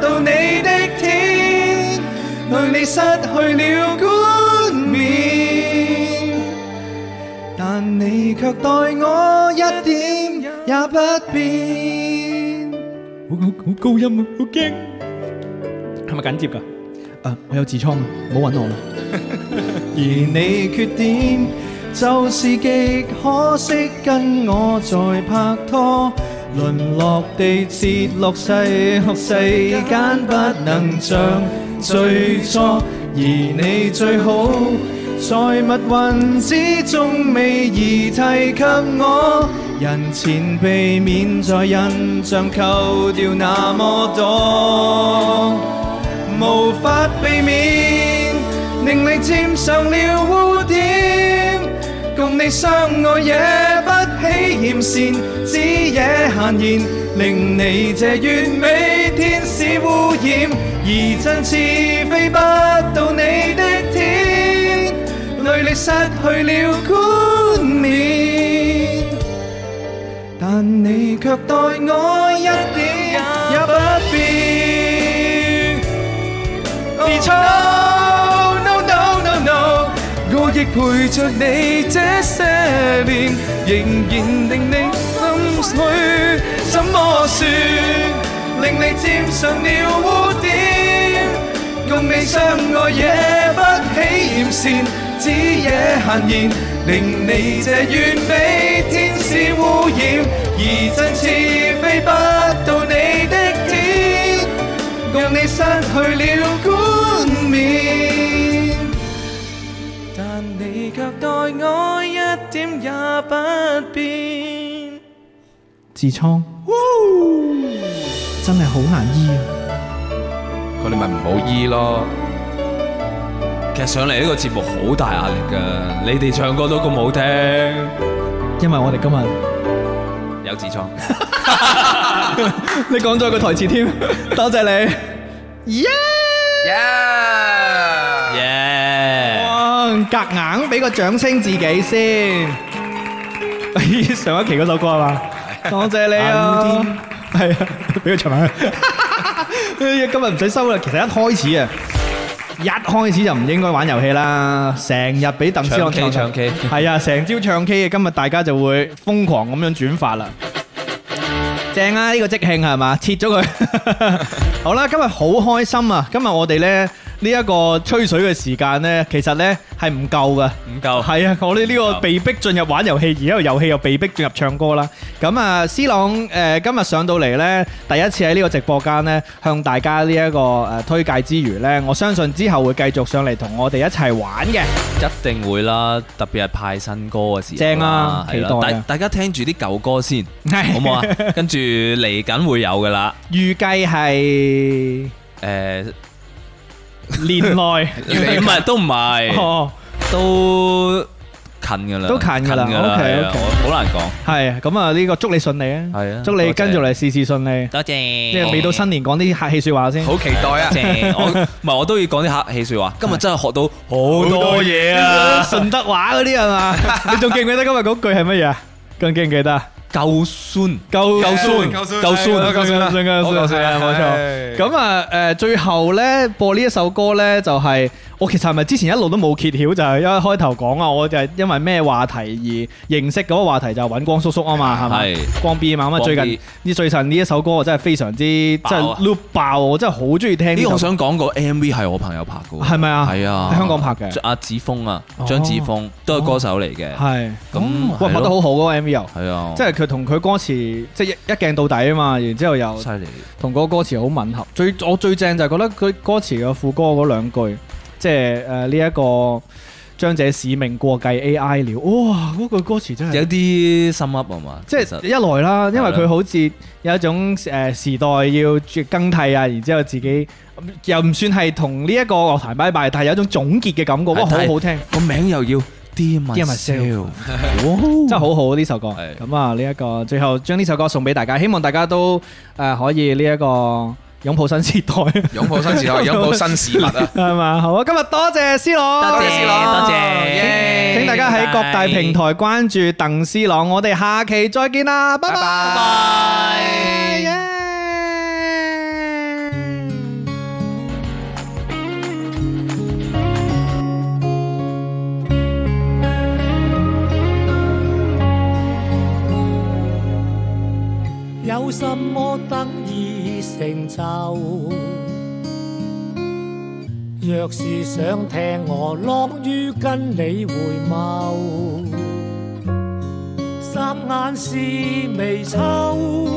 S9: 到你的天，令你失去了冠冕。但你卻待我一點也不變。
S2: 好好好高音啊，好驚。係咪緊接㗎？啊，我有痔瘡啊，唔好揾我啦。
S9: 而你缺點就是極可惜，跟我在拍拖，淪落地跌落世世間，不能像最初。而你最好在密雲之中未易提及我，人前避免在印象扣掉那麼多。無法避免，令你沾上了污點。共你相愛也不喜嫌善，只惹閒言，令你這完美天使污染，而振翅飛不到你的天，累你失去了冠冕。但你卻待我一點也不變。自錯。No no no no，我亦陪着你這些年，仍然令你心虛，怎麼算？令你沾上了污點，共你相愛也不喜嫌善，只惹閒言，令你這完美天使污染，而振翅飛不到你的天。讓你失去了冠冕，但你卻待我一點也不變。
S2: 痔瘡，真係好難醫啊！
S7: 佢哋咪唔好醫咯。
S3: 其實上嚟呢個節目好大壓力噶，你哋唱歌都咁好聽，
S2: 因為我哋今日
S3: 有痔 瘡。
S2: 你講咗個台詞添， 多謝你。耶！
S3: 耶！
S2: 哇，夾硬俾個掌聲自己先。 咦，上一期嗰首歌係嘛？多謝你啊！係啊，俾佢唱埋 去。今日唔使收啦，其實一開始啊。一開始就唔應該玩遊戲啦，成日俾鄧思朗
S3: 唱 K，
S2: 到
S3: 唱 K
S2: 係啊，成朝唱 K 嘅，今日大家就會瘋狂咁樣轉發啦。正啊！呢、個即興係嘛，切咗佢。 好啦，今日好開心啊！今日我哋呢，呢、一個吹 水嘅時間呢，其實呢係唔夠嘅。
S3: 唔夠
S2: 係啊！我哋呢個被逼進入玩遊戲，而家個遊戲又被逼進入唱歌啦。咁啊，C 朗誒、呃今日上到嚟呢，第一次喺呢個直播間呢，向大家呢、一個誒、呃推介之餘呢，我相信之後會繼續上嚟同我哋一齊玩嘅。
S3: 一定會啦，特別係派新歌嘅時候
S2: 正啊
S3: 啦係啦
S2: 期待啊
S3: 大大家聽住啲舊歌 先，
S2: 係
S3: 好唔好啊？跟住嚟緊會有噶啦，
S2: 預計係
S3: 誒，
S2: 年內
S3: 唔係都唔係，
S2: 哦。
S3: 都近噶啦，
S2: 都近㗎啦
S3: 㗎啦
S2: OK，
S3: 係啊
S2: OK
S3: 我好難講。
S2: 係咁啊！呢個祝你順利啊！
S3: 係啊
S2: 祝
S3: 多
S2: 你
S3: 謝
S2: 跟住嚟事事順利。
S3: 多謝，即
S2: 即係未到新年講啲客氣説話先。
S7: 好期待啊！
S3: 謝我唔係我都要講啲客氣説話。今日真係學到好多嘢啊！
S2: 順德話嗰啲係 嘛？你仲記唔記得今日嗰句係乜嘢啊？仲記唔記得啊？
S3: 夠酸，
S2: 夠
S3: 夠酸，
S4: 夠酸
S3: 夠酸，
S4: 夠酸啦
S2: 夠
S4: 好
S2: 夠酸
S4: 夠酸
S2: 啊！
S4: 啊
S2: 冇錯。
S4: 係
S2: 咁啊誒，最後咧播呢一首歌咧，就係我其實係咪之前一路都冇揭曉，就係一開頭講啊，我就係因為咩話題而認識嗰個話題就係揾光叔叔啊嘛，係咪
S3: 係？
S2: 光 B 嘛，咁啊
S3: 光
S2: 最近
S3: B
S2: 呢最近呢一首歌我真係非常之即
S3: 爆
S2: 係
S3: 啊
S2: loop 爆，我真係好中意聽呢
S3: 呢個
S2: 首
S3: 我
S2: 歌。
S3: 想講個 MV 係我朋友拍嘅喎，
S2: 係咪啊
S3: 係啊，
S2: 喺香港拍嘅
S3: 阿子峰啊
S2: 哦，
S3: 張子峰都係歌手嚟嘅，
S2: 係
S3: 咁
S2: 哇
S3: 係
S2: 拍得好
S3: 咯
S2: 好嗰個 M V 又。
S3: 係啊，
S2: 即係佢同佢歌詞即係一一鏡到底啊嘛，然之後又
S3: 犀利。
S2: 同嗰個歌詞好吻合。最我最正就係覺得佢歌詞嘅副歌嗰兩句，即即係诶呢一個張者使命過繼 AI 了，哇！嗰句歌詞真係
S3: 有啲心噏啊嘛，
S2: 即
S3: 其實
S2: 係一來啦，因為
S3: 係
S2: 佢
S3: 啦
S2: 好似有一種誒時代要更替啊，然之後自己又唔算係同呢一個樂壇拜拜，但係有一種總結嘅感覺，哇，好
S3: 係
S2: 好聽，
S3: 個名又要 Dear
S2: myself
S3: myself，哇
S2: 真 係好好呢首歌。
S3: 係
S2: 咁啊，呢一個最後將呢首歌送俾大家，希望大家都誒可以呢一個擁抱新時代，
S7: 擁抱新時代，擁抱新事物啊！
S2: 係嘛？好啊，今日多謝思朗，
S3: 多謝思朗多謝耶
S2: 請大家喺各大平台關注鄧思朗，我哋下期再見啦，拜拜。耶
S10: 有什麼得意成就？若是想聽我，樂於跟你回眸。霎眼是微秋，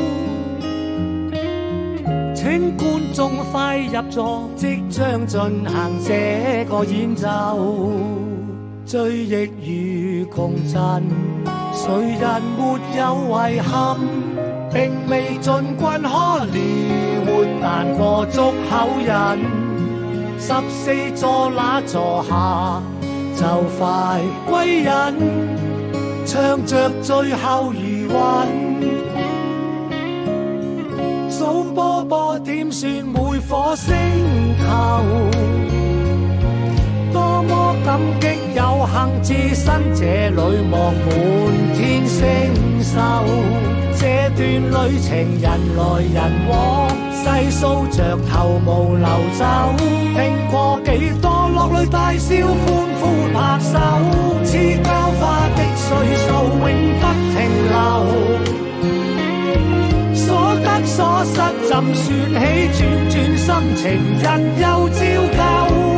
S10: 請觀眾快入座，即將進行這個演奏。追憶與共振，誰人沒有遺憾？並未盡君可憐活，但過足口癮。十四座那座下就快歸隱，唱着最後餘韻。數波波點算每顆星球？多麼感激有幸置身這裏望滿天星宿，這段旅程人來人往，細數着頭毛流走，聽過幾多落淚大笑歡呼拍手，似膠花的歲數永不停留。所得所失怎算起？轉轉心情，人又照舊。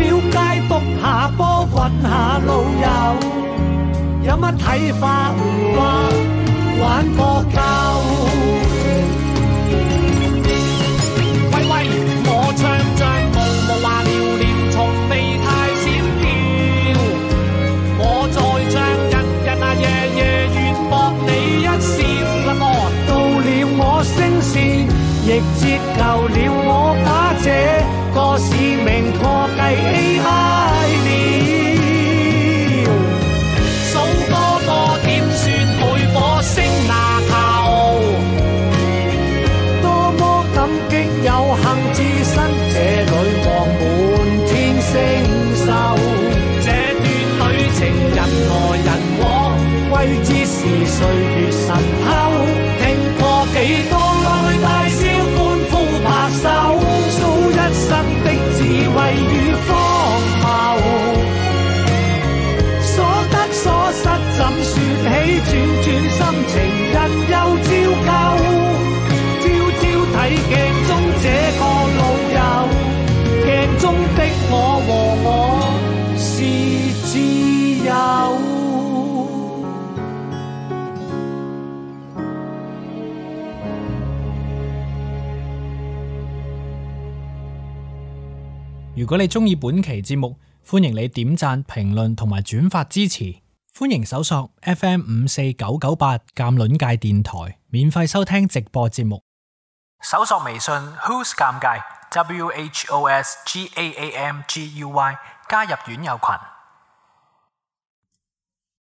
S10: 了解督下波，揾下老友，有乜睇法唔話，玩過夠。喂喂，我唱像無無話聊聊，從未太閃耀。我在唱日日啊夜夜，願望你一笑啦我。到了我聲線，亦折舊了我把這個使命破計 AI 了。數多多點算每顆星那球。多麼感激有幸置身這裏望滿天星宿，這段旅程人來人往，歸知是歲月神偷。聽過幾多落淚大笑歡呼拍手，數一生的智慧與荒謬。所得所失怎算起？轉轉心情，人又照舊。朝朝睇鏡中這個老友，鏡中的我和我是自由。
S5: 如果你中意本期節目，歡迎你點讚、評論同埋轉發支持。歡迎搜索 FM 五四九九八鑑論界電台，免費收聽直播節目。搜索微信 Who's 尷尬 W H O S G A A M G U Y 加入院友群。